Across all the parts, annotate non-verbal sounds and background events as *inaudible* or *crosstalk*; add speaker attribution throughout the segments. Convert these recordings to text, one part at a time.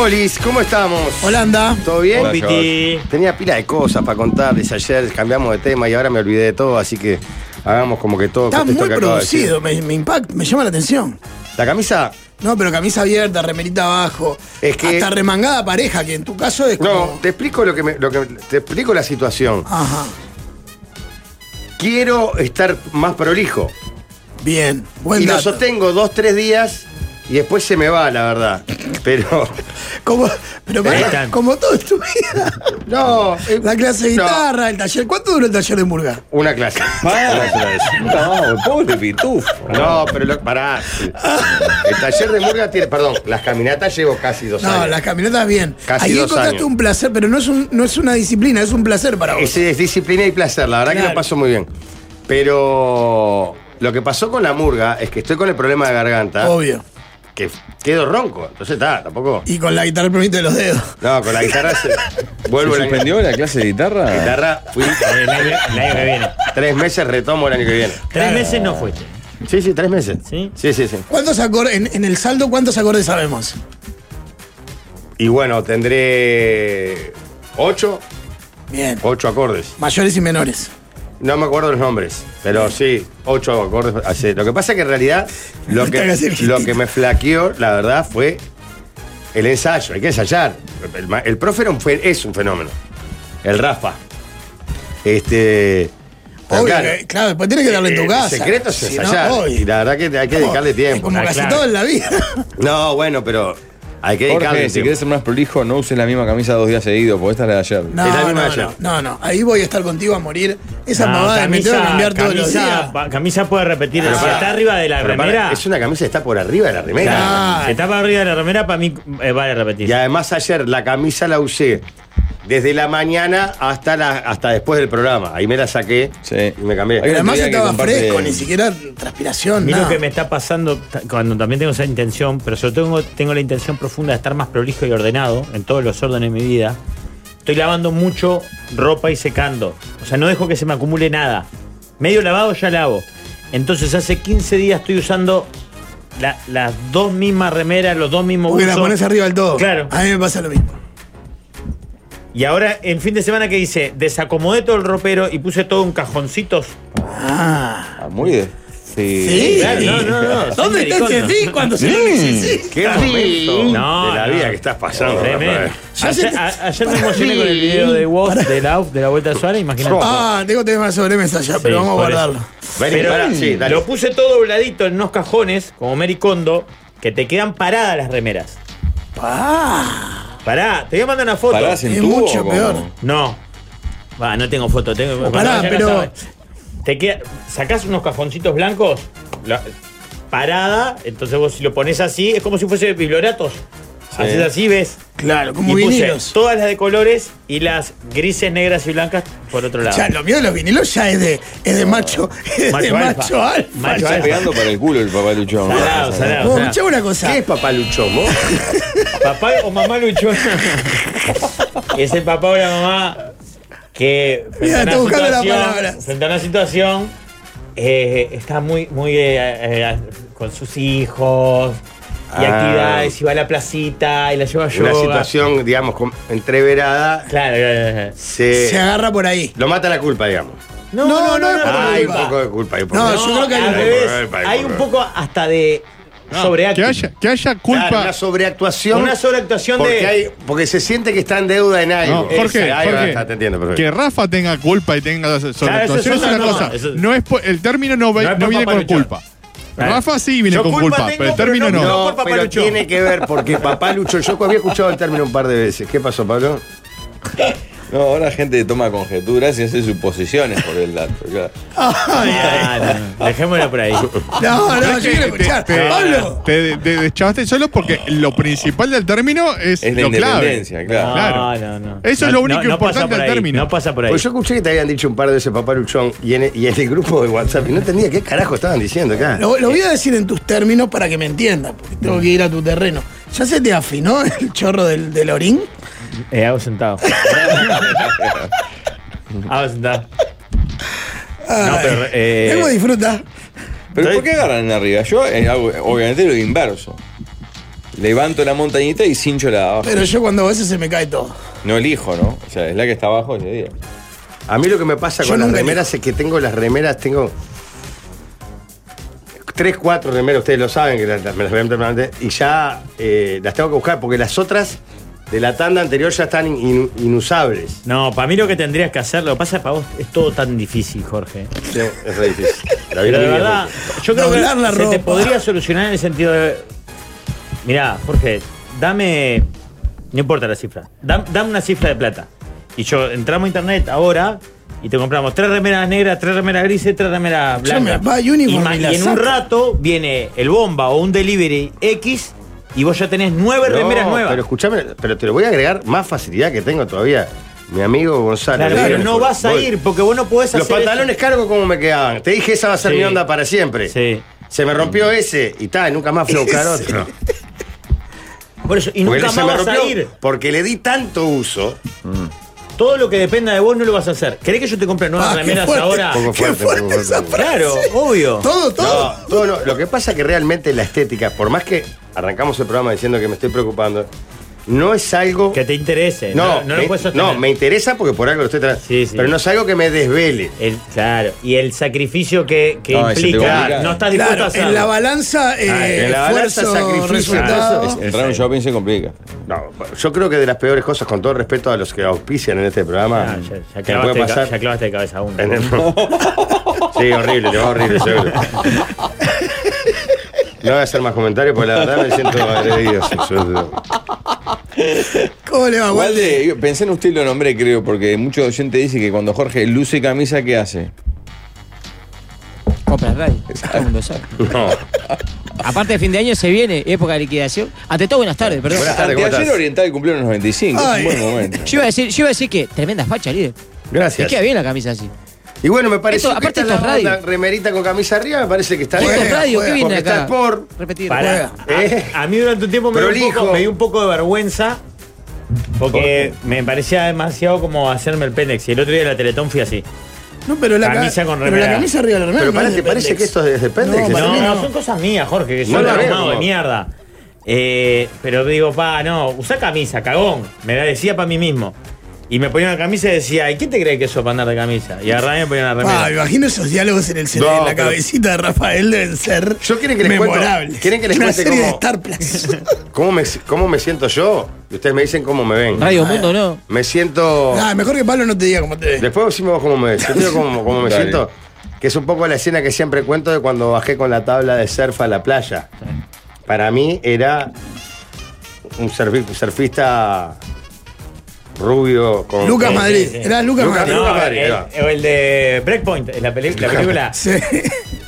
Speaker 1: Olis, ¿cómo estamos?
Speaker 2: Holanda.
Speaker 1: ¿Todo bien?
Speaker 3: Hola, George.
Speaker 1: Tenía pila de cosas para contarles ayer, cambiamos de tema y ahora me olvidé de todo, así que hagamos como que todo
Speaker 2: Está
Speaker 1: esto
Speaker 2: muy
Speaker 1: que acabo de decir.
Speaker 2: producido, me, me impacta, me llama la atención.
Speaker 1: La camisa,
Speaker 2: No, pero camisa abierta, remerita abajo.
Speaker 1: Es que-
Speaker 2: Hasta remangada pareja, que en tu caso es como.
Speaker 1: no, te explico lo que me- lo que te explico la situación.
Speaker 2: Ajá.
Speaker 1: Quiero estar más prolijo.
Speaker 2: Bien. Buen
Speaker 1: y lo
Speaker 2: dato.
Speaker 1: sostengo dos, tres días y después se me va, la verdad. Pero.
Speaker 2: Como, pero pará,
Speaker 3: Ahí están.
Speaker 2: como todo en tu vida.
Speaker 1: *laughs* No. eh,
Speaker 2: La clase de
Speaker 1: no,
Speaker 2: guitarra, el taller. ¿Cuánto duró el taller de Murga?
Speaker 3: *laughs*
Speaker 1: Una clase. Una clase.
Speaker 3: No, pobre pitufo.
Speaker 1: No, pero lo, pará.
Speaker 3: *laughs*
Speaker 1: El taller de Murga tiene. Perdón, las caminatas llevo casi dos
Speaker 2: No,
Speaker 1: años.
Speaker 2: las caminatas bien.
Speaker 1: Casi
Speaker 2: Ahí
Speaker 1: dos
Speaker 2: encontraste
Speaker 1: años.
Speaker 2: un placer, pero no es, un- no es una disciplina, es un placer para vos.
Speaker 1: Es, es disciplina y placer, la verdad que lo
Speaker 2: Claro.
Speaker 1: paso muy bien. Pero lo que pasó con la murga es que estoy con el problema de garganta,
Speaker 2: Obvio.
Speaker 1: que f- quedo ronco. Entonces está, tampoco.
Speaker 2: Y con la guitarra el plumito de los dedos.
Speaker 1: No, con la guitarra
Speaker 2: *laughs*
Speaker 1: se- vuelvo a
Speaker 3: ¿Se
Speaker 1: la
Speaker 3: suspendió la clase de guitarra?
Speaker 1: guitarra. Fui
Speaker 4: El año, el año que viene.
Speaker 1: tres meses, retomo el año que viene.
Speaker 4: Tres veces no fuiste.
Speaker 1: Sí, sí, tres meses.
Speaker 4: ¿Sí?
Speaker 1: Sí, sí, sí.
Speaker 2: ¿Cuántos acordes, en, en el saldo, cuántos acordes sabemos?
Speaker 1: Y bueno, tendré ocho,
Speaker 2: Bien.
Speaker 1: ocho acordes.
Speaker 2: Mayores y menores.
Speaker 1: No me acuerdo los nombres, pero sí, ocho acordes. hace. Lo que pasa es que en realidad lo
Speaker 2: No te
Speaker 1: que,
Speaker 2: hagas el
Speaker 1: lo
Speaker 2: gestito.
Speaker 1: que me flaqueó, la verdad, fue el ensayo. Hay que ensayar. El, ma- el profe era un fe- es un fenómeno. El Rafa. Este. pero
Speaker 2: Obvio,
Speaker 1: claro, Eh,
Speaker 2: que- claro, después tienes que darlo en tu
Speaker 1: el
Speaker 2: casa.
Speaker 1: secreto es
Speaker 2: Si no,
Speaker 1: ensayar.
Speaker 2: obvio.
Speaker 1: y la verdad que hay que
Speaker 2: Como-
Speaker 1: dedicarle
Speaker 2: es
Speaker 1: tiempo.
Speaker 2: Como
Speaker 4: Ah,
Speaker 2: casi
Speaker 4: claro.
Speaker 2: todo en la vida.
Speaker 1: No, bueno, pero hay que dedicarle
Speaker 3: Jorge, si
Speaker 1: tiempo.
Speaker 3: querés ser más prolijo, no uses la misma camisa dos días seguidos, porque esta es la de ayer.
Speaker 2: No,
Speaker 1: Es la misma
Speaker 2: no,
Speaker 1: de
Speaker 2: no,
Speaker 1: ayer.
Speaker 2: no, no. Ahí voy a estar contigo a morir. Esa
Speaker 4: No,
Speaker 2: mamada de me tengo que cambiar todos los
Speaker 4: camisa-
Speaker 2: días.
Speaker 4: pa- camisa puede repetir.
Speaker 1: Pero
Speaker 4: si
Speaker 1: para-
Speaker 4: está arriba de la
Speaker 1: Ah, pero para,
Speaker 4: remera.
Speaker 1: es una camisa que está por arriba de la remera.
Speaker 2: Claro.
Speaker 4: Si está para arriba de la remera, para mí eh, vale repetir.
Speaker 1: Y además ayer la camisa la usé desde la mañana hasta, la, hasta después del programa. Ahí me la saqué
Speaker 3: Sí.
Speaker 1: y me
Speaker 3: Hay
Speaker 1: cambié.
Speaker 2: Pero además
Speaker 3: teoría que
Speaker 2: estaba
Speaker 3: comparte-
Speaker 2: fresco, ni siquiera transpiración.
Speaker 4: A mí
Speaker 2: nada.
Speaker 4: lo que me está pasando, ta- cuando también tengo esa intención, pero yo tengo, tengo la intención profunda de estar más prolijo y ordenado en todos los órdenes de mi vida, estoy lavando mucho ropa y secando. O sea, no dejo que se me acumule nada. Medio lavado ya lavo. Entonces hace 15 días estoy usando la- las dos mismas remeras, los dos mismos
Speaker 2: Porque la
Speaker 4: buzos.
Speaker 2: pones arriba del todo.
Speaker 4: Claro.
Speaker 2: A mí me pasa lo mismo.
Speaker 4: Y ahora, en fin de semana que hice, desacomodé todo el ropero y puse todo en cajoncitos.
Speaker 2: Ah.
Speaker 3: Ah, muy de. Sí.
Speaker 2: Sí.
Speaker 4: Claro, no, no, no. soy
Speaker 2: ¿Dónde está ese
Speaker 4: maricón,
Speaker 2: sí cuando se lo necesita?
Speaker 1: Qué momento
Speaker 4: No,
Speaker 1: de la
Speaker 4: no.
Speaker 1: vida que estás pasando.
Speaker 4: Tremendo.
Speaker 1: Rafael.
Speaker 4: Ayer, a- ayer me emocioné con el video de Wolf de la, de la Vuelta a Suárez, imagínate.
Speaker 2: Ah, tengo temas sobre mesa ya, pero
Speaker 4: Sí,
Speaker 2: vamos a
Speaker 4: por eso.
Speaker 2: guardarlo.
Speaker 1: Vení,
Speaker 4: Pero mm,
Speaker 1: pará, sí, dale.
Speaker 4: lo puse todo dobladito en unos cajones, como Mary Kondo, que te quedan paradas las remeras.
Speaker 2: Pa.
Speaker 4: Pará, te voy a mandar una foto.
Speaker 3: Parás en
Speaker 2: Es
Speaker 3: tubo.
Speaker 2: mucho
Speaker 3: como-
Speaker 2: peor.
Speaker 4: No. Va, no tengo foto, tengo.
Speaker 2: pará,
Speaker 4: ya la
Speaker 2: pero-
Speaker 4: saben. Te queda, sacás unos cajoncitos blancos, la- parada, entonces vos si lo pones así, es como si fuese biblioratos. Haces así, ves.
Speaker 2: Claro,
Speaker 4: Y
Speaker 2: como
Speaker 4: puse
Speaker 2: vinilos.
Speaker 4: todas las de colores y las grises, negras y blancas por otro lado.
Speaker 2: Ya, lo mío de los vinilos ya es de, es de macho, *laughs* es
Speaker 4: Macho
Speaker 2: de
Speaker 4: alfa.
Speaker 2: macho alfa.
Speaker 4: Macho
Speaker 2: ya.
Speaker 3: Está pegando para el culo el papá Luchón.
Speaker 4: Salado, salado.
Speaker 2: Vos,
Speaker 4: o sea.
Speaker 2: escuchá una cosa.
Speaker 1: ¿Qué es papá Luchomo?
Speaker 4: Papá o mamá luchona. es el papá o la mamá que frente
Speaker 2: Mira,
Speaker 4: a
Speaker 2: está
Speaker 4: una
Speaker 2: buscando la
Speaker 4: situación-
Speaker 2: palabra.
Speaker 4: Frente a una situación, eh, está muy, muy eh, eh, con sus hijos y
Speaker 1: Ah.
Speaker 4: actividades, y va a la placita y la lleva a yoga.
Speaker 1: Una situación, digamos, com- entreverada.
Speaker 4: Claro, claro, claro.
Speaker 1: Se,
Speaker 2: Se agarra por ahí.
Speaker 1: lo mata la culpa, digamos.
Speaker 2: No, no, no, no, no,
Speaker 1: Hay un
Speaker 2: culpa.
Speaker 1: poco de culpa. Hay un poco
Speaker 2: No,
Speaker 1: de
Speaker 2: yo
Speaker 1: culpa.
Speaker 2: creo que hay
Speaker 4: al
Speaker 2: un poco
Speaker 4: revés.
Speaker 1: de culpa, hay
Speaker 4: Hay un
Speaker 1: poco
Speaker 4: poco hasta de
Speaker 5: Que
Speaker 4: sobreacting.
Speaker 5: haya, que haya
Speaker 1: Claro,
Speaker 5: culpa.
Speaker 1: una sobreactuación.
Speaker 4: Una sobreactuación
Speaker 1: porque
Speaker 4: de-
Speaker 1: hay- porque se siente que está en deuda en algo.
Speaker 5: No, Jorge,
Speaker 1: Ahí va,
Speaker 5: Jorge,
Speaker 1: está, te entiendo, perfecto.
Speaker 5: que Rafa tenga culpa y tenga
Speaker 4: eso
Speaker 5: sobreactuación
Speaker 4: es
Speaker 5: es una
Speaker 4: otra
Speaker 5: cosa.
Speaker 4: cosa, eso es-
Speaker 5: No es po- el término no, va-
Speaker 4: No es
Speaker 5: no
Speaker 4: por
Speaker 5: viene
Speaker 4: Papá
Speaker 5: con
Speaker 4: Luchón.
Speaker 5: culpa.
Speaker 4: Claro.
Speaker 5: Rafa sí viene
Speaker 4: Yo
Speaker 5: con
Speaker 4: culpa
Speaker 5: culpa,
Speaker 4: tengo,
Speaker 5: pero el
Speaker 4: pero
Speaker 5: término
Speaker 4: no-
Speaker 5: no.
Speaker 4: no,
Speaker 1: No,
Speaker 4: por Papá
Speaker 1: pero
Speaker 4: Lucho.
Speaker 1: tiene que ver porque papá Lucho, yo había escuchado el término un par de veces. ¿Qué pasó, Pablo?
Speaker 3: No, ahora la gente toma conjeturas y hace suposiciones por el dato. claro.
Speaker 4: Ah, no, Dejémosla por ahí.
Speaker 3: *laughs*
Speaker 2: No, no,
Speaker 5: Es
Speaker 2: yo
Speaker 5: que
Speaker 2: quiero
Speaker 5: te-
Speaker 2: escuchar.
Speaker 5: te-
Speaker 2: Pablo.
Speaker 5: Te de- de- deschavaste solo porque lo principal del término es,
Speaker 3: Es la
Speaker 5: lo clave.
Speaker 3: independencia, claro.
Speaker 4: No,
Speaker 5: Claro.
Speaker 4: no, no.
Speaker 5: Eso es
Speaker 4: No,
Speaker 5: lo único
Speaker 4: no, no pasa
Speaker 5: importante
Speaker 4: por
Speaker 5: del
Speaker 4: ahí,
Speaker 5: término.
Speaker 4: No pasa por ahí.
Speaker 1: Pues yo escuché que te habían dicho un par de veces papá Luchón y en, y en el grupo de WhatsApp y no entendía qué carajo estaban diciendo acá.
Speaker 2: Lo, lo voy a decir en tus términos para que me entiendas, porque tengo que ir a tu terreno. ¿Ya se te afinó el chorro del, del orín?
Speaker 4: Eh, hago
Speaker 1: *laughs*
Speaker 4: sentado. hago sentado. No, pero. eh,
Speaker 2: Luego disfruta.
Speaker 3: Pero ¿por qué agarran en arriba? Yo eh, hago, obviamente lo inverso. levanto la montañita y cincho la de abajo.
Speaker 2: Pero yo cuando a veces se me cae todo.
Speaker 3: No elijo, ¿no? O sea, es la que está abajo ese día.
Speaker 1: A mí lo que me pasa
Speaker 2: Yo
Speaker 1: con las
Speaker 2: nunca
Speaker 1: remeras es que tengo las remeras, tengo. Tres, cuatro remeras, ustedes lo saben, que las, las- me las veo permanente, y ya eh, las tengo que buscar, porque las otras de la tanda anterior ya están in- inusables.
Speaker 4: No, para mí lo que tendrías que hacer, lo que pasa es para vos es todo tan difícil, Jorge.
Speaker 1: Sí, es re
Speaker 4: *laughs*
Speaker 1: difícil. La vida
Speaker 4: Pero de
Speaker 1: es muy
Speaker 4: verdad,
Speaker 1: difícil.
Speaker 4: yo creo
Speaker 2: Doblar la
Speaker 4: que se te
Speaker 2: ropa.
Speaker 4: podría solucionar en el sentido de. Mirá, Jorge, dame. No importa la cifra. Dam- Dame, una cifra de plata. Y yo entramos a internet ahora y te compramos tres remeras negras, tres remeras grises, tres remeras
Speaker 2: Yo me
Speaker 4: blancas.
Speaker 2: va a Uniform
Speaker 4: y, ma-
Speaker 2: y la
Speaker 4: y en un
Speaker 2: saco.
Speaker 4: rato viene el bomba o un delivery X y vos ya tenés nueve
Speaker 1: No,
Speaker 4: remeras nuevas.
Speaker 1: Pero escuchame, pero te lo voy a agregar más facilidad que tengo todavía. Mi amigo Gonzalo.
Speaker 4: Claro,
Speaker 1: le
Speaker 4: pero
Speaker 1: digo,
Speaker 4: no
Speaker 1: voy-
Speaker 4: vas a ir porque vos no podés
Speaker 1: Los
Speaker 4: hacer.
Speaker 1: pantalones cargo como me quedaban. Te dije, esa va a ser
Speaker 4: Sí.
Speaker 1: mi onda para siempre.
Speaker 4: Sí.
Speaker 1: Se me rompió ese y tal, nunca más fui a buscar otro.
Speaker 4: eso. Por eso, y
Speaker 1: Porque
Speaker 4: nunca más
Speaker 1: se me
Speaker 4: vas a
Speaker 1: rompió
Speaker 4: ir. Mm.
Speaker 1: porque le di tanto uso.
Speaker 4: Todo lo que dependa de vos no lo vas a hacer. ¿Querés que yo te compre nuevas
Speaker 2: Ah, qué
Speaker 4: remeras
Speaker 2: fuerte.
Speaker 4: ahora?
Speaker 1: Poco
Speaker 2: Qué
Speaker 1: fuerte,
Speaker 2: fuerte
Speaker 1: poco fuerte.
Speaker 2: esa frase.
Speaker 4: Claro, obvio.
Speaker 2: Todo, todo.
Speaker 1: No, todo no. Lo que pasa es que realmente la estética, por más que arrancamos el programa diciendo que me estoy preocupando, no es algo.
Speaker 4: Que te interese.
Speaker 1: no,
Speaker 4: No, no,
Speaker 1: me,
Speaker 4: lo puedes sostener.
Speaker 1: no, me interesa porque por algo lo estoy tratando.
Speaker 4: Sí, sí.
Speaker 1: Pero no es algo que me desvele.
Speaker 4: El- claro, y el sacrificio que, que
Speaker 3: No, ese te
Speaker 4: implica.
Speaker 3: complica.
Speaker 4: no estás dispuesto a
Speaker 2: Claro,
Speaker 4: hacerlo.
Speaker 2: en la balanza, eh,
Speaker 1: Ah, en la balanza,
Speaker 2: esfuerzo,
Speaker 1: sacrificio,
Speaker 2: resultado.
Speaker 1: eso
Speaker 3: Entrar a un shopping se complica.
Speaker 1: No, yo creo que de las peores cosas, con todo respeto a los que auspician en este programa,
Speaker 4: Ah, ya,
Speaker 1: que puede
Speaker 4: ya clavaste de, ca-
Speaker 1: pasar.
Speaker 4: ya clavaste de cabeza uno.
Speaker 1: en el- sí, horrible, le va horrible, seguro. No voy a hacer más comentarios porque la verdad me siento
Speaker 2: *laughs*
Speaker 1: agredido sexual.
Speaker 2: ¿Cómo le va,
Speaker 3: Igual
Speaker 2: Walter?
Speaker 3: de, yo pensé en usted y lo nombré, creo, porque muchos oyentes dicen que cuando Jorge luce camisa, ¿qué hace?
Speaker 6: Compra Rey. Todo el mundo sabe.
Speaker 4: Eh,
Speaker 1: No.
Speaker 6: Aparte de fin de año se viene, época de liquidación. Ante todo, buenas tardes, perdón.
Speaker 1: Buenas tardes, ¿cómo
Speaker 3: Anteayer
Speaker 1: estás?
Speaker 3: Oriental cumplió unos 25,
Speaker 2: Ay.
Speaker 3: es un buen momento.
Speaker 6: Yo iba a decir, yo iba a decir que tremenda facha, líder. Te
Speaker 1: Gracias.
Speaker 6: queda bien la camisa así.
Speaker 1: Y bueno, me parece
Speaker 6: Esto,
Speaker 1: que
Speaker 6: aparte
Speaker 1: está
Speaker 6: esto
Speaker 1: la
Speaker 6: es radio.
Speaker 1: banda remerita con camisa arriba, me parece que está
Speaker 6: Esto
Speaker 1: bien.
Speaker 6: es radio, ¿qué viene
Speaker 1: porque
Speaker 6: acá?
Speaker 1: está por
Speaker 6: Repetir.
Speaker 4: Pará.
Speaker 6: Juega.
Speaker 1: *laughs* Eh.
Speaker 4: *laughs* A, a mí durante un tiempo me dio un,
Speaker 1: Prolijo.
Speaker 4: poco, me dio un poco de vergüenza. Porque me parecía demasiado como hacerme el pendex. Y el otro día en la Teletón fui así.
Speaker 2: No, pero la
Speaker 4: Camisa con
Speaker 2: pero
Speaker 4: remera.
Speaker 2: la camisa arriba de la remera.
Speaker 1: Pero
Speaker 2: no es
Speaker 1: pará,
Speaker 2: de
Speaker 1: ¿te parece
Speaker 2: Pendex.
Speaker 1: que esto es de Pendex?
Speaker 2: No, para
Speaker 4: No,
Speaker 2: mí
Speaker 4: no,
Speaker 2: no.
Speaker 4: son cosas mías, Jorge,
Speaker 1: No
Speaker 4: que yo no
Speaker 1: la veo,
Speaker 4: armado de
Speaker 1: no.
Speaker 4: mierda. Eh, pero digo, pa, no, usa camisa, cagón. Me la decía para mí mismo. Y me ponía una camisa y decía, ¿y quién te cree que eso para andar de camisa? Y agarraba y me ponía una remera.
Speaker 2: Ah, me imagino esos diálogos en el cerebro,
Speaker 1: No,
Speaker 2: en la
Speaker 1: pero-
Speaker 2: cabecita de Rafael deben ser
Speaker 1: Yo quieren que les cuento-
Speaker 2: memorables.
Speaker 1: quieren que les
Speaker 2: Una
Speaker 1: cuente
Speaker 2: serie de
Speaker 1: cómo-
Speaker 2: Star Plus.
Speaker 1: ¿Cómo me, ¿Cómo me siento yo? Y ustedes me dicen cómo me ven.
Speaker 6: Radio Mundo, no.
Speaker 1: Me siento.
Speaker 2: Ah, mejor que Pablo no te diga cómo te ve.
Speaker 1: Después decimos cómo me, yo te digo cómo, cómo me
Speaker 3: Dale.
Speaker 1: siento. Que es un poco la escena que siempre cuento de cuando bajé con la tabla de surf a la playa. Para mí era un surfi- surfista rubio con.
Speaker 2: Lucas
Speaker 1: con-
Speaker 2: Madrid.
Speaker 4: sí.
Speaker 2: Era Lucas
Speaker 1: Lucas-
Speaker 2: Madrid.
Speaker 1: Lucas-
Speaker 4: No,
Speaker 1: Madrid,
Speaker 4: el,
Speaker 1: va.
Speaker 4: el de Breakpoint, en la, peli- la película.
Speaker 2: Sí.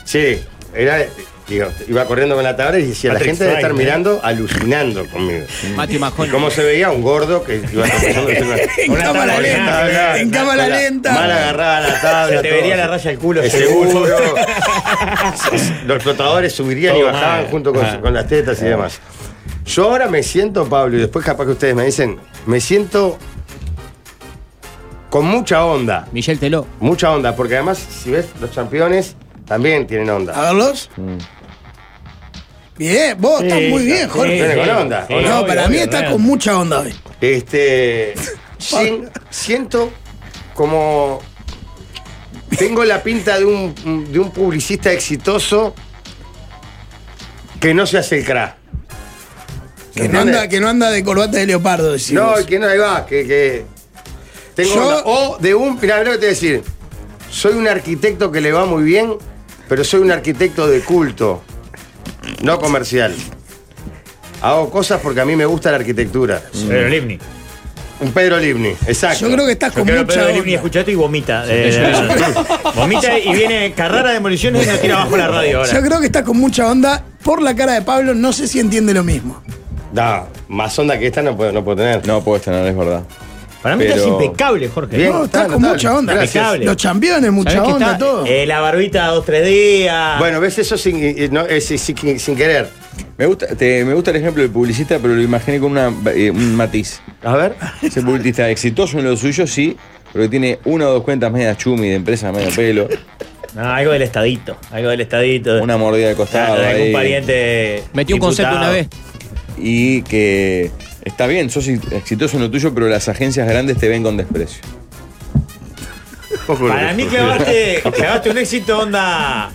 Speaker 1: Sí, era. digo, iba corriendo con la tabla y decía, la
Speaker 4: Patrick
Speaker 1: gente debe estar
Speaker 4: Swayze. ¿eh?
Speaker 1: mirando, alucinando conmigo.
Speaker 6: Matthew
Speaker 1: Y
Speaker 6: Mahoney.
Speaker 1: cómo se veía un gordo que iba tropezando con una-
Speaker 2: En
Speaker 1: con una
Speaker 2: cámara
Speaker 1: tabla,
Speaker 2: lenta,
Speaker 1: con una-
Speaker 2: en
Speaker 1: con
Speaker 2: cámara
Speaker 1: la-
Speaker 2: lenta.
Speaker 1: Mal agarrada la tabla.
Speaker 4: Se te
Speaker 1: todo.
Speaker 4: vería la raya del culo,
Speaker 1: Eh,
Speaker 4: seguro.
Speaker 1: seguro. Los flotadores subirían y
Speaker 4: Todo
Speaker 1: bajaban
Speaker 4: mal.
Speaker 1: junto con,
Speaker 4: Ah.
Speaker 1: con las tetas y demás. Yo ahora me siento, Pablo, y después capaz que ustedes me dicen, me siento con mucha onda.
Speaker 6: Michelle Teló.
Speaker 1: Mucha onda, porque además, si ves, los campeones también tienen onda. Mm.
Speaker 2: A verlos. Bien, vos estás
Speaker 4: Sí,
Speaker 2: muy bien,
Speaker 4: está-
Speaker 2: Jorge.
Speaker 1: Viene con onda. sí,
Speaker 2: no,
Speaker 4: obvio,
Speaker 2: para mí
Speaker 4: obvio,
Speaker 2: estás
Speaker 4: obvio.
Speaker 2: con mucha onda hoy. *laughs*
Speaker 1: Este. sin- siento como. Tengo la pinta de un, de un publicista exitoso que no se hace el cra.
Speaker 2: Que no, anda, que no anda de corbata de leopardo, decís.
Speaker 1: No,
Speaker 2: vos.
Speaker 1: que no, ahí va, que. que tengo
Speaker 2: Yo-
Speaker 1: onda. O de un. Mirá, mirá lo que te voy a decir. Soy un arquitecto que le va muy bien, pero soy un arquitecto de culto, no comercial. Hago cosas porque a mí me gusta la arquitectura.
Speaker 4: Pedro Livni.
Speaker 1: Un Pedro Livni, exacto.
Speaker 2: Yo creo que estás
Speaker 4: Yo
Speaker 2: con
Speaker 4: creo que
Speaker 2: mucha
Speaker 4: Pedro
Speaker 2: onda.
Speaker 4: Livni escucha esto y vomita. Eh,
Speaker 6: Sí,
Speaker 4: *laughs* vomita y viene Carrara de Demoliciones y nos tira abajo la radio ahora.
Speaker 2: Yo creo que estás con mucha onda. Por la cara de Pablo, no sé si entiende lo mismo.
Speaker 1: Da, más onda que esta no puedo, no puedo tener.
Speaker 3: No puedo tener, es verdad.
Speaker 4: Para mí estás
Speaker 3: Pero-
Speaker 4: impecable, Jorge.
Speaker 1: Bien.
Speaker 2: No, estás
Speaker 1: está,
Speaker 2: con
Speaker 1: está,
Speaker 2: mucha onda.
Speaker 4: gracias.
Speaker 2: Los campeones, mucha
Speaker 6: ¿Sabés que
Speaker 2: onda,
Speaker 6: está-
Speaker 2: todo.
Speaker 4: Eh, la barbita dos, tres días.
Speaker 1: Bueno, ves eso sin, eh, no, eh, sin, sin- sin querer.
Speaker 3: Me gusta, te- me gusta el ejemplo del publicista, pero lo imaginé con una, eh, un matiz.
Speaker 1: A ver.
Speaker 3: Ese publicista exitoso en lo suyo, sí, pero que tiene una o dos cuentas medias chumi de empresa medio pelo,
Speaker 4: No, algo del estadito. Algo del estadito.
Speaker 3: una mordida de
Speaker 4: Ah,
Speaker 3: costado.
Speaker 4: de algún
Speaker 3: ahí.
Speaker 4: pariente.
Speaker 6: Metió un
Speaker 4: diputado.
Speaker 6: concepto una vez.
Speaker 3: y que está bien, sos exitoso en lo tuyo, pero las agencias grandes te ven con desprecio.
Speaker 4: Para mí
Speaker 1: *laughs*
Speaker 4: clavaste, clavaste un éxito onda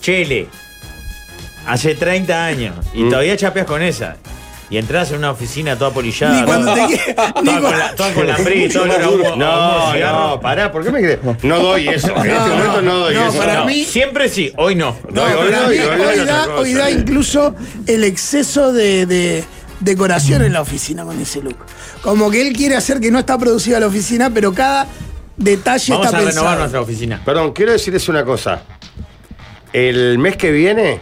Speaker 4: Chele. Hace 30 años.
Speaker 1: Mm.
Speaker 4: Y todavía chapeas con esa. Y entras en una oficina toda polillada.
Speaker 2: Ni cuando
Speaker 4: toda,
Speaker 2: te quie-
Speaker 4: toda
Speaker 2: ni
Speaker 4: con
Speaker 2: cuando-
Speaker 4: la, toda con la fri,
Speaker 3: Mucho
Speaker 4: todo el
Speaker 3: más
Speaker 4: humo-
Speaker 3: duro.
Speaker 4: humo de cigarro.
Speaker 3: No, no,
Speaker 1: Pará, ¿por qué me crees? No doy eso. En este
Speaker 2: no,
Speaker 1: momento no doy
Speaker 2: no,
Speaker 1: eso.
Speaker 2: para
Speaker 4: No,
Speaker 2: mí-
Speaker 4: Siempre sí, hoy no.
Speaker 2: No,
Speaker 1: Hoy- hoy
Speaker 2: pero a
Speaker 1: doy,
Speaker 2: mí
Speaker 1: hoy doy
Speaker 2: hoy,
Speaker 1: otra
Speaker 2: da,
Speaker 1: cosa.
Speaker 2: hoy da
Speaker 4: eh.
Speaker 2: incluso el exceso de, de decoración en la oficina con ese look. Como que él quiere hacer que no está producida la oficina, pero cada detalle
Speaker 4: Vamos a
Speaker 2: está
Speaker 4: renovar
Speaker 2: pensado.
Speaker 4: nuestra oficina.
Speaker 1: Perdón, quiero decirles una cosa. El mes que viene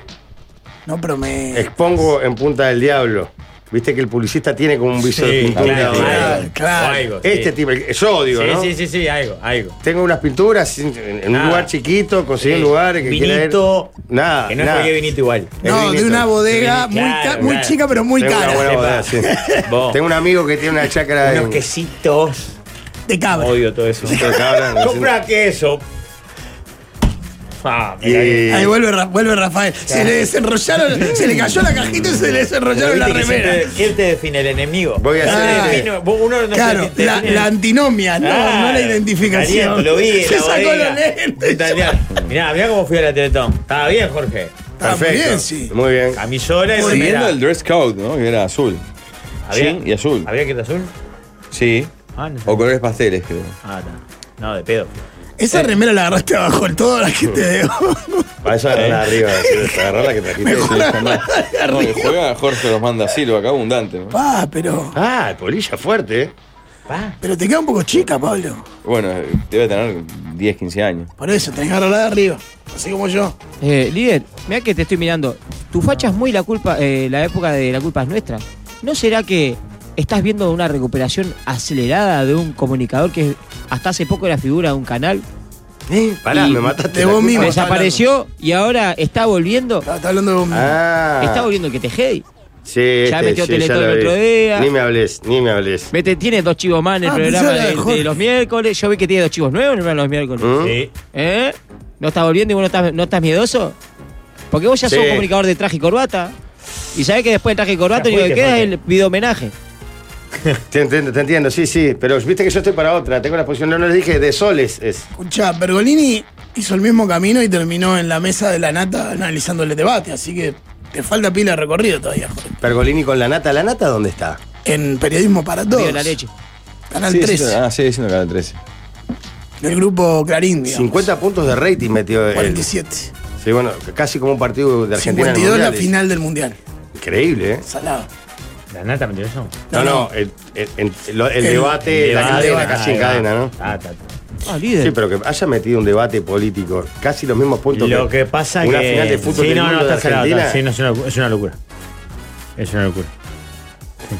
Speaker 2: No prometo.
Speaker 1: expongo en Punta del Diablo. Viste que el publicista tiene como un viso de
Speaker 4: Sí,
Speaker 1: pintura.
Speaker 4: claro,
Speaker 1: ¿verdad?
Speaker 4: algo,
Speaker 2: claro.
Speaker 4: algo, sí.
Speaker 1: Este tipo, el- yo digo,
Speaker 4: Sí,
Speaker 1: ¿no?
Speaker 4: sí, sí, sí, algo, algo.
Speaker 1: Tengo unas pinturas en, en un
Speaker 4: Nada.
Speaker 1: lugar chiquito, conseguí un
Speaker 4: Sí.
Speaker 1: lugar que quiera ir.
Speaker 4: vinito,
Speaker 1: Nada,
Speaker 4: Que no es
Speaker 1: nada.
Speaker 4: cualquier vinito igual.
Speaker 1: Es
Speaker 2: No, de
Speaker 1: vinito.
Speaker 2: una bodega
Speaker 4: Sí,
Speaker 2: muy, ca-
Speaker 4: claro,
Speaker 2: muy
Speaker 4: claro.
Speaker 2: chica, pero muy
Speaker 1: Tengo una
Speaker 2: cara.
Speaker 1: buena bodega, sí.
Speaker 4: *laughs* Vos.
Speaker 1: Tengo un amigo que tiene una chacra
Speaker 4: Unos
Speaker 1: de.
Speaker 4: quesitos.
Speaker 2: De cabra.
Speaker 4: Odio todo eso.
Speaker 1: Ah,
Speaker 4: Compra queso. Ah, me la-
Speaker 2: Ahí vuelve, Ra- vuelve Rafael. Se le desenrollaron, se le cayó la cajita y se le desenrollaron la
Speaker 4: Pero viste que
Speaker 2: remera.
Speaker 4: siempre- ¿Quién te define? ¿El enemigo?
Speaker 1: Voy a
Speaker 4: ¿Quién
Speaker 1: hacer-
Speaker 4: te define? Vos- uno no
Speaker 2: Claro,
Speaker 4: se-
Speaker 2: la,
Speaker 4: define-
Speaker 2: la antinomia, no,
Speaker 4: Claro.
Speaker 2: no la identificación.
Speaker 4: Ariel, lo vi. en
Speaker 2: Se
Speaker 4: la
Speaker 2: sacó
Speaker 4: bodega.
Speaker 2: los lentes.
Speaker 4: Puta, mirá, mirá, mirá cómo fui a la Teletón. Estaba bien, Jorge.
Speaker 2: Está muy bien, sí.
Speaker 1: Muy bien.
Speaker 4: Camisola y
Speaker 3: Siguiendo
Speaker 4: remera.
Speaker 3: el dress code, ¿no? Que era azul. Jean y azul.
Speaker 4: ¿Había que ir azul?
Speaker 3: Sí.
Speaker 4: Ah, no. sé.
Speaker 3: O colores pasteles, creo.
Speaker 4: Ah, está. No, de pedo.
Speaker 2: Esa remera la agarraste abajo del todo, la que te dejo.
Speaker 1: Para Ah, eso agarrarla arriba, agarrarla que trajiste.
Speaker 3: Eh. No, que juega Jorge los manda Silva, acá abundante. ¿no?
Speaker 2: *laughs* Pa, pero,
Speaker 1: Ah, el polilla fuerte, ¿eh?
Speaker 4: Pa.
Speaker 2: pero te queda un poco chica, Pablo.
Speaker 3: Bueno, eh, debe tener 10, 15 años.
Speaker 2: Por eso, tenés que agarrarla de arriba. Así como yo.
Speaker 6: Eh, líder, mira que te estoy mirando. Tu facha es muy la culpa, eh, la época de la culpa es nuestra. ¿No será que estás viendo una recuperación acelerada de un comunicador que hasta hace poco era figura de un canal?
Speaker 2: Eh,
Speaker 1: Pará,
Speaker 6: Y
Speaker 1: me mataste.
Speaker 2: de
Speaker 1: la
Speaker 2: vos
Speaker 1: culpa.
Speaker 2: mismo.
Speaker 6: Desapareció y ahora está volviendo.
Speaker 2: Está, está hablando de un.
Speaker 1: Ah.
Speaker 6: Está volviendo el que te hey.
Speaker 1: Sí,
Speaker 6: Ya
Speaker 1: este,
Speaker 6: metió
Speaker 1: sí,
Speaker 6: Teletón
Speaker 1: ya lo
Speaker 6: el
Speaker 1: vi.
Speaker 6: otro día.
Speaker 1: Ni me hables, ni me hables.
Speaker 6: Vete, tiene dos chivos más en el
Speaker 2: Ah,
Speaker 6: programa
Speaker 2: pensé la de
Speaker 6: de, de
Speaker 2: Jorge.
Speaker 6: los miércoles. Yo vi que tiene dos chivos nuevos en el programa de los miércoles.
Speaker 1: ¿Mm?
Speaker 4: Sí.
Speaker 6: ¿Eh? ¿No estás volviendo y vos no estás, no estás miedoso? Porque vos ya
Speaker 1: Sí.
Speaker 6: sos comunicador de traje y corbata. Y sabés que después del traje y corbata lo
Speaker 4: Ya
Speaker 6: que
Speaker 4: fuiste,
Speaker 6: queda es
Speaker 4: Jorge.
Speaker 6: el video homenaje.
Speaker 1: Te entiendo, te entiendo, sí, sí. Pero viste que yo estoy para otra. Tengo la posición, no, no les dije, de soles es.
Speaker 2: Escuchá, Bergolini hizo el mismo camino y terminó en la mesa de la nata analizando el debate. Así que te falta pila de recorrido todavía, Jorge.
Speaker 1: Pergolini con la nata. ¿La nata dónde está?
Speaker 2: En Periodismo para
Speaker 6: Río
Speaker 2: Todos.
Speaker 6: de la leche.
Speaker 2: Canal
Speaker 3: Sigue
Speaker 2: 13.
Speaker 3: siendo- ah, sigue siendo Canal 13.
Speaker 2: Del grupo Clarín, digamos.
Speaker 1: 50 puntos de rating metió él.
Speaker 2: 47.
Speaker 1: Sí, bueno, casi como un partido de Argentina. en el
Speaker 2: 52 la
Speaker 1: Mundial.
Speaker 2: final del mundial.
Speaker 1: Increíble, ¿eh?
Speaker 2: Salado.
Speaker 4: La nata me tiró eso.
Speaker 1: No,
Speaker 2: No,
Speaker 1: no, el, el- el- lo- el
Speaker 2: El-
Speaker 1: debate, la
Speaker 4: Debate,
Speaker 1: cadena,
Speaker 4: ah,
Speaker 1: casi
Speaker 4: ahí
Speaker 1: en
Speaker 4: va.
Speaker 1: cadena, ¿no?
Speaker 4: Ah, está.
Speaker 6: Ah, líder.
Speaker 1: Sí, pero que haya metido un debate político, casi los mismos puntos
Speaker 4: Lo que pasa
Speaker 1: una
Speaker 4: que.
Speaker 1: final de fútbol
Speaker 4: sí,
Speaker 1: del
Speaker 4: no,
Speaker 1: mundo
Speaker 4: no,
Speaker 1: de
Speaker 4: está cerrado,
Speaker 1: Argentina.
Speaker 4: está- sí, no, es, una, es una locura. Es una locura. Sí.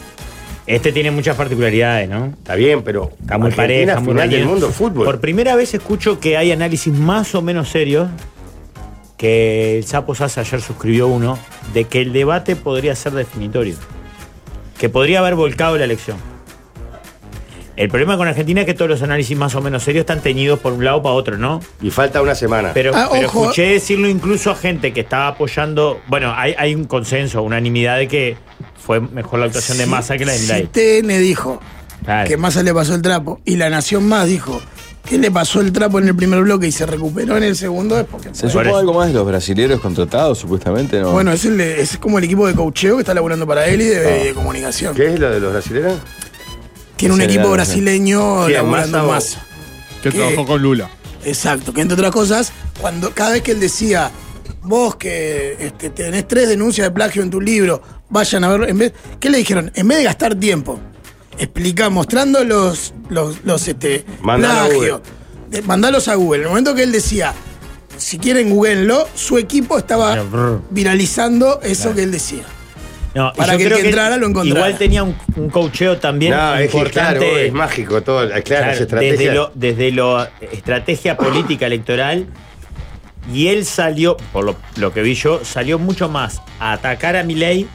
Speaker 4: Este tiene muchas particularidades, ¿no?
Speaker 1: Está bien, pero
Speaker 4: Está muy
Speaker 1: Argentina,
Speaker 4: pareja, muy
Speaker 1: final del
Speaker 4: reñida.
Speaker 1: mundo de fútbol.
Speaker 4: Por primera vez escucho que hay análisis más o menos serios que el Sapo Sasa ayer suscribió uno de que el debate podría ser definitorio, que podría haber volcado la elección. El problema con Argentina es que todos los análisis más o menos serios están teñidos por un lado para otro, ¿no?
Speaker 1: Y falta una semana.
Speaker 4: Pero,
Speaker 2: Ah,
Speaker 4: pero
Speaker 2: ojo.
Speaker 4: escuché decirlo incluso a gente que estaba apoyando. Bueno, hay, hay un consenso, unanimidad de que fue mejor la actuación de Massa que la de
Speaker 2: Si
Speaker 4: Milei.
Speaker 2: TN dijo
Speaker 4: Claro.
Speaker 2: que Massa le pasó el trapo y la Nación Más dijo que le pasó el trapo en el primer bloque y se recuperó en el segundo, es porque.
Speaker 3: ¿Se
Speaker 4: Por
Speaker 3: supo
Speaker 4: eso.
Speaker 3: algo más de los brasileños contratados, supuestamente? ¿no?
Speaker 2: Bueno, es, el de- es como el equipo de coacheo que está laburando para él y de, de comunicación.
Speaker 1: Ah. ¿Qué es lo de los brasileños?
Speaker 2: Tiene un
Speaker 3: Sí,
Speaker 2: equipo
Speaker 3: claro,
Speaker 2: brasileño
Speaker 1: sí.
Speaker 2: laburando
Speaker 1: ¿Quién,
Speaker 2: más.
Speaker 1: Massa
Speaker 5: que
Speaker 2: ¿Qué?
Speaker 5: trabajó con Lula.
Speaker 2: Eh, Exacto, que entre otras cosas, cuando cada vez que él decía, vos que este, tenés tres denuncias de plagio en tu libro, vayan a ver, en vez, ¿qué le dijeron? En vez de gastar tiempo, explica, mostrando los, los, los este,
Speaker 1: Mandalo a
Speaker 2: plagios, de- mandalos a Google. En el momento que él decía, si quieren googleenlo, su equipo estaba
Speaker 4: Pero, brr.
Speaker 2: viralizando eso que él decía.
Speaker 4: No, y
Speaker 2: Para
Speaker 4: yo
Speaker 2: que el
Speaker 4: creo
Speaker 2: que entrara lo encontrara.
Speaker 4: Igual tenía un, un coacheo también
Speaker 1: No, es que, claro,
Speaker 4: importante.
Speaker 1: es mágico todo. Claro,
Speaker 4: Claro,
Speaker 1: las estrategias.
Speaker 4: desde lo, desde lo estrategia política electoral. Y él salió, por lo, lo que vi yo, salió mucho más a atacar a Milei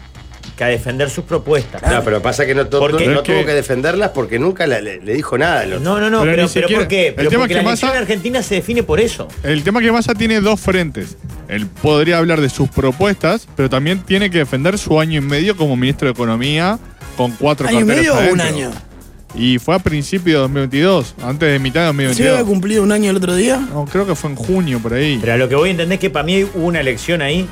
Speaker 4: que a defender sus propuestas.
Speaker 1: No, pero pasa que no, to-
Speaker 4: Porque-
Speaker 1: no- no
Speaker 5: Es que-
Speaker 1: tuvo que defenderlas porque nunca la- le, le dijo nada. al otro.
Speaker 4: No, no, no,
Speaker 5: Pero
Speaker 4: pero,
Speaker 5: ni
Speaker 4: pero
Speaker 5: siquiera-
Speaker 4: ¿por qué?
Speaker 5: el
Speaker 4: Pero
Speaker 5: tema
Speaker 4: porque
Speaker 5: es
Speaker 4: la
Speaker 5: que
Speaker 4: elección
Speaker 5: Massa-
Speaker 4: argentina se define por eso.
Speaker 5: El tema es que Massa tiene dos frentes. Él podría hablar de sus propuestas, pero también tiene que defender su año y medio como ministro de Economía con cuatro
Speaker 2: ¿Año y
Speaker 5: carteras
Speaker 2: medio o un
Speaker 5: adentro.
Speaker 2: año?
Speaker 5: Y fue a principios de 2022, antes de mitad de
Speaker 2: ¿Se había
Speaker 5: 2022.
Speaker 2: cumplido un año el otro día?
Speaker 5: No, creo que fue en junio por ahí.
Speaker 4: Pero a lo que voy a entender es que para mí hubo una elección ahí.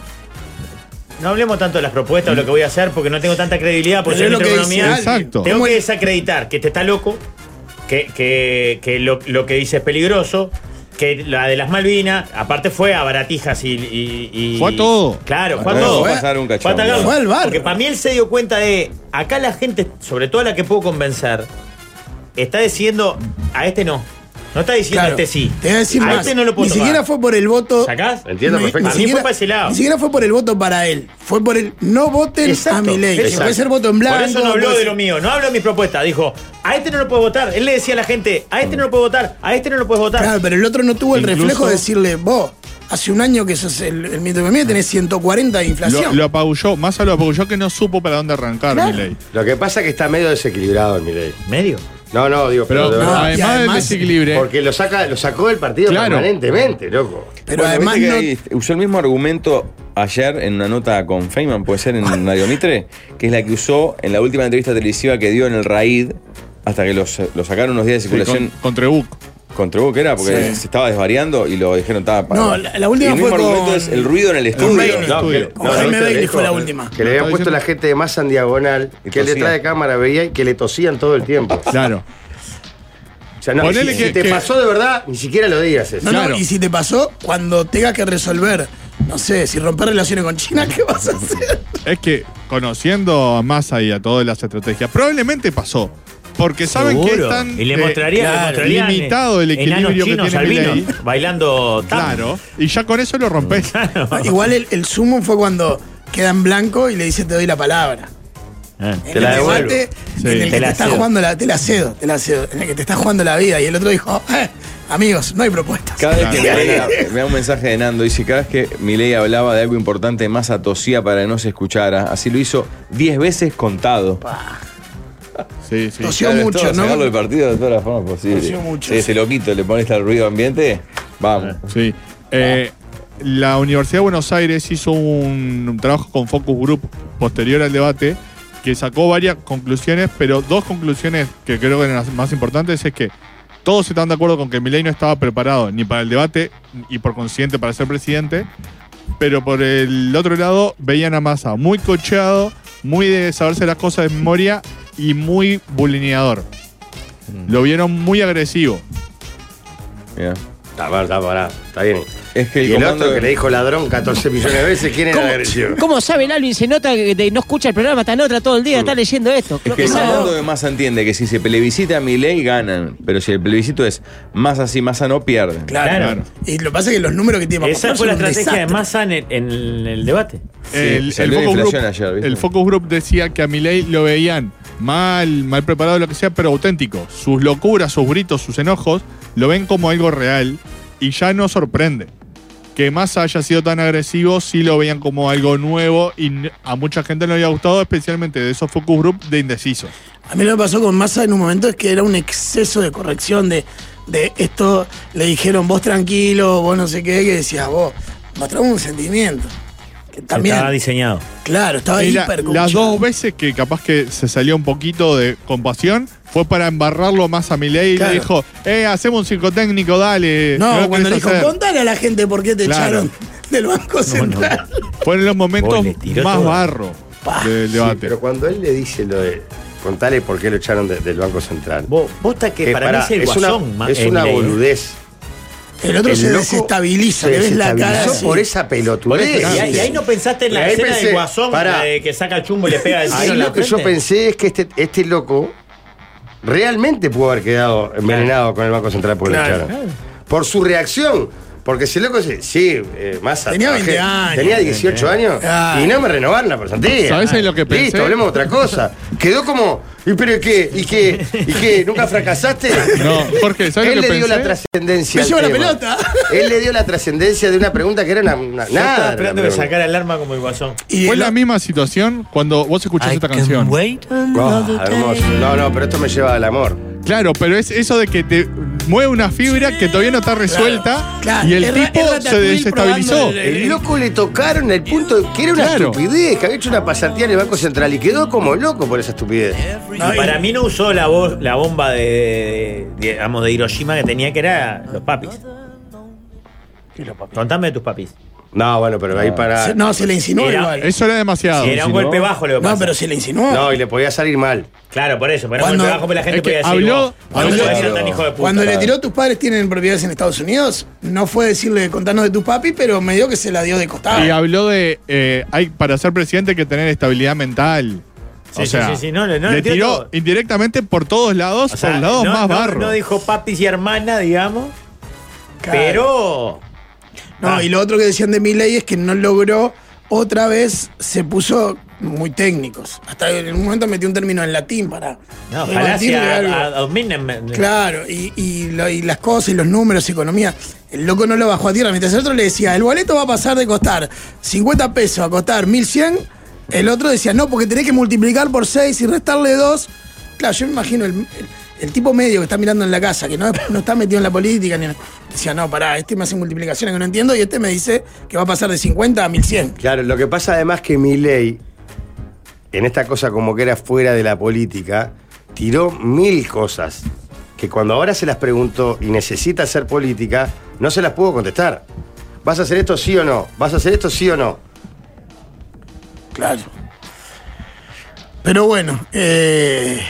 Speaker 4: No hablemos tanto de las propuestas o lo que voy a hacer porque no tengo tanta credibilidad por
Speaker 2: Pero
Speaker 4: ser
Speaker 2: es lo
Speaker 4: ministro de
Speaker 2: que dice
Speaker 4: Economía.
Speaker 2: alguien.
Speaker 5: Exacto.
Speaker 4: Tengo que desacreditar que este está loco, que, que- que lo, lo que dice es peligroso, que la de las Malvinas, aparte fue a baratijas y. y- y-
Speaker 5: Fue a todo.
Speaker 4: Claro, fue a
Speaker 3: Acá
Speaker 4: todo.
Speaker 3: va a pasar un cachón,
Speaker 4: Fue a atacar.
Speaker 3: claro.
Speaker 2: Fue al bar.
Speaker 4: Porque para mí él se dio cuenta de. Acá la gente, sobre todo a la que puedo convencer, está diciendo a este no. No está diciendo a este sí.
Speaker 2: Te voy a decir
Speaker 4: a
Speaker 2: más.
Speaker 4: este no lo puedo
Speaker 2: ni siquiera
Speaker 4: tomar.
Speaker 2: fue por el voto.
Speaker 4: ¿Sacás?
Speaker 1: Entiendo
Speaker 2: ni,
Speaker 1: perfecto. A
Speaker 2: ni
Speaker 1: mí
Speaker 2: siquiera,
Speaker 4: fue para ese lado.
Speaker 2: ni siquiera fue por el voto para él. Fue por el no voten a
Speaker 4: Exacto,
Speaker 2: mi ley.
Speaker 4: exacto.
Speaker 2: Puede ser voto en blanco.
Speaker 4: Por eso no habló
Speaker 2: puede
Speaker 4: de
Speaker 2: ser-
Speaker 4: lo mío, no habló de mi propuesta. Dijo, a este no lo puedo votar. Él le decía a la gente, a este no lo puedo votar, a este no lo puedes votar.
Speaker 2: Claro, pero el otro no tuvo el
Speaker 5: Incluso-
Speaker 2: reflejo de decirle, vos, hace un año que sos el, el ministro de Economía, tenés 140 de
Speaker 5: Lo,
Speaker 2: inflación.
Speaker 5: lo apabulló, Massa lo apabulló que no supo para dónde arrancar,
Speaker 2: Claro.
Speaker 5: Milei.
Speaker 1: Lo que pasa es que está medio desequilibrado el Milei.
Speaker 4: Medio.
Speaker 1: No, no, digo, pero,
Speaker 5: Pero
Speaker 1: de verdad,
Speaker 5: además,
Speaker 2: y
Speaker 5: del
Speaker 2: además-
Speaker 5: desequilibrio,
Speaker 1: Porque lo saca, lo sacó del partido
Speaker 5: Claro.
Speaker 1: permanentemente, loco.
Speaker 2: pero
Speaker 3: Bueno,
Speaker 2: además
Speaker 3: viste
Speaker 2: no.
Speaker 3: que ahí usó el mismo argumento ayer en una nota con Feynman, puede ser en
Speaker 2: *laughs*
Speaker 3: Radio Mitre, que es la que usó en la última entrevista televisiva que dio en el RAID, hasta que lo sacaron unos días de
Speaker 5: sí, con,
Speaker 3: circulación
Speaker 5: con Trebuch.
Speaker 3: contra Hugo, que era, porque
Speaker 2: Sí.
Speaker 3: se estaba desvariando y lo dijeron, estaba para.
Speaker 2: No, la- la
Speaker 3: y
Speaker 2: última
Speaker 3: el mismo
Speaker 2: fue
Speaker 3: argumento
Speaker 2: con-
Speaker 3: es el ruido en el
Speaker 5: ruido.
Speaker 3: estudio.
Speaker 5: No, estudio.
Speaker 1: que-
Speaker 2: Ojo, Jaime
Speaker 1: viste,
Speaker 2: Bailey
Speaker 1: dijo
Speaker 2: fue la última.
Speaker 1: Que le habían puesto la gente de masa en diagonal,
Speaker 3: Y
Speaker 1: que él
Speaker 3: tosía.
Speaker 1: detrás de cámara veía y que le tosían todo el tiempo.
Speaker 5: Claro.
Speaker 1: O sea, no,
Speaker 5: Ponele
Speaker 1: si, si
Speaker 5: que-
Speaker 1: te
Speaker 5: que-
Speaker 1: pasó de verdad, ni siquiera lo digas eso.
Speaker 2: No, no,
Speaker 5: Claro.
Speaker 2: y si te pasó, cuando tengas que resolver, no sé, si romper relaciones con China, *laughs* ¿qué vas a hacer?
Speaker 5: Es que conociendo a Massa y a todas las estrategias, probablemente pasó. Porque saben que
Speaker 4: Seguro.
Speaker 5: están
Speaker 4: y le
Speaker 5: eh,
Speaker 4: mostraría, le mostraría
Speaker 5: limitado el
Speaker 4: enanos
Speaker 5: equilibrio que
Speaker 4: chinos
Speaker 5: tiene
Speaker 4: albinos
Speaker 5: Milei.
Speaker 4: bailando tango. Eh,
Speaker 5: Claro. Y ya con eso lo rompés.
Speaker 2: Igual el, el sumo fue cuando queda en blanco y le dice te doy la palabra.
Speaker 4: Eh.
Speaker 2: En
Speaker 1: Te la
Speaker 2: el
Speaker 1: devuelvo.
Speaker 2: debate,
Speaker 5: Sí.
Speaker 2: en el
Speaker 4: Te
Speaker 2: que
Speaker 4: la
Speaker 2: te está
Speaker 4: cedo.
Speaker 2: jugando la, te la cedo, te la cedo, en el que te está jugando la vida. Y el otro dijo, "Eh, amigos, no hay propuestas.
Speaker 3: Cada vez que
Speaker 5: Claro. *laughs*
Speaker 3: Milei- me da un mensaje de Nando, dice, cada vez que Milei hablaba de algo importante, Massa tosía para que no se escuchara. Así lo hizo 10 veces contado.
Speaker 5: Sí, sí.
Speaker 2: Tosió
Speaker 3: Claro,
Speaker 2: mucho,
Speaker 3: todo,
Speaker 2: ¿no?
Speaker 3: Sacarlo del partido de todas las formas posibles.
Speaker 2: Tosió mucho.
Speaker 3: Sí, ese loquito le pones al ruido ambiente, vamos.
Speaker 5: Ah, Sí. Eh,
Speaker 2: Ah.
Speaker 5: la Universidad de Buenos Aires hizo un, un trabajo con Focus Group posterior al debate que sacó varias conclusiones, pero dos conclusiones que creo que eran las más importantes es que todos están de acuerdo con que Milei no estaba preparado ni para el debate y por consiguiente para ser presidente, pero por el otro lado veían a Massa muy cocheado, muy de saberse las cosas de memoria y muy bulineador. Lo vieron muy agresivo.
Speaker 3: Mirá.
Speaker 1: Está mal, está pará, está bien.
Speaker 3: Es que el
Speaker 1: y el
Speaker 3: comando-
Speaker 1: otro que le dijo ladrón 14 millones de veces, ¿quién era la agresión?
Speaker 6: ¿Cómo sabe el Alvin? Se nota que te- no escucha el programa, está en otra todo el día, está leyendo esto.
Speaker 3: Es
Speaker 6: Creo
Speaker 3: que
Speaker 6: que
Speaker 3: el
Speaker 6: sabe.
Speaker 3: mando de Massa entiende que si se plebiscita a Milei ganan, pero si el plebiscito es Massa sí, Massa no pierden.
Speaker 2: Claro.
Speaker 5: Claro.
Speaker 2: Y lo que pasa es que los números que tiene
Speaker 4: Esa
Speaker 2: Papá
Speaker 4: fue la
Speaker 2: son un
Speaker 4: estrategia de
Speaker 2: desastre.
Speaker 4: Massa en el, en el- el debate.
Speaker 3: Sí,
Speaker 5: el, el
Speaker 3: salió la
Speaker 5: focus
Speaker 3: inflación
Speaker 5: group,
Speaker 3: ayer, ¿viste?
Speaker 5: el focus group decía que a Milei lo veían mal, mal preparado, lo que sea, pero auténtico. Sus locuras, sus gritos, sus enojos, lo ven como algo real y ya no sorprende. Que Massa haya sido tan agresivo, sí lo veían como algo nuevo y n- a mucha gente no le había gustado, especialmente de esos focus group de indecisos.
Speaker 2: A mí lo que pasó con Massa en un momento es que era un exceso de corrección de, de esto. Le dijeron vos tranquilo, vos no sé qué, que decías vos, mostramos un sentimiento. Que también,
Speaker 4: Estaba diseñado.
Speaker 2: claro, estaba
Speaker 5: Y la-
Speaker 2: hiper
Speaker 5: las dos veces que capaz que se salió un poquito de compasión fue para embarrarlo más a Milei
Speaker 2: Claro.
Speaker 5: y le dijo, eh, hacemos un psicotécnico, dale.
Speaker 2: No,
Speaker 5: ¿qué lo
Speaker 2: cuando le
Speaker 5: querés
Speaker 2: dijo,
Speaker 5: hacer?".
Speaker 2: contale a la gente por qué te
Speaker 5: Claro.
Speaker 2: echaron del
Speaker 1: *laughs*
Speaker 2: Banco Central.
Speaker 5: Fueron los momentos
Speaker 4: Vos le tiró
Speaker 5: más
Speaker 4: todo.
Speaker 5: barro
Speaker 2: Pa.
Speaker 5: del
Speaker 1: Sí,
Speaker 5: debate.
Speaker 1: pero cuando él le dice lo de. Contale por qué lo echaron de- del Banco Central.
Speaker 4: Vos, posta que
Speaker 1: Eh,
Speaker 4: para
Speaker 1: pará,
Speaker 4: mí es el
Speaker 1: es una,
Speaker 4: guasón. ma-
Speaker 1: es
Speaker 4: eh,
Speaker 1: una
Speaker 4: Milei.
Speaker 1: boludez.
Speaker 2: El otro
Speaker 1: El
Speaker 2: se
Speaker 1: loco
Speaker 2: desestabiliza,
Speaker 1: se
Speaker 2: le ves la cara.
Speaker 1: desestabilizó
Speaker 2: así.
Speaker 1: por esa
Speaker 4: Por
Speaker 1: pelotudez.
Speaker 4: eso, y, ahí- y ahí no pensaste en la
Speaker 1: Ahí
Speaker 4: escena
Speaker 1: pensé,
Speaker 4: del guasón
Speaker 1: pará.
Speaker 4: la de que saca el chumbo y le pega el
Speaker 1: Ahí
Speaker 4: tiro en la
Speaker 1: lo que yo
Speaker 4: frente.
Speaker 1: pensé es que este, este loco realmente pudo haber quedado envenenado con el Banco Central por
Speaker 2: Claro.
Speaker 1: Por su reacción. Porque si el loco dice, sí, eh, Massa,
Speaker 2: Tenía
Speaker 1: trabajé-
Speaker 2: 20 años.
Speaker 1: Tenía 18 años
Speaker 2: Claro.
Speaker 1: y no me renovaron la pasantía.
Speaker 5: ¿Sabés ahí lo que pensé? *laughs*
Speaker 1: Listo, hablemos de otra cosa. Quedó como ¿Y pero qué? ¿Y qué? ¿Y qué? ¿Nunca fracasaste?
Speaker 5: No, Jorge, ¿sabes
Speaker 1: Él
Speaker 5: lo
Speaker 1: le
Speaker 5: que
Speaker 1: dio la
Speaker 5: pensé?
Speaker 1: trascendencia.
Speaker 2: Me
Speaker 1: al
Speaker 2: llevo la
Speaker 1: tema.
Speaker 2: pelota.
Speaker 1: Él le dio la trascendencia de una pregunta que era una, una-
Speaker 4: Yo estaba
Speaker 1: nada.
Speaker 4: esperando
Speaker 1: era
Speaker 4: que
Speaker 1: una pregunta.
Speaker 4: sacara el arma como el guasón.
Speaker 2: Y
Speaker 5: Fue
Speaker 2: el-
Speaker 5: la misma situación cuando vos escuchás
Speaker 7: I
Speaker 5: esta
Speaker 7: can
Speaker 5: canción.
Speaker 7: wait another
Speaker 1: Ah, hermoso.
Speaker 7: day.
Speaker 1: No, no, pero esto me lleva al amor.
Speaker 5: Claro, pero es eso de que te mueve una fibra que todavía no está resuelta
Speaker 2: Claro,
Speaker 5: y el
Speaker 2: es ra-
Speaker 5: tipo
Speaker 2: es Ratatouille
Speaker 5: se desestabilizó.
Speaker 2: probando
Speaker 1: El loco le tocaron el punto de que era una
Speaker 5: Claro.
Speaker 1: estupidez, que había hecho una pasantía en el Banco Central y quedó como loco por esa estupidez.
Speaker 2: No,
Speaker 4: Y para mí no usó la, voz- la bomba de, de- digamos, de Hiroshima que tenía, que era los papis. Contame de tus papis. Ah.
Speaker 1: No, bueno, pero ahí para.
Speaker 2: se-
Speaker 1: No.
Speaker 2: no, se le insinuó
Speaker 4: Era-
Speaker 2: igual.
Speaker 5: Eso era demasiado.
Speaker 4: Si era un
Speaker 3: si no-
Speaker 4: golpe bajo lo que
Speaker 2: No,
Speaker 4: pasa.
Speaker 2: pero se le insinuó.
Speaker 1: y le podía salir mal.
Speaker 4: Claro, por eso. Pero era un
Speaker 2: Cuando-
Speaker 4: golpe bajo, pero la gente
Speaker 5: es que
Speaker 4: podía decir. "Oh,
Speaker 5: habló-
Speaker 4: vos, vos
Speaker 5: habló-
Speaker 4: sos un tan hijo de puta.
Speaker 2: Cuando le tiró tus padres tienen propiedades en Estados Unidos, no fue decirle contanos de tu papi, pero me dio que se la dio de costado.
Speaker 5: Y habló de eh, hay para ser presidente hay que tener estabilidad mental.
Speaker 4: Sí,
Speaker 5: o
Speaker 4: sí,
Speaker 5: sea,
Speaker 4: sí, sí, no, no, no,
Speaker 5: le
Speaker 4: le tiró
Speaker 5: tiró
Speaker 4: todo.
Speaker 5: indirectamente por todos lados,
Speaker 4: O sea,
Speaker 5: por lados
Speaker 4: no-
Speaker 5: más
Speaker 4: no-
Speaker 5: barro.
Speaker 4: No dijo papis y hermana, digamos.
Speaker 2: Claro.
Speaker 4: Pero.
Speaker 2: No,
Speaker 4: Ah.
Speaker 2: y lo otro que decían de mi ley es que no logró, otra vez se puso muy técnicos. Hasta en un momento metió un término en latín para.
Speaker 4: No,
Speaker 2: para
Speaker 4: Palacio
Speaker 2: batirle algo.
Speaker 4: a, a- dominen-
Speaker 2: Claro, y, y lo- y las cosas, y los números, economía. El loco no lo bajó a tierra. Mientras el otro le decía, el boleto va a pasar de costar 50 pesos a costar 1100, el otro decía, no, porque tenés que multiplicar por 6 y restarle 2. Claro, yo me imagino el, el- el tipo medio que está mirando en la casa, que no, no está metido en la política, ni, decía, no, pará, este me hace multiplicaciones que no entiendo, y este me dice que va a pasar de 50 a 1100.
Speaker 1: Claro, lo que pasa además que Milei, en esta cosa como que era fuera de la política, tiró mil cosas que cuando ahora se las preguntó y necesita hacer política, no se las pudo contestar. ¿Vas a hacer esto sí o no? ¿Vas a hacer esto sí o no?
Speaker 2: Claro. Pero bueno, eh,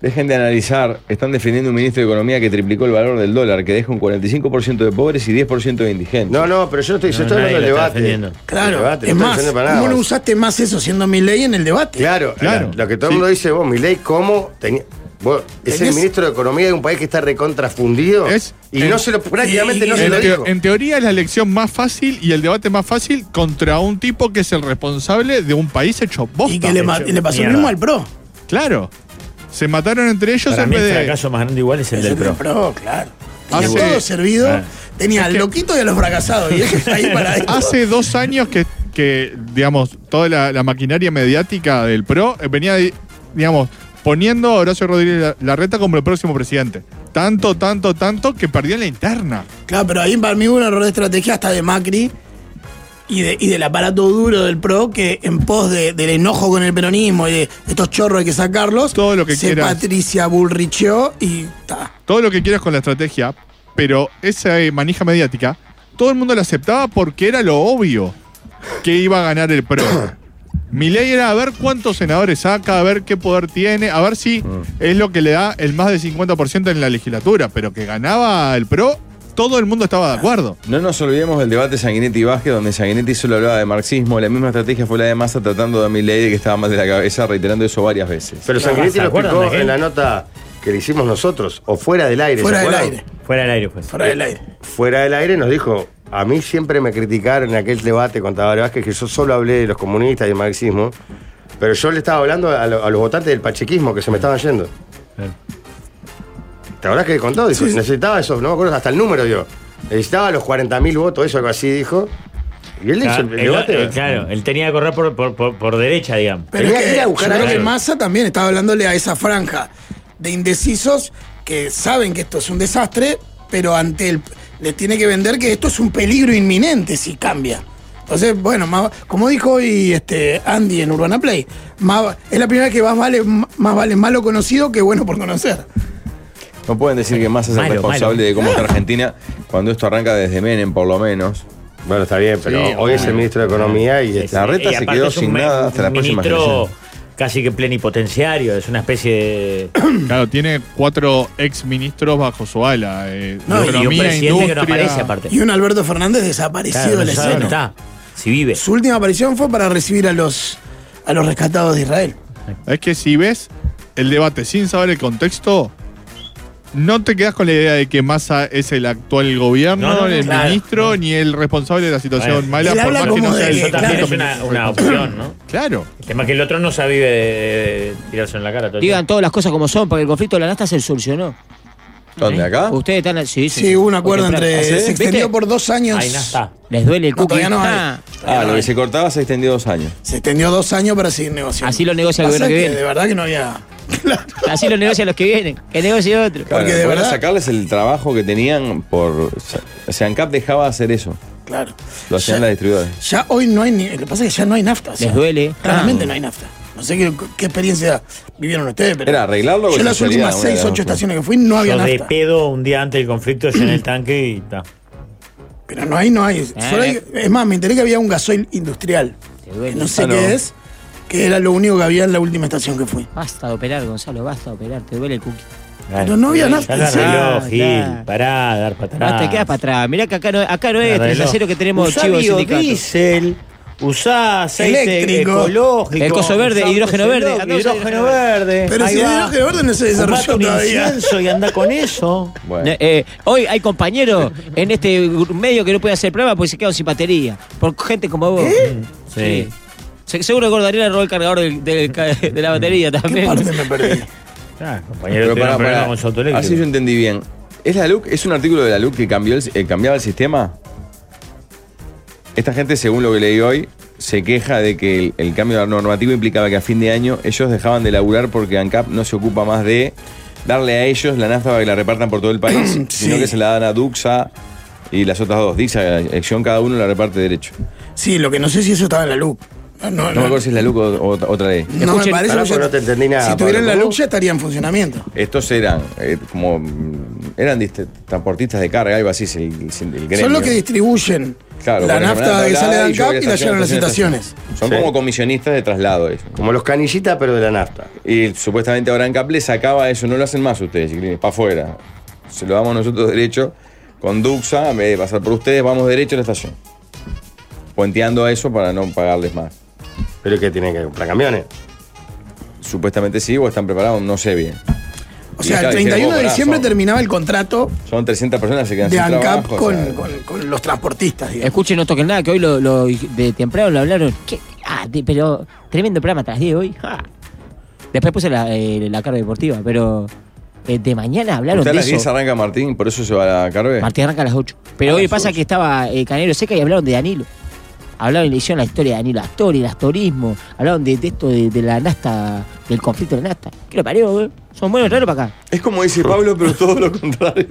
Speaker 3: Dejen de analizar, están defendiendo un ministro de Economía que triplicó el valor del dólar, que deja un 45% de pobres y 10% de indigentes.
Speaker 1: No, no, pero yo no estoy, yo
Speaker 4: No,
Speaker 1: estoy hablando
Speaker 4: nadie
Speaker 1: del
Speaker 4: lo está
Speaker 1: debate.
Speaker 4: defendiendo.
Speaker 1: El
Speaker 2: claro,
Speaker 1: debate, no
Speaker 2: es
Speaker 1: estoy
Speaker 2: más,
Speaker 1: defendiendo para nada.
Speaker 2: ¿cómo no usaste más eso siendo mi ley en el debate?
Speaker 1: Claro,
Speaker 5: Claro.
Speaker 1: claro. Lo que todo el
Speaker 5: Sí.
Speaker 1: mundo dice, vos, Milei, ¿cómo tenía- vos, es el
Speaker 2: Tenés-
Speaker 1: ministro de Economía de un país que está recontrafundido
Speaker 5: Es-
Speaker 1: y
Speaker 5: en-
Speaker 1: no se lo, prácticamente no
Speaker 2: y-
Speaker 1: se
Speaker 5: en,
Speaker 1: lo
Speaker 5: teo-
Speaker 1: dijo.
Speaker 5: en teoría es la elección más fácil y el debate más fácil contra un tipo que es el responsable de un país hecho bosta.
Speaker 2: Y que le, ma-
Speaker 4: hecho
Speaker 2: y le pasó lo
Speaker 4: mierda.
Speaker 2: mismo al pro.
Speaker 5: Claro. Se mataron entre ellos
Speaker 4: Para
Speaker 5: en
Speaker 4: mí
Speaker 5: vez
Speaker 4: el
Speaker 5: de.
Speaker 4: fracaso más grande igual es el
Speaker 2: Es
Speaker 4: del
Speaker 2: el
Speaker 4: pro.
Speaker 2: claro.
Speaker 1: Ah,
Speaker 2: Tenía
Speaker 5: Hace-
Speaker 2: todo servido.
Speaker 4: Ah.
Speaker 2: Tenía
Speaker 5: Es
Speaker 2: al
Speaker 5: que- Ah,
Speaker 2: loquito y a los fracasados. Y él está ahí
Speaker 5: *laughs*
Speaker 2: para esto.
Speaker 5: Hace dos años que, que, digamos, toda la, la maquinaria mediática del PRO eh, venía, di- digamos, poniendo a Horacio Rodríguez La- Larreta como el próximo presidente. Tanto, tanto, tanto que perdió en la interna.
Speaker 2: Claro, pero ahí para mí hubo un error de estrategia hasta de Macri y, de- y del aparato duro del pro que en pos de- del enojo con el peronismo y de estos chorros hay que sacarlos,
Speaker 5: Todo lo que
Speaker 2: se
Speaker 5: quieras.
Speaker 2: Patricia Bullrichó y ta.
Speaker 5: Todo lo que quieras con la estrategia, pero esa eh, manija mediática, todo el mundo la aceptaba porque era lo obvio que iba a ganar el
Speaker 2: *coughs*
Speaker 5: PRO. Mi ley era a ver cuántos senadores saca, a ver qué poder tiene, a ver si
Speaker 2: Mm.
Speaker 5: es lo que le da el más del 50% en la legislatura, pero que ganaba el PRO, todo el mundo estaba de acuerdo.
Speaker 3: No nos olvidemos del debate Sanguinetti y Vázquez, donde Sanguinetti solo hablaba de marxismo. La misma estrategia fue la de Massa tratando de Milei de que estaba mal de la cabeza, reiterando eso varias veces.
Speaker 1: Pero Sanguinetti
Speaker 4: ¿Se
Speaker 1: lo
Speaker 4: acuerdan
Speaker 1: explicó
Speaker 4: de aquel?
Speaker 1: en la nota que le hicimos nosotros, o fuera del aire. ¿se
Speaker 2: Fuera del
Speaker 1: acuerdan?
Speaker 2: aire.
Speaker 4: Fuera del aire, juez.
Speaker 2: Fuera del aire.
Speaker 1: Fuera del aire nos dijo, a mí siempre me criticaron en aquel debate con Tabaré Vázquez que yo solo hablé de los comunistas y del marxismo, pero yo le estaba hablando a, lo- a los votantes del pachequismo que se me estaban yendo. ¿Te acordás que contó? Dijo, necesitaba esos, no me acuerdo hasta el número dio. Necesitaba los 40.000 votos, eso algo así dijo. Y él hizo
Speaker 4: Claro,
Speaker 1: el,
Speaker 4: él-
Speaker 1: debate.
Speaker 4: él- claro, él tenía que correr por, por- por- por derecha, digamos.
Speaker 2: Pero
Speaker 1: Tenía
Speaker 2: es
Speaker 1: que
Speaker 2: que,
Speaker 1: ir a buscar
Speaker 2: yo creo
Speaker 1: algo.
Speaker 2: que Massa también estaba hablándole a esa franja de indecisos que saben que esto es un desastre, pero ante el les tiene que vender que esto es un peligro inminente si cambia. Entonces, bueno, más- como dijo hoy este Andy en Urbana Play, más- es la primera vez que más vale, más vale malo conocido que bueno por conocer.
Speaker 3: No pueden decir que Massa es el
Speaker 4: Malo,
Speaker 3: responsable
Speaker 4: malo.
Speaker 3: de cómo está Argentina cuando esto arranca desde Menem, por lo menos.
Speaker 1: Bueno, está bien, pero
Speaker 5: Sí,
Speaker 1: hoy es el ministro de Economía y está-
Speaker 3: La reta
Speaker 4: Y
Speaker 3: se
Speaker 4: aparte
Speaker 3: quedó
Speaker 4: es un
Speaker 3: sin
Speaker 4: me-
Speaker 3: nada hasta la
Speaker 4: un
Speaker 3: próxima
Speaker 4: ministro
Speaker 3: generación.
Speaker 4: casi que plenipotenciario, es una especie de.
Speaker 5: Claro, tiene cuatro ex ministros bajo su ala. eh,
Speaker 2: No, y un
Speaker 4: y un
Speaker 5: economía,
Speaker 4: presidente que no
Speaker 5: industria.
Speaker 4: aparece aparte.
Speaker 2: Y un Alberto Fernández desaparecido
Speaker 4: Claro, no
Speaker 2: de la
Speaker 4: sabe
Speaker 2: escena.
Speaker 4: dónde está. Si vive.
Speaker 2: Su última aparición fue para recibir a los, a los rescatados de Israel.
Speaker 5: Es que si ves el debate sin saber el contexto, No te quedas con la idea de que Massa es el actual gobierno,
Speaker 4: No, no, no,
Speaker 5: el
Speaker 4: claro.
Speaker 5: ministro, ni el responsable de la situación
Speaker 4: Bueno,
Speaker 5: mala,
Speaker 2: él habla
Speaker 5: más que
Speaker 2: como
Speaker 5: no sea
Speaker 2: de-
Speaker 5: el
Speaker 4: Eso también
Speaker 2: claro.
Speaker 4: es una, una opción, ¿no?
Speaker 5: *coughs* Claro.
Speaker 4: El tema es que el otro no sabe de, de- de tirarse en la cara. Todo el
Speaker 6: Digan todas las cosas como son, porque el conflicto de la nasta se solucionó.
Speaker 3: ¿Dónde? ¿Acá?
Speaker 6: Ustedes están. Sí, sí,
Speaker 2: Sí, hubo un acuerdo
Speaker 6: Porque,
Speaker 2: entre.
Speaker 6: claro,
Speaker 2: Se
Speaker 6: ¿viste?
Speaker 2: extendió por dos años.
Speaker 4: tiempo. Ahí no está.
Speaker 6: Les duele el
Speaker 2: No,
Speaker 6: cookie.
Speaker 2: todavía no hay.
Speaker 6: Ah,
Speaker 3: Ah, lo que se cortaba se extendió dos años.
Speaker 2: Se extendió dos años para seguir negociando.
Speaker 6: Así lo negocia el
Speaker 2: Pasa
Speaker 6: gobierno que
Speaker 2: que
Speaker 6: viene.
Speaker 2: De verdad que
Speaker 6: *laughs*
Speaker 2: no había. Claro.
Speaker 6: Así lo negocian los que vienen. Que negocie otro.
Speaker 3: Claro,
Speaker 2: Porque de
Speaker 3: bueno,
Speaker 2: verdad-
Speaker 3: sacarles el trabajo que tenían por. O sea, ANCAP dejaba hacer eso.
Speaker 2: claro.
Speaker 3: Lo hacían
Speaker 2: Ya-
Speaker 3: las distribuidoras.
Speaker 2: Ya hoy no hay ni. Lo que pasa es que ya no hay nafta. o sea,
Speaker 6: Les duele.
Speaker 2: Claramente
Speaker 4: Ah.
Speaker 2: no hay nafta. No sé qué, qué experiencia vivieron ustedes, pero.
Speaker 3: Era arreglarlo
Speaker 2: Yo
Speaker 3: con
Speaker 2: las
Speaker 3: sinceridad,
Speaker 2: últimas
Speaker 3: una de
Speaker 2: seis,
Speaker 3: las
Speaker 2: ocho
Speaker 3: dos.
Speaker 2: estaciones que fui no había
Speaker 4: Yo de
Speaker 2: nafta.
Speaker 4: pedo un día antes del conflicto llené el tanque y está.
Speaker 2: Pero no hay, no hay.
Speaker 4: Eh.
Speaker 2: Solo hay- Es más, me enteré que había un gasoil industrial.
Speaker 6: Te duele.
Speaker 2: que No sé
Speaker 3: Ah, no.
Speaker 2: qué es. Que era lo único que había en la última estación que fui.
Speaker 6: Basta de operar, Gonzalo, basta de operar. Te duele el cookie.
Speaker 2: Pero no había nafta,
Speaker 4: Ya la
Speaker 2: en serio.
Speaker 4: arregló,
Speaker 6: Ah,
Speaker 4: Gil.
Speaker 6: claro.
Speaker 4: Pará, dar para atrás.
Speaker 6: Basta, te quedas para atrás. Mirá que acá no, acá no es
Speaker 4: Arregló.
Speaker 6: 3 a 0 que tenemos
Speaker 4: Usá
Speaker 6: chivo de sindicato.
Speaker 4: biodiesel, usá aceite
Speaker 2: Eléctrico.
Speaker 4: ecológico.
Speaker 6: El coso verde,
Speaker 4: usá
Speaker 6: hidrógeno
Speaker 4: autos
Speaker 6: verde.
Speaker 4: eló-
Speaker 6: Andá, usá
Speaker 4: Hidrógeno
Speaker 6: hidrógeno
Speaker 4: verde.
Speaker 2: Pero
Speaker 4: ahí
Speaker 2: si el
Speaker 4: va.
Speaker 2: hidrógeno verde no se
Speaker 4: Fumate
Speaker 2: desarrolló
Speaker 4: un
Speaker 2: todavía.
Speaker 4: incienso y anda con eso.
Speaker 3: Bueno.
Speaker 6: Eh, eh, hoy hay compañeros en este gru- medio que no puede hacer prueba porque se quedaron sin batería. Por gente como vos. Mm,
Speaker 4: Sí.
Speaker 6: Se- seguro que Gordariela robó el cargador del- del ca- de la batería
Speaker 2: ¿Qué
Speaker 6: también.
Speaker 2: parte me perdí?
Speaker 4: Ah, compañero,
Speaker 3: Pero
Speaker 4: tuvieron
Speaker 3: pará,
Speaker 4: problema
Speaker 3: pará.
Speaker 4: con su auto eléctrico.
Speaker 3: Así yo entendí bien. ¿Es la LUC? ¿Es un artículo de la LUC que cambió el, eh, cambiaba el sistema? Esta gente, según lo que leí hoy, se queja de que el, el cambio normativo implicaba que a fin de año ellos dejaban de laburar porque ANCAP no se ocupa más de darle a ellos la nafta para que la repartan por todo el país,
Speaker 4: *clears throat*
Speaker 3: sino
Speaker 2: Sí.
Speaker 3: que se la dan a Duxa y las otras dos. Dixa, Acción, cada uno la reparte derecho.
Speaker 2: Sí, lo que no sé si eso estaba en la luz. No, no,
Speaker 3: No me
Speaker 2: no.
Speaker 3: acuerdo si es la LUC o, o- otra ley.
Speaker 2: No me
Speaker 6: Escuchen,
Speaker 2: parece
Speaker 1: pará,
Speaker 2: porque
Speaker 1: porque no te entendí nada,
Speaker 2: Si tuviera en la
Speaker 1: Pablo.
Speaker 2: luz ya estaría en funcionamiento.
Speaker 3: Estos eran eh, como. mm, Eran dist- transportistas de carga, algo así, es el, el- el gremio.
Speaker 2: Son los que distribuyen
Speaker 3: Claro,
Speaker 2: la
Speaker 3: ponen una
Speaker 2: nafta que
Speaker 3: tabla
Speaker 2: sale de
Speaker 3: y yo
Speaker 2: ANCAP
Speaker 3: voy
Speaker 2: y la llevan a las
Speaker 3: estación,
Speaker 2: estaciones.
Speaker 3: Son
Speaker 4: Sí.
Speaker 3: como comisionistas de traslado eso.
Speaker 1: Como los canillitas, pero de la nafta.
Speaker 3: Y supuestamente ahora ANCAP le sacaba eso, no lo hacen más ustedes, chiquilines, para afuera. Se lo damos nosotros derecho, con Duxa, en vez de pasar por ustedes, vamos derecho a la estación. Puenteando a eso para no pagarles más.
Speaker 1: Pero que tienen que comprar camiones.
Speaker 3: Supuestamente sí, o están preparados, no sé bien.
Speaker 2: O
Speaker 3: Y
Speaker 2: sea, el
Speaker 3: claro, dijeron,
Speaker 2: 31 de
Speaker 3: "Vos, pará,
Speaker 2: diciembre
Speaker 3: son-
Speaker 2: terminaba el contrato
Speaker 3: Son 300 personas que se quedan
Speaker 2: de
Speaker 3: sin
Speaker 2: ANCAP
Speaker 3: trabajo, o sea,
Speaker 2: con, con- con los transportistas. digamos.
Speaker 6: Escuchen, no toquen nada, que hoy lo, lo- de temprano lo hablaron. ¿Qué? Ah, de- pero tremendo programa tras 10 hoy. Ja. Después puse la, eh, la carga deportiva, pero eh, de mañana hablaron
Speaker 3: Usted a
Speaker 6: de
Speaker 3: las 10
Speaker 6: eso.
Speaker 3: arranca Martín, por eso se va a la Carve.
Speaker 6: Martín arranca a las 8. Pero
Speaker 3: A
Speaker 6: hoy
Speaker 3: las
Speaker 6: pasa
Speaker 3: 8.
Speaker 6: que estaba eh, Canelo Seca y hablaron de Danilo. Hablaron y le hicieron la historia de Danilo Astori, el astorismo. Hablaron de, de esto de, de la nasta, del conflicto de la nasta. ¿Qué lo parió, güey? Son buenos raros para acá.
Speaker 3: Es como dice Pablo, pero todo lo
Speaker 6: *laughs*
Speaker 3: contrario.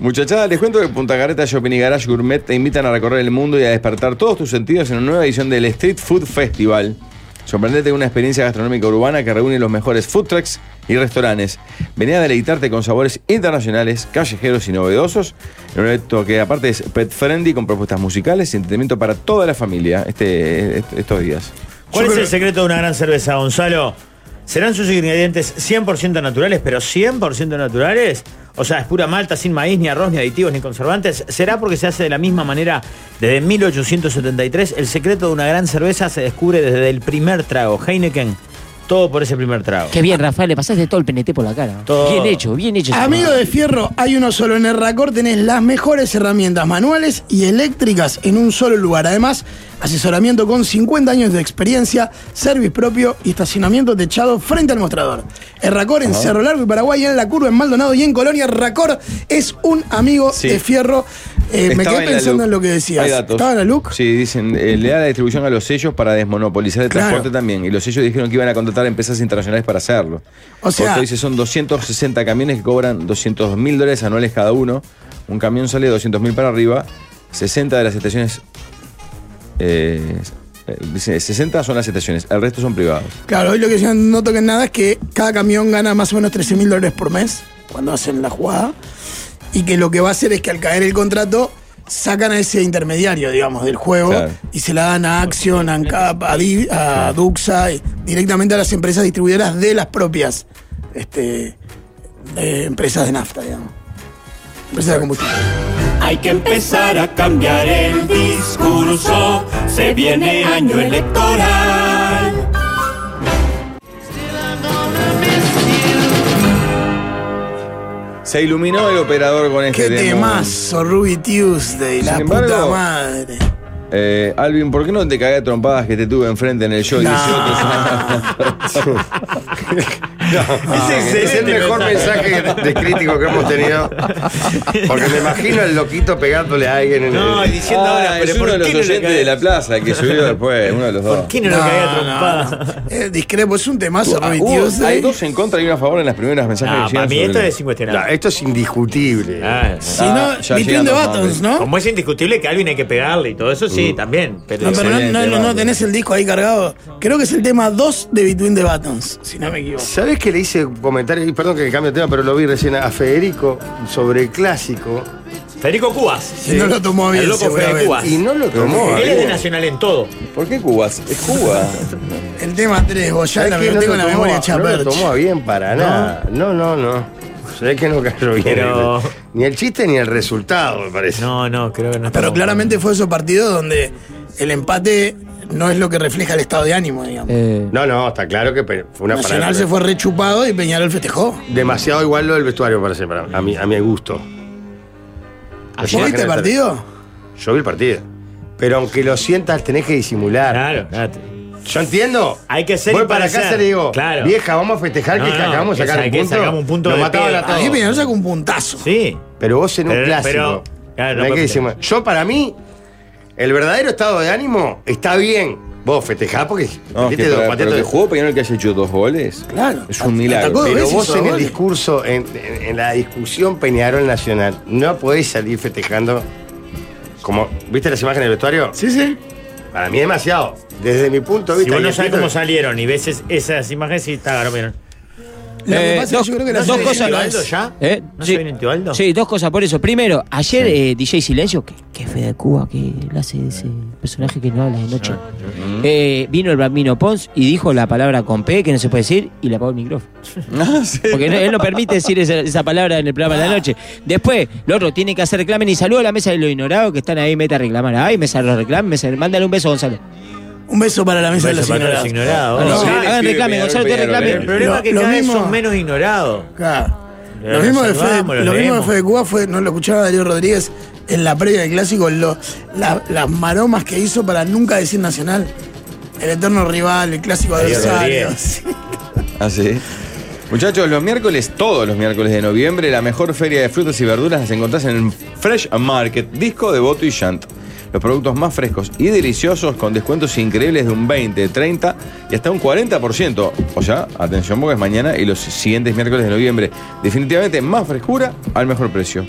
Speaker 3: Muchachada, les cuento que Punta Carreta Shopping y Garage Gourmet te invitan a recorrer el mundo y a despertar todos tus sentidos en una nueva edición del Street Food Festival. Sorprendete con una experiencia gastronómica urbana que reúne los mejores food trucks y restaurantes. Vení a deleitarte con sabores internacionales, callejeros y novedosos. En un evento que aparte es pet friendly con propuestas musicales y entretenimiento para toda la familia este- est- estos días.
Speaker 4: ¿Cuál
Speaker 2: Yo
Speaker 4: es
Speaker 2: creo-
Speaker 4: el secreto de una gran cerveza, Gonzalo? ¿Serán sus ingredientes 100% naturales, pero 100% naturales? O sea, es pura malta, sin maíz, ni arroz, ni aditivos, ni conservantes. ¿Será porque se hace de la misma manera desde 1873? El secreto de una gran cerveza se descubre desde el primer trago. Heineken, todo por ese primer trago.
Speaker 6: Qué bien, Rafael, le pasaste todo el PNT por la cara.
Speaker 4: Todo.
Speaker 6: Bien hecho, bien hecho. ese
Speaker 2: Amigo
Speaker 6: programa.
Speaker 2: de Fierro, hay uno solo en Erracor, tenés las mejores herramientas manuales y eléctricas en un solo lugar. Además, asesoramiento con 50 años de experiencia, service propio y estacionamiento techado frente al mostrador. Erracor en Cerro Largo y Paraguay, en La Curva, en Maldonado y en Colonia. Erracor es un amigo
Speaker 3: Sí.
Speaker 2: de Fierro. Eh, me
Speaker 3: Estaba
Speaker 2: quedé
Speaker 3: la
Speaker 2: pensando
Speaker 3: LUC.
Speaker 2: en lo que decías.
Speaker 3: Hay datos.
Speaker 2: ¿Estaba en la LUC?
Speaker 3: Sí, dicen, eh, le da la distribución a los sellos para desmonopolizar el
Speaker 2: Claro.
Speaker 3: transporte también. Y los sellos dijeron que iban a contratar empresas internacionales para hacerlo.
Speaker 2: O sea-
Speaker 3: Corto dice, son 260 camiones que cobran 200 mil dólares anuales cada uno. Un camión sale de 200 mil para arriba. 60 de las estaciones... eh, eh, dice, 60 son las estaciones, el resto son privados.
Speaker 2: Claro, hoy lo que yo no toquen nada es que cada camión gana más o menos 13 mil dólares por mes cuando hacen la jugada. Y que lo que va a hacer es que al caer el contrato sacan a ese intermediario, digamos, del juego
Speaker 3: Claro.
Speaker 2: y se la dan a Action, a ANCAP, a, Di- a Duxa, y directamente a las empresas distribuidoras de las propias este, eh, empresas de nafta, digamos. Empresas de combustible.
Speaker 7: Hay que empezar a cambiar *laughs* el discurso. Se viene año electoral.
Speaker 3: Se iluminó el operador con este
Speaker 2: Qué
Speaker 3: tema.
Speaker 2: temazo, Ruby Tuesday, la
Speaker 3: Sin
Speaker 2: puta
Speaker 3: embargo,
Speaker 2: madre.
Speaker 3: Eh, Alvin, ¿por qué no te cagué a trompadas que te tuve enfrente en el show? el
Speaker 2: No.
Speaker 3: 18?
Speaker 2: *laughs*
Speaker 4: Ah,
Speaker 1: Ese es, es el mejor mensaje de crítico que hemos tenido. Porque me imagino al loquito pegándole a alguien en
Speaker 4: No, y
Speaker 1: el.
Speaker 4: diciendo
Speaker 3: Ah,
Speaker 4: ahora,
Speaker 3: es
Speaker 4: pero
Speaker 3: uno
Speaker 4: ¿por
Speaker 3: de los
Speaker 4: qué no le
Speaker 3: oyentes de la
Speaker 4: cae-
Speaker 3: plaza
Speaker 4: *laughs*
Speaker 3: que subió después, uno de los dos.
Speaker 4: por qué no le cae a
Speaker 2: No,
Speaker 4: trompada?
Speaker 2: no, no. Eh, discrepo, es un temazo, ¿eh? Ah,
Speaker 3: Ah,
Speaker 2: Ruby
Speaker 3: hubo-
Speaker 2: Tuesday.
Speaker 3: hay dos en contra y una a favor en las primeras mensajes
Speaker 4: No,
Speaker 3: que llegan
Speaker 4: Ah, para mí
Speaker 3: sobre
Speaker 4: esto
Speaker 3: el-
Speaker 4: es
Speaker 1: No,
Speaker 4: incuestionable.
Speaker 1: esto es indiscutible.
Speaker 4: Ah,
Speaker 2: Si
Speaker 3: Ah,
Speaker 2: no,
Speaker 3: ya
Speaker 2: Between
Speaker 3: llegan
Speaker 2: the
Speaker 3: los
Speaker 2: Buttons,
Speaker 3: mames.
Speaker 2: ¿no? Uh.
Speaker 4: Como es indiscutible que a Alvin hay que pegarle y todo eso, sí, también. Pero,
Speaker 2: No, pero no,
Speaker 3: Excelente,
Speaker 2: no, no, no
Speaker 3: Barbie.
Speaker 2: tenés el disco ahí cargado. Creo que es el tema 2 de Between the Buttons, si no me equivoco.
Speaker 1: ¿Sabés que le hice un comentario? Y perdón que cambie de tema, pero lo vi recién a Federico sobre el clásico.
Speaker 4: Federico Cubas.
Speaker 2: No lo tomó bien,
Speaker 4: El loco Fede
Speaker 2: seguramente.
Speaker 4: Cubas.
Speaker 1: Y no lo tomó.
Speaker 4: Él es de
Speaker 1: amigo.
Speaker 4: Nacional en todo.
Speaker 3: ¿Por qué Cubas? Es Cuba.
Speaker 2: El tema 3, Boyá,
Speaker 1: ¿Sabés
Speaker 2: la
Speaker 1: que
Speaker 2: me
Speaker 1: no lo
Speaker 2: tengo en la
Speaker 1: tomó-
Speaker 2: memoria
Speaker 1: No lo
Speaker 2: chapercha.
Speaker 1: tomó a bien para nada. No, no, no. Sabés que no cayó bien.
Speaker 4: Pero-
Speaker 1: Ni el chiste ni el resultado, me parece.
Speaker 4: No, no, creo que no.
Speaker 2: Pero
Speaker 4: estamos-
Speaker 2: claramente fue esos partidos donde el empate no es lo que refleja el estado de ánimo, digamos.
Speaker 6: Eh,
Speaker 1: No, no, está claro que pe- fue una
Speaker 2: Nacional
Speaker 1: parada.
Speaker 2: se fue rechupado y Peñarol festejó.
Speaker 1: Demasiado igual lo del vestuario, me parece, para, a, mi, a mi gusto.
Speaker 2: ¿Vos viste el partido?
Speaker 1: Yo vi el partido. Pero aunque lo sientas, tenés que disimular.
Speaker 4: Claro, claro.
Speaker 1: Yo entiendo.
Speaker 4: Hay que ser
Speaker 1: Voy
Speaker 4: y
Speaker 1: para
Speaker 4: parecer.
Speaker 1: casa y le digo,
Speaker 4: Claro.
Speaker 1: vieja, vamos a festejar que
Speaker 4: No, no,
Speaker 1: acabamos de
Speaker 4: que
Speaker 1: sacar
Speaker 4: sa-
Speaker 1: un
Speaker 4: que
Speaker 1: punto.
Speaker 4: sacamos un punto
Speaker 1: Nos
Speaker 4: de
Speaker 1: mataban a
Speaker 4: pedo.
Speaker 2: Ahí
Speaker 1: todos.
Speaker 2: Peñarol sacó un puntazo.
Speaker 4: Sí.
Speaker 1: Pero vos en un
Speaker 4: Pero-
Speaker 1: clásico.
Speaker 4: pero- claro,
Speaker 1: no
Speaker 4: no
Speaker 1: hay que
Speaker 4: puedes
Speaker 1: disimular. Yo, para mí, el verdadero estado de ánimo está bien. Vos festejás porque
Speaker 3: No, es
Speaker 1: metiste
Speaker 3: que,
Speaker 1: dos
Speaker 3: para- pero
Speaker 1: patetos
Speaker 3: que
Speaker 1: de-
Speaker 3: jugó Peñarol que haya hecho dos goles.
Speaker 2: Claro.
Speaker 3: Es un
Speaker 2: Atacó
Speaker 3: milagro.
Speaker 2: dos
Speaker 1: Pero
Speaker 2: veces
Speaker 1: vos
Speaker 2: hizo
Speaker 1: en el
Speaker 2: goles.
Speaker 1: discurso, en, en- en la discusión Peñarol Nacional, no podés salir festejando como. ¿Viste las imágenes del vestuario?
Speaker 2: Sí, sí.
Speaker 1: Para mí es demasiado. Desde mi punto de
Speaker 4: Si
Speaker 1: vista.
Speaker 4: vos no
Speaker 1: y
Speaker 4: sabés
Speaker 1: entiendo-
Speaker 4: cómo salieron y ves es- esas imágenes, sí, está caro,
Speaker 2: Lo que
Speaker 6: Eh,
Speaker 2: pasa es
Speaker 6: dos-
Speaker 2: que yo creo que
Speaker 6: no
Speaker 2: la
Speaker 6: sé,
Speaker 2: selección
Speaker 6: cosas-
Speaker 2: iba a
Speaker 4: Aldo,
Speaker 2: eso.
Speaker 4: ya?
Speaker 6: ¿Eh?
Speaker 4: ¿No se viene en Teobaldo?
Speaker 6: Sí, dos cosas por eso. Primero, ayer eh, DJ Silencio, que, que fue de Cuba, que le hace ese personaje que no habla de noche.
Speaker 3: Mm.
Speaker 6: Eh, vino el Bambino Pons y dijo la palabra con P, que no se puede decir, y le apagó el micrófono.
Speaker 3: *laughs* Ah, sí.
Speaker 6: Porque no- él no permite decir esa, esa palabra en el programa de la noche. Después, lo otro, tiene que hacer reclamen y saludo a la mesa de los ignorados que están ahí, mete a reclamar. Ay, mesa de los reclamen, mesa de- mándale un beso, Gonzalo.
Speaker 2: Un beso para la mesa de los ignorados.
Speaker 4: ignorados.
Speaker 3: No,
Speaker 6: No,
Speaker 3: sí, le
Speaker 6: hagan
Speaker 3: escribe
Speaker 6: reclame,
Speaker 3: Peñarol,
Speaker 6: Gonzalo, usted
Speaker 3: Peñarol,
Speaker 6: reclame.
Speaker 4: El problema
Speaker 2: Lo-
Speaker 4: es que
Speaker 2: lo
Speaker 4: cada vez
Speaker 2: mismo-
Speaker 4: son menos ignorados.
Speaker 2: Claro.
Speaker 4: Eh,
Speaker 2: Lo mismo, de
Speaker 4: los
Speaker 2: Fede,
Speaker 4: saludamos, los
Speaker 2: lo mismo de
Speaker 4: leemos.
Speaker 2: Fede Cuba fue, no lo escuchaba Darío Rodríguez en la previa del clásico, lo- la- las maromas que hizo para nunca decir nacional. El eterno rival, el clásico
Speaker 4: Darío
Speaker 2: adversario.
Speaker 4: Rodríguez.
Speaker 2: Sí.
Speaker 3: Ah, sí. Muchachos, los miércoles, todos los miércoles de noviembre, la mejor feria de frutas y verduras las encontrás en Fresh Market, disco de Boto y Shant. Los productos más frescos y deliciosos con descuentos increíbles de un 20, 30 y hasta un 40%. O sea, atención porque es mañana y los siguientes miércoles de noviembre. Definitivamente más frescura al mejor precio.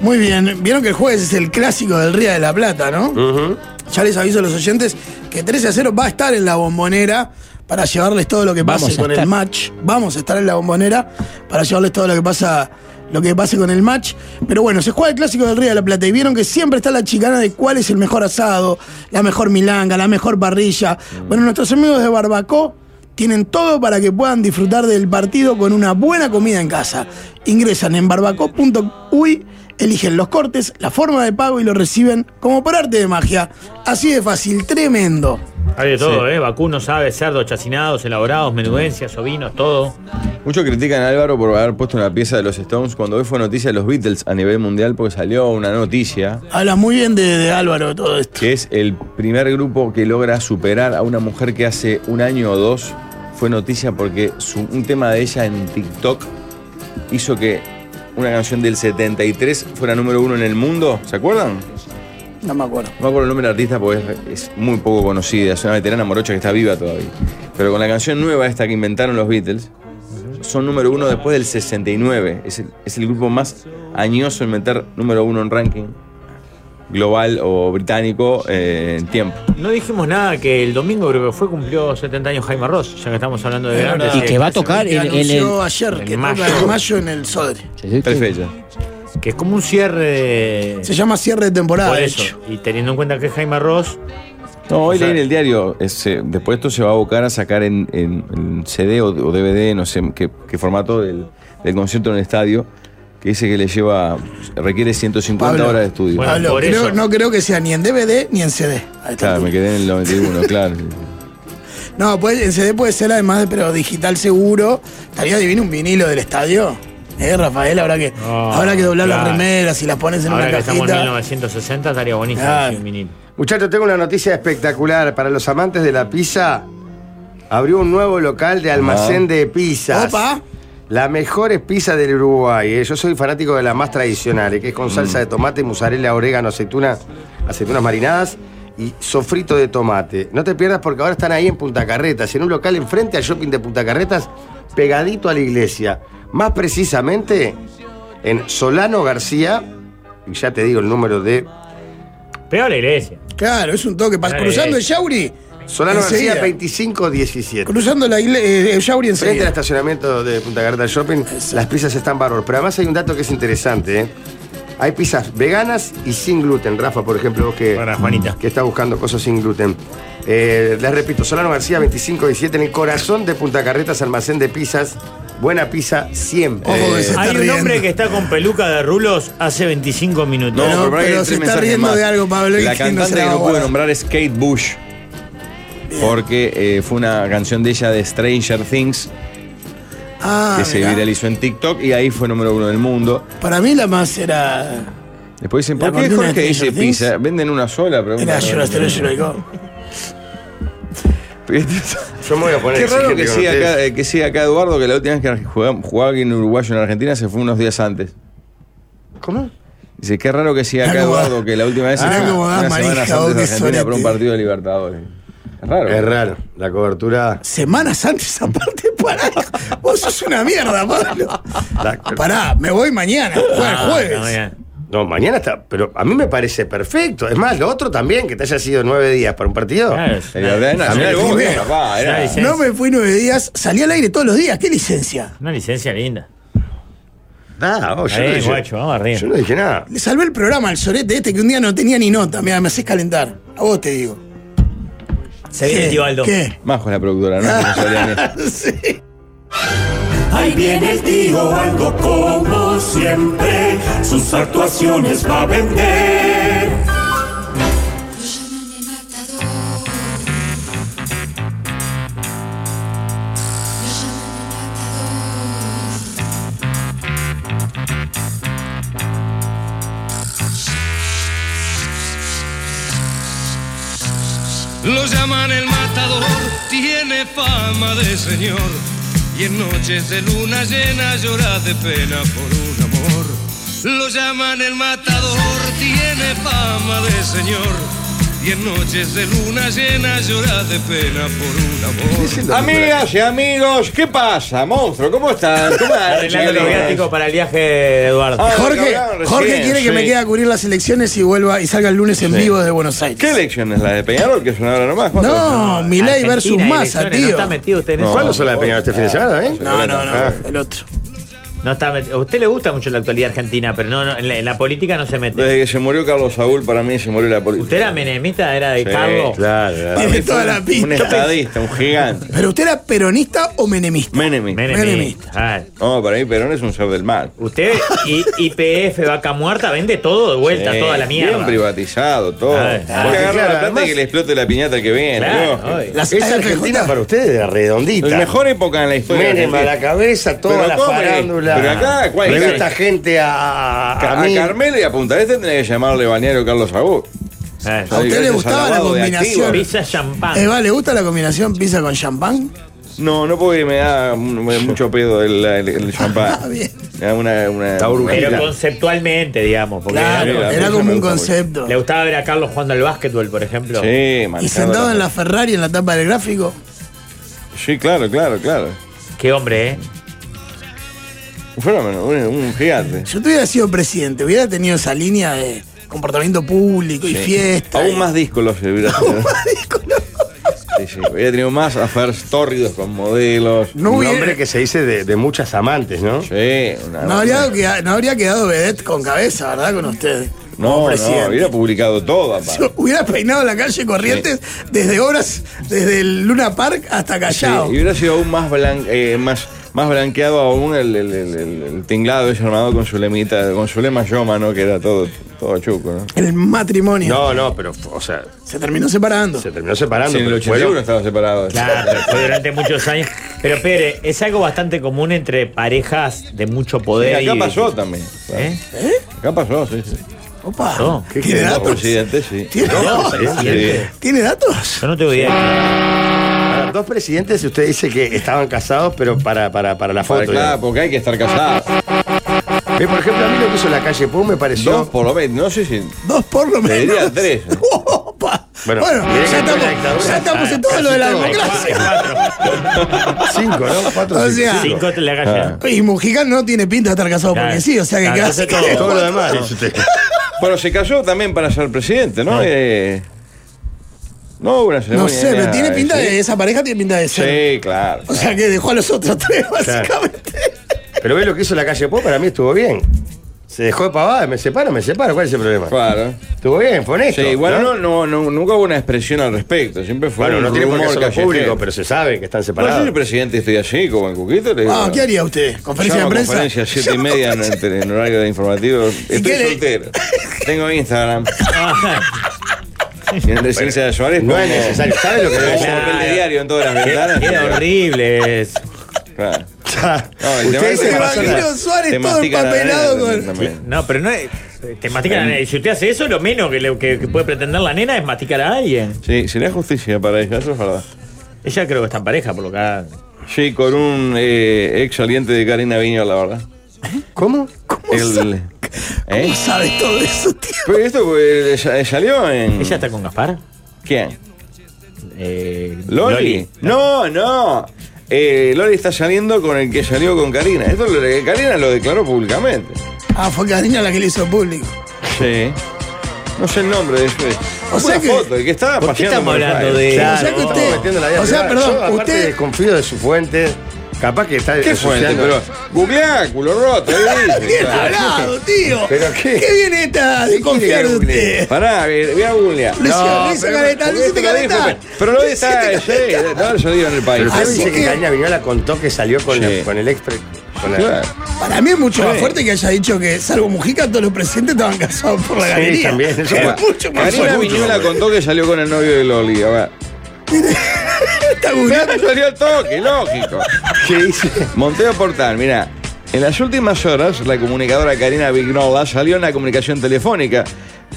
Speaker 2: Muy bien, vieron que el jueves es el clásico del Ría de la Plata, ¿no? Ya les aviso a los oyentes que 13 a 0 va a estar en la bombonera para llevarles todo lo que
Speaker 6: Vamos
Speaker 2: pase
Speaker 6: a
Speaker 2: con el
Speaker 6: estar.
Speaker 2: match. Vamos a estar en la bombonera para llevarles todo lo que pasa lo que pase con el match. Pero bueno, se juega el clásico del Río de la Plata y vieron que siempre está la chicana de cuál es el mejor asado, la mejor milanga, la mejor parrilla. Bueno, nuestros amigos de Barbacó tienen todo para que puedan disfrutar del partido con una buena comida en casa. Ingresan en barbacó.uy, eligen los cortes, la forma de pago y lo reciben como por arte de magia. Así de fácil, tremendo.
Speaker 4: Hay de todo, ¿eh? Vacunos, aves, cerdos, chacinados, elaborados, menudencias, ovinos, todo.
Speaker 3: Muchos critican a Álvaro por haber puesto una pieza de los Stones cuando hoy fue noticia de los Beatles a nivel mundial porque salió una noticia
Speaker 2: Habla muy bien de, de Álvaro todo esto.
Speaker 3: que es el primer grupo que logra superar a una mujer que hace un año o dos fue noticia porque su- un tema de ella en TikTok hizo que una canción del 73 fuera número uno en el mundo. ¿Se acuerdan?
Speaker 2: No me acuerdo.
Speaker 3: No me acuerdo el nombre del artista porque es, es muy poco conocida. Es una veterana morocha que está viva todavía. Pero con la canción nueva esta que inventaron los Beatles, son número uno después del 69. Es el, es el grupo más añoso en meter número uno en ranking global o británico eh, en tiempo.
Speaker 4: No dijimos Pues nada que el domingo creo que fue cumplió 70 años Jaime Ross, ya que estamos hablando de
Speaker 2: Es
Speaker 4: grandes.
Speaker 2: verdad.
Speaker 6: Y que va a tocar
Speaker 2: Que
Speaker 6: en, en el.
Speaker 2: anunció ayer
Speaker 4: en
Speaker 2: que
Speaker 4: mayo.
Speaker 2: toca en mayo en el Sodre.
Speaker 3: Tres fechas.
Speaker 4: Que es como un cierre de-
Speaker 2: Se llama cierre de temporada.
Speaker 4: por
Speaker 2: de
Speaker 4: eso.
Speaker 2: hecho.
Speaker 4: Y teniendo en cuenta que es Jaime Ross,
Speaker 3: No, hoy
Speaker 4: O sea-
Speaker 3: leí en el diario, es, eh, después esto se va a abocar a sacar en, en- en CD o, o DVD, no sé qué, qué formato del, del concierto en el estadio, que dice que le lleva, requiere 150
Speaker 2: Pablo.
Speaker 3: horas de estudio.
Speaker 4: Bueno,
Speaker 2: Pablo,
Speaker 4: por
Speaker 2: creo-
Speaker 4: eso.
Speaker 2: no creo que sea ni en DVD ni en CD. Ahí está.
Speaker 3: Claro, me quedé en el 91, *laughs* claro.
Speaker 2: No, puede- en CD puede ser además de, pero digital seguro. Estaría divino un vinilo del estadio. Eh, Rafael, habrá que,
Speaker 4: No,
Speaker 2: habrá que doblar las
Speaker 4: claro.
Speaker 2: remeras y las pones en
Speaker 4: Ahora que
Speaker 2: una
Speaker 4: estamos en
Speaker 2: cajita.
Speaker 4: 1960 estaría buenísimo
Speaker 2: Claro.
Speaker 4: hacer un vinil.
Speaker 1: Muchachos, tengo una noticia espectacular. Para los amantes de la pizza, abrió un nuevo local de almacén de pizzas.
Speaker 2: Opa.
Speaker 1: Las mejores pizzas del Uruguay. eh. Yo soy fanático de las más tradicionales, que es con salsa de tomate, mozzarella, orégano, aceitunas, aceitunas marinadas y sofrito de tomate. No te pierdas porque ahora están ahí en Punta Carretas, en un local enfrente al shopping de Punta Carretas, pegadito a la iglesia. Más precisamente en Solano García, y ya te digo el número de
Speaker 4: Peor la iglesia.
Speaker 2: Claro, es un toque. Pas-
Speaker 4: Dale,
Speaker 2: cruzando
Speaker 4: dale.
Speaker 2: el Yauri.
Speaker 1: Solano
Speaker 2: enseguida.
Speaker 1: García 2517.
Speaker 2: Cruzando la iglesia. el
Speaker 1: Frente
Speaker 2: Yauri
Speaker 1: al
Speaker 2: enseguida.
Speaker 1: estacionamiento de Punta Carretas Shopping, las pizzas están bárbaras. Pero además hay un dato que es interesante. ¿eh? Hay pizzas veganas y sin gluten. Rafa, por ejemplo, vos que,
Speaker 4: Para Juanita.
Speaker 1: que está buscando cosas sin gluten. Eh, les repito, Solano García 2517, en el corazón de Punta Carretas, almacén de pizzas. Buena pizza siempre. Eh,
Speaker 2: Ojo que se está
Speaker 4: Hay un
Speaker 2: riendo.
Speaker 4: hombre que está con peluca de rulos hace 25 minutos.
Speaker 3: No,
Speaker 2: Pero-
Speaker 3: pero, hay
Speaker 2: pero
Speaker 3: tres
Speaker 2: se está
Speaker 3: mensajes
Speaker 2: riendo
Speaker 3: más.
Speaker 2: de algo, Pablo, y
Speaker 3: La
Speaker 2: que no se
Speaker 3: cantante
Speaker 2: la
Speaker 3: que
Speaker 2: va a
Speaker 3: no pude
Speaker 2: guardar.
Speaker 3: nombrar es Kate Bush. Porque eh, fue una canción de ella de Stranger Things
Speaker 2: Ah,
Speaker 3: que se
Speaker 2: mirá.
Speaker 3: viralizó en TikTok y ahí fue número uno del mundo.
Speaker 2: Para mí la más era.
Speaker 3: Después dicen,
Speaker 2: La
Speaker 3: ¿por qué
Speaker 2: cortina
Speaker 3: Jorge
Speaker 2: de
Speaker 3: dice
Speaker 2: Stranger Things.
Speaker 3: pizza? Venden una sola, pregunta.
Speaker 2: Era Yo la estrella, yo la digo.
Speaker 1: Yo me voy a poner
Speaker 3: Qué raro que
Speaker 1: exigente con
Speaker 3: siga,
Speaker 1: ustedes.
Speaker 3: acá, eh, que siga acá Eduardo, que la última vez que jugaba, jugaba aquí en Uruguayo en Argentina se fue unos días antes.
Speaker 1: ¿Cómo?
Speaker 3: Dice, qué raro que siga acá
Speaker 2: Mirá cómo va.
Speaker 3: Eduardo, que la última vez se
Speaker 2: Mirá
Speaker 3: fue
Speaker 2: cómo va,
Speaker 3: unas
Speaker 2: manija,
Speaker 3: semanas
Speaker 2: vos,
Speaker 3: antes
Speaker 2: qué
Speaker 3: de Argentina por
Speaker 2: sorete.
Speaker 3: un partido de Libertadores. Es raro.
Speaker 1: Es raro. La cobertura.
Speaker 2: Semanas antes, aparte, pará. Vos sos una mierda, Pablo.
Speaker 1: la-
Speaker 2: Ah, Pará, me voy mañana.
Speaker 4: Ah,
Speaker 2: Juega el jueves.
Speaker 4: está bien.
Speaker 1: No, mañana está. Pero a mí me parece perfecto. Es más, lo otro también, que te haya sido nueve días para un partido. Eh,
Speaker 4: Claro, es-
Speaker 3: El Gardel
Speaker 4: una-
Speaker 3: Nacional,
Speaker 1: También
Speaker 3: vos,
Speaker 2: es-
Speaker 3: papá,
Speaker 4: es una
Speaker 3: era-
Speaker 4: licencia-
Speaker 2: No me fui nueve días, salí al aire todos los días. ¿Qué licencia?
Speaker 4: Una licencia linda.
Speaker 1: Ah, oh, yo,
Speaker 4: Ahí,
Speaker 1: no dije,
Speaker 4: guacho, vamos arriba.
Speaker 1: yo no dije nada.
Speaker 2: Le salvé el programa al sorete este que un día no tenía ni nota. Mira, me haces calentar. A vos te digo.
Speaker 4: Se viene
Speaker 2: ¿Qué?
Speaker 4: el tío Aldo.
Speaker 2: ¿Qué? Ah.
Speaker 3: Majo es la productora, ¿no? Que no sabía
Speaker 2: *laughs*
Speaker 3: ni-
Speaker 2: Sí.
Speaker 7: Ahí viene el tío algo como siempre, sus actuaciones va a vender.
Speaker 8: Lo llaman el matador, tiene fama de señor. Y en noches de luna llena llora de pena por un amor. Lo llaman el matador, tiene fama de señor. Y en noches de luna llena llora de pena por un amor.
Speaker 3: Amigas y amigos, ¿qué pasa, monstruo? ¿Cómo están? ¿Cómo andan,
Speaker 4: Arreglando los
Speaker 3: chiquilines?
Speaker 4: viáticos para el viaje de Eduardo.
Speaker 3: Ah, lo que
Speaker 2: Jorge,
Speaker 3: hablaban
Speaker 2: Jorge
Speaker 3: recién,
Speaker 2: quiere que
Speaker 3: sí.
Speaker 2: me quede a cubrir las elecciones y vuelva y salga el lunes en
Speaker 3: Sí.
Speaker 2: vivo desde Buenos Aires.
Speaker 3: ¿Qué elecciones? ¿La de Peñarol? Que es una hora nomás. ¿Cuántas son?
Speaker 2: No, Milei
Speaker 4: Argentina,
Speaker 2: versus Massa,
Speaker 4: elecciones,
Speaker 2: tío.
Speaker 4: No está metido usted en
Speaker 3: No.
Speaker 4: eso.
Speaker 1: ¿Cuándo son las de Peñarol? ¿Este fin de semana, eh?
Speaker 2: No, no, no,
Speaker 1: Ah.
Speaker 2: el otro.
Speaker 4: No está metido. A usted le gusta mucho la actualidad argentina, pero no, no, en, la, en la política no se mete.
Speaker 3: Desde que se murió Carlos Saúl, para mí se murió la política.
Speaker 4: ¿Usted era menemista? ¿Era de
Speaker 3: Sí,
Speaker 4: Carlos?
Speaker 1: Claro, claro.
Speaker 2: Tiene toda la
Speaker 3: Un
Speaker 2: pinta.
Speaker 3: estadista, un gigante.
Speaker 2: ¿Pero usted era peronista o menemista?
Speaker 3: Menem.
Speaker 4: Menemista.
Speaker 2: Menemista.
Speaker 4: Ah,
Speaker 3: No, para mí Perón es un ser del mal.
Speaker 4: Usted,
Speaker 3: *laughs*
Speaker 4: IPF, vaca muerta, vende todo de vuelta,
Speaker 3: Sí,
Speaker 4: toda la mierda.
Speaker 3: Eh, Bien privatizado, todo.
Speaker 4: Ah,
Speaker 3: Porque
Speaker 4: ah,
Speaker 3: agarra
Speaker 1: claro,
Speaker 3: la plata
Speaker 1: además-
Speaker 3: y que le explote la piñata que viene.
Speaker 4: Claro,
Speaker 3: ¿no?
Speaker 4: obvio.
Speaker 2: Las
Speaker 1: Es
Speaker 2: AFJ.
Speaker 1: Argentina para ustedes, redondita.
Speaker 3: La mejor época en la historia. de
Speaker 1: Menem a la
Speaker 3: Argentina.
Speaker 1: cabeza, toda
Speaker 3: Pero
Speaker 1: la
Speaker 3: ¿cómo es?
Speaker 1: farándula.
Speaker 3: Pero acá, ¿cuál
Speaker 1: Pero
Speaker 3: es?
Speaker 1: esta gente a, a, a
Speaker 3: Ca- A,
Speaker 1: mí.
Speaker 3: Carmelo y a Punta Este tenés que llamarle Bañero Carlos Saúl.
Speaker 4: Ah,
Speaker 2: ¿A usted le
Speaker 3: Gracias
Speaker 2: gustaba
Speaker 3: al
Speaker 2: la
Speaker 3: lavado de
Speaker 2: combinación?
Speaker 3: activos.
Speaker 4: Pizza champán.
Speaker 2: Eva, ¿le gusta la combinación pizza con champán?
Speaker 3: No, no porque me da mm, mucho pedo el, el, el champán.
Speaker 2: Ah, *laughs* bien.
Speaker 3: Me da una, una,
Speaker 1: Está
Speaker 3: una-
Speaker 4: Pero conceptualmente, digamos. Porque
Speaker 3: sí,
Speaker 2: Claro,
Speaker 3: la
Speaker 2: era
Speaker 3: pizza
Speaker 2: como
Speaker 3: me
Speaker 2: un
Speaker 3: gusta mucho.
Speaker 2: concepto.
Speaker 4: le gustaba ver a Carlos jugando al básquetbol, por ejemplo.
Speaker 3: Sí,
Speaker 2: Y
Speaker 3: manejando
Speaker 2: sentado en la Ferrari en la tapa del gráfico.
Speaker 3: Sí, claro, claro, claro.
Speaker 4: Qué hombre, ¿eh?
Speaker 3: Un fenómeno, un, un gigante.
Speaker 2: Si yo hubiera sido presidente, hubiera tenido esa línea de comportamiento público y fiesta. y-
Speaker 3: Aún más discos los hubiera tenido.
Speaker 2: más discos,
Speaker 3: Sí, sí. Hubiera tenido más affairs tórridos con modelos.
Speaker 2: No,
Speaker 1: un
Speaker 2: hubiera-
Speaker 1: hombre que se dice de, de muchas amantes, ¿no?
Speaker 3: Sí, una-
Speaker 2: no habría, queda- no habría quedado vedette con cabeza, ¿verdad? Con usted. como
Speaker 3: No, no,
Speaker 2: presidente. *laughs*
Speaker 3: hubiera publicado todo, aparte.
Speaker 2: Si hubiera peinado la calle Corrientes desde horas, desde el Luna Park hasta
Speaker 3: Sí,
Speaker 2: Callao.
Speaker 3: y hubiera sido aún más, blan- eh, más, más blanqueado aún el, el- el- el- el tinglado ese armado con su lemita, con su lema yoma, ¿no? Que era todo Todo chuco, ¿no?
Speaker 2: El matrimonio.
Speaker 1: No, no, pero, o sea,
Speaker 2: Se terminó separando.
Speaker 1: se terminó separando.
Speaker 3: Sí, en el
Speaker 1: pero
Speaker 3: 81
Speaker 1: fueron-
Speaker 3: estaban separados.
Speaker 4: Claro, pero fue durante muchos años. Pero, Pere, es algo bastante común entre parejas de mucho
Speaker 3: Y
Speaker 4: poder.
Speaker 3: acá
Speaker 4: y-
Speaker 3: pasó también. claro.
Speaker 4: ¿Eh?
Speaker 3: Acá pasó, sí, sí.
Speaker 2: Opa.
Speaker 4: No,
Speaker 1: ¿qué
Speaker 2: ¿Tiene
Speaker 1: quedó,
Speaker 3: Los
Speaker 2: datos?
Speaker 3: presidentes, sí.
Speaker 2: ¿Tiene datos?
Speaker 4: presidente.
Speaker 2: ¿Tiene datos?
Speaker 4: Yo no tengo idea.
Speaker 1: Para dos presidentes, usted dice que estaban casados, pero para, para, para la foto.
Speaker 3: Para- claro, porque hay que estar casados.
Speaker 1: digamos. Eh, por ejemplo, a mí lo que hizo la calle Pou me pareció.
Speaker 3: Dos por lo menos. No sé si.
Speaker 2: Dos por lo menos.
Speaker 3: Te diría tres.
Speaker 2: Opa.
Speaker 1: Bueno,
Speaker 2: Bueno,
Speaker 1: diré que
Speaker 2: ya
Speaker 1: estoy en la dictadura.
Speaker 2: estamos, ya estamos
Speaker 1: Ah,
Speaker 2: en todo
Speaker 1: casi
Speaker 2: lo de la
Speaker 1: todo.
Speaker 2: democracia.
Speaker 1: Cinco, ¿no? Cuatro,
Speaker 2: O
Speaker 1: cinco,
Speaker 2: sea,
Speaker 1: cinco.
Speaker 4: Cinco en la calle.
Speaker 3: Ah.
Speaker 2: Y Mujica no tiene pinta de estar casado
Speaker 4: Claro.
Speaker 2: porque sí, o sea que
Speaker 4: Claro,
Speaker 2: casi
Speaker 4: entonces todo.
Speaker 1: Todo lo demás. ¿no?
Speaker 3: Bueno, se casó también para ser presidente, ¿no?
Speaker 4: No.
Speaker 3: Eh, no hubo una ceremonia.
Speaker 2: *laughs* No sé,
Speaker 3: ni
Speaker 2: pero
Speaker 3: nada,
Speaker 2: tiene pinta
Speaker 3: ¿sí?
Speaker 2: de. Esa pareja tiene pinta de ser.
Speaker 3: Sí, claro.
Speaker 2: O sea que dejó a los otros tres, básicamente.
Speaker 1: Pero ve lo que hizo la calle Pou, para mí estuvo bien. Se dejó de pavada, me separo, me separo, ¿cuál es el problema?
Speaker 3: Claro.
Speaker 1: Estuvo bien, fue honesto.
Speaker 3: Sí, igual no, no, no- nunca hubo una expresión al respecto. Siempre fue
Speaker 1: Bueno,
Speaker 3: un
Speaker 1: no tiene por qué
Speaker 3: rumor
Speaker 1: hacerlo
Speaker 3: callejero.
Speaker 1: público, pero se sabe que están
Speaker 3: No, yo
Speaker 1: separados.
Speaker 3: soy el presidente y estoy así, como en Cuquito. Le digo,
Speaker 2: Ah, ¿Qué haría usted? ¿Conferencia
Speaker 3: llamo
Speaker 2: de
Speaker 3: a
Speaker 2: prensa?
Speaker 3: Conferencia, siete y
Speaker 2: Llamo a
Speaker 3: media en,
Speaker 2: conferencia.
Speaker 3: en horario de informativo. Estoy
Speaker 2: qué le-
Speaker 3: soltero. Tengo Instagram. Y en Residencia de Suárez.
Speaker 1: No es
Speaker 3: pongo-
Speaker 1: necesario. ¿Sabes lo que
Speaker 3: pongo
Speaker 1: debe ser?
Speaker 3: papel de diario en todas las
Speaker 4: Qué,
Speaker 3: ventanas.
Speaker 4: qué horrible es.
Speaker 3: Claro. No, el tema
Speaker 1: Usted
Speaker 3: es
Speaker 1: se
Speaker 3: que
Speaker 1: va
Speaker 3: para hacer
Speaker 2: Imagino
Speaker 3: la-
Speaker 2: Suárez
Speaker 3: te
Speaker 2: todo
Speaker 3: mastican la
Speaker 2: empapelado
Speaker 3: nena
Speaker 2: con-
Speaker 3: también.
Speaker 4: No, pero no es. Te mastican a nadie. Si usted hace eso, lo menos que, le- que- que puede pretender la nena es masticar a alguien.
Speaker 3: Sí, sería justicia para ella, eso es verdad.
Speaker 4: Ella creo que está en pareja, por lo que. ha-
Speaker 3: Sí, con un eh, ex saliente de Karina Viño, la verdad.
Speaker 1: ¿Cómo?
Speaker 2: ¿Cómo
Speaker 3: El-
Speaker 2: sa-
Speaker 3: ¿Eh?
Speaker 2: ¿Cómo sabe todo eso, tío?
Speaker 3: Pero esto pues, sa- salió en.
Speaker 4: ¿Ella está con Gaspar?
Speaker 3: ¿Quién?
Speaker 4: Eh,
Speaker 3: ¿Loli? No, no. Eh, Loli está saliendo con el que salió con Karina. Esto lo, Karina lo declaró públicamente.
Speaker 2: Ah, fue Cariño la que le hizo público.
Speaker 3: Sí. No sé el nombre de eso.
Speaker 2: O sea que-
Speaker 3: foto, el que estaba
Speaker 4: ¿Por qué
Speaker 3: paseando
Speaker 4: estamos
Speaker 3: por el
Speaker 4: hablando
Speaker 3: baile.
Speaker 4: de-
Speaker 1: Claro,
Speaker 2: O sea que
Speaker 1: estamos
Speaker 2: usted-
Speaker 1: metiendo la vida
Speaker 2: o sea,
Speaker 1: privada.
Speaker 2: perdón,
Speaker 1: Yo, aparte,
Speaker 2: usted-
Speaker 1: desconfío de su fuente. Capaz que está.
Speaker 3: ¿Qué fuente?
Speaker 1: ensuciando-
Speaker 3: Pero. Googleá, culo roto. ahí dice, claro.
Speaker 2: *laughs* Bien hablado, tío.
Speaker 1: ¿Pero qué?
Speaker 2: viene esta de confiar de usted?
Speaker 3: Pará, eh, voy a googlear.
Speaker 2: Lo hizo- lo hizo careta, lo
Speaker 3: porque
Speaker 2: hiciste
Speaker 3: esto lo dijo,
Speaker 2: careta.
Speaker 3: Pero Loli está. eh, *laughs*
Speaker 2: Lo
Speaker 3: Sí,
Speaker 2: hiciste
Speaker 3: no, yo digo en el país.
Speaker 1: Pero usted
Speaker 2: Así
Speaker 1: dice que
Speaker 2: que-
Speaker 1: Caña Viñola contó que salió con,
Speaker 3: Sí.
Speaker 1: el, con el ex. pre- con la-
Speaker 3: Claro.
Speaker 2: Para mí es mucho más
Speaker 3: Sí.
Speaker 2: fuerte que haya dicho que, salvo Mujica, todos los presentes estaban casados por la
Speaker 1: Sí,
Speaker 2: galería.
Speaker 1: también, eso
Speaker 2: es
Speaker 1: fue-
Speaker 2: mucho más
Speaker 3: Karina
Speaker 2: fuerte.
Speaker 3: Viñola contó que salió con el novio de Loli. A ver.
Speaker 2: *laughs* Está googleando.
Speaker 3: Mirá, salió el toque, lógico.
Speaker 1: ¿Qué dice?
Speaker 3: Monteo Portal, mira. En las últimas horas, la comunicadora Karina Vignola salió en la comunicación telefónica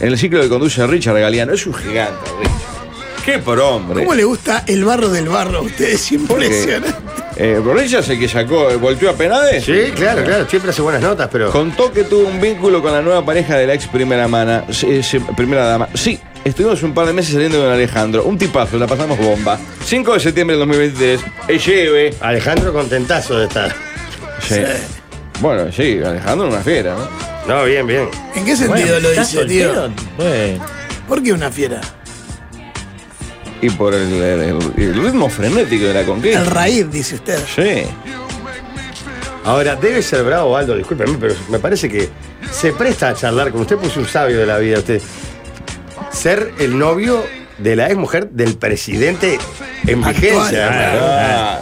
Speaker 3: en el ciclo que conduce Richard Galeano. Es un gigante, Richard. Qué por hombre.
Speaker 2: ¿Cómo le gusta el barro del barro a ustedes? *laughs* Impresionante.
Speaker 3: Eh, pero Richard es el que sacó, eh, volteó a Penades.
Speaker 1: Sí, claro, claro. Siempre hace buenas notas, pero.
Speaker 3: Contó que tuvo un vínculo con la nueva pareja de la ex primera, mana, sí, sí, primera dama. Sí, estuvimos un par de meses saliendo con Alejandro. Un tipazo, la pasamos bomba. 5 de septiembre del 2023. Elleve.
Speaker 1: Alejandro contentazo de estar.
Speaker 3: Sí. Bueno, sí, Alejandro una fiera, ¿no?
Speaker 1: No, bien, bien.
Speaker 2: ¿En qué sentido lo
Speaker 4: ¿está
Speaker 2: dice, tío?
Speaker 4: soltero? Bueno.
Speaker 2: ¿Por qué una fiera?
Speaker 3: Y por el, el- el ritmo frenético de la conquista.
Speaker 2: El raíz, dice usted.
Speaker 3: Sí.
Speaker 1: Ahora, debe ser bravo, Aldo, discúlpeme, pero me parece que se presta a charlar con usted, pues un sabio de la vida, usted. Ser el novio de la ex mujer del presidente en
Speaker 2: Actual.
Speaker 1: vigencia.
Speaker 4: Claro.
Speaker 1: ¿no?
Speaker 3: Ah.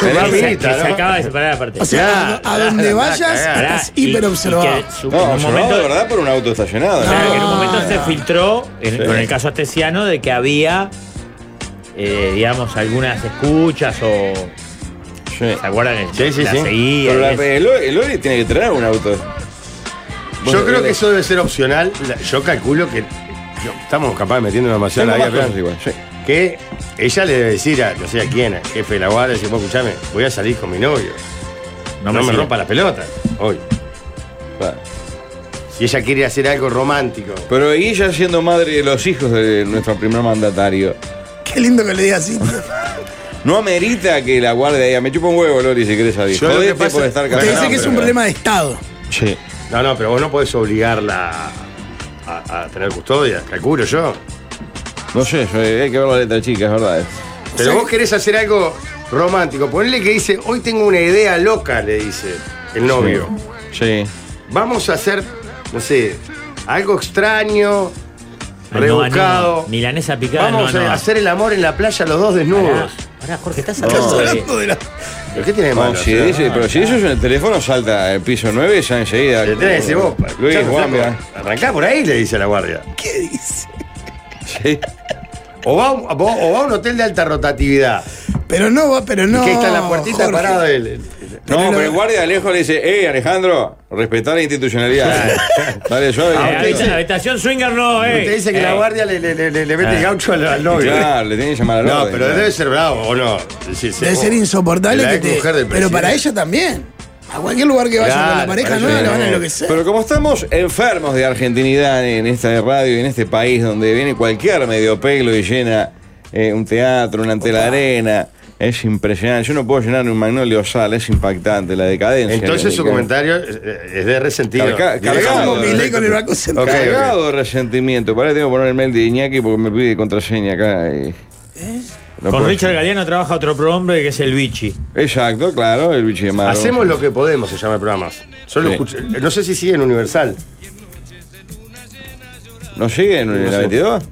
Speaker 1: Una
Speaker 4: Que se-
Speaker 1: minita,
Speaker 4: que se
Speaker 1: ¿no?
Speaker 4: acaba de separar aparte.
Speaker 2: O sea,
Speaker 1: Ya,
Speaker 2: a
Speaker 1: ya,
Speaker 2: donde
Speaker 1: la
Speaker 2: vayas,
Speaker 1: cagada.
Speaker 4: Pará,
Speaker 2: estás
Speaker 4: y- y
Speaker 2: hiper observado.
Speaker 4: que su-
Speaker 3: No,
Speaker 4: en un
Speaker 3: observado,
Speaker 4: momento-
Speaker 3: de verdad por un auto estacionado.
Speaker 4: Claro, que en un
Speaker 2: No,
Speaker 4: momento se
Speaker 2: no.
Speaker 4: filtró, en-
Speaker 3: Sí.
Speaker 4: con el caso Astesiano, de que había, eh, digamos, algunas escuchas o.
Speaker 3: Sí.
Speaker 4: ¿Se acuerdan?
Speaker 1: Sí, sí,
Speaker 4: la
Speaker 1: sí.
Speaker 4: seguía
Speaker 3: Pero
Speaker 4: y
Speaker 3: la-
Speaker 4: eso.
Speaker 3: el, Ori- el Ori tiene que traer un auto.
Speaker 1: Yo creo que eso debe ser opcional. La- Yo calculo que. yo- estamos capaz de metiendo una
Speaker 3: Tengo
Speaker 1: masión
Speaker 3: más
Speaker 1: ahí,
Speaker 3: cosas
Speaker 1: pero-
Speaker 3: igual, sí.
Speaker 1: Que ella le debe decir a no sé a quién, al jefe de la guardia, decir, vos escuchame, voy a salir con mi novio. No, me,
Speaker 4: sirve.
Speaker 1: rompa la pelota hoy.
Speaker 3: Claro.
Speaker 1: Si ella quiere hacer algo romántico.
Speaker 3: Pero ella siendo madre de los hijos de nuestro primer mandatario,
Speaker 2: Qué lindo que le diga así.
Speaker 3: no amerita que la guarde ahí. Me chupa un huevo, Lori, si querés salir.
Speaker 1: Yo lo que
Speaker 3: Jodete
Speaker 1: pasa-
Speaker 3: por estar
Speaker 1: Te
Speaker 2: Te
Speaker 1: Claro,
Speaker 2: dice
Speaker 1: no,
Speaker 2: que es
Speaker 1: pero-
Speaker 2: un problema de Estado.
Speaker 3: Sí.
Speaker 1: No, no, pero vos no podés obligarla a, a- a tener custodia, calculo yo.
Speaker 3: No sé, yo- eh, hay que ver la letra chica, es verdad.
Speaker 1: Pero
Speaker 2: Sí.
Speaker 1: vos querés hacer algo romántico. Ponle que dice, hoy tengo una idea loca, le dice el novio.
Speaker 3: Sí.
Speaker 1: Vamos a hacer, no sé, algo extraño,
Speaker 4: Ay, no,
Speaker 1: rebuscado.
Speaker 4: no, no. Milanesa picada,
Speaker 1: Vamos
Speaker 4: no,
Speaker 1: a
Speaker 4: no.
Speaker 1: hacer el amor en la playa los dos
Speaker 4: Pará,
Speaker 1: desnudos.
Speaker 4: pará, Jorge, estás
Speaker 2: Estás
Speaker 4: hablando de.
Speaker 2: hablando de la-
Speaker 1: ¿Pero qué tiene de malo?
Speaker 3: No, si
Speaker 1: señor?
Speaker 3: dice- pero si eso es en el teléfono, salta el piso 9 ya enseguida.
Speaker 1: Le tenés que decir vos,
Speaker 3: Luis,
Speaker 1: Chaco,
Speaker 3: Juan,
Speaker 1: flaco,
Speaker 3: mira.
Speaker 1: Arrancá por ahí, le dice a la guardia.
Speaker 2: ¿Qué dice?
Speaker 3: Sí.
Speaker 1: O va, a un- o va a un hotel de alta rotatividad.
Speaker 2: Pero no, va- pero no.
Speaker 1: que ahí está en la puertita
Speaker 2: Jorge.
Speaker 1: parado el- el-
Speaker 3: No,
Speaker 2: Pero
Speaker 3: pero
Speaker 2: lo-
Speaker 3: el guardia de lejos le dice, eh, Alejandro, respetar la institucionalidad. *laughs* Dale, suave.
Speaker 4: Eh,
Speaker 1: Ah,
Speaker 3: que-
Speaker 1: usted-
Speaker 4: habita- habitación swinger no, eh.
Speaker 1: Te dice que la
Speaker 4: Eh,
Speaker 1: guardia le, le- le- le- le mete
Speaker 4: Ah.
Speaker 1: gaucho al, al novio.
Speaker 3: Claro, le tienen que llamar al
Speaker 1: No,
Speaker 3: orden,
Speaker 1: pero
Speaker 3: claro.
Speaker 1: debe ser bravo, ¿o no? Sí, sí,
Speaker 2: Debe
Speaker 1: vos.
Speaker 2: ser insoportable
Speaker 1: La
Speaker 2: que
Speaker 1: ex
Speaker 2: te-
Speaker 1: mujer del
Speaker 2: Pero para
Speaker 1: presidente.
Speaker 2: ella también. A cualquier lugar que vaya
Speaker 1: Claro,
Speaker 2: con la pareja
Speaker 1: para
Speaker 2: nueva
Speaker 1: ella
Speaker 2: le van a
Speaker 1: no.
Speaker 2: enloquecer.
Speaker 3: Pero como estamos enfermos de argentinidad en esta radio y en este país donde viene cualquier medio pelo y llena eh, un teatro, una antela de arena, es impresionante. Yo no puedo llenar un magnolio sal, es impactante la decadencia.
Speaker 1: Entonces su
Speaker 3: La decadencia.
Speaker 1: comentario es, es de resentido.
Speaker 3: Carga-
Speaker 1: Directo.
Speaker 3: cargado.
Speaker 2: Como Milei con el Banco Central.
Speaker 1: Ok, ok.
Speaker 3: Cargado de resentimiento. Pará, tengo que poner el mail de Iñaki porque me pide contraseña acá. y- No
Speaker 4: ¿Eh? Con
Speaker 3: puedo.
Speaker 4: Richard Galeano trabaja otro prohombre que es el bichi.
Speaker 3: Exacto, claro, el bicho de Maro.
Speaker 1: Hacemos lo que podemos, se llama el programa. Yo lo
Speaker 3: Sí.
Speaker 1: escuché- No sé si sigue en Universal.
Speaker 3: ¿Nos siguen en la 22?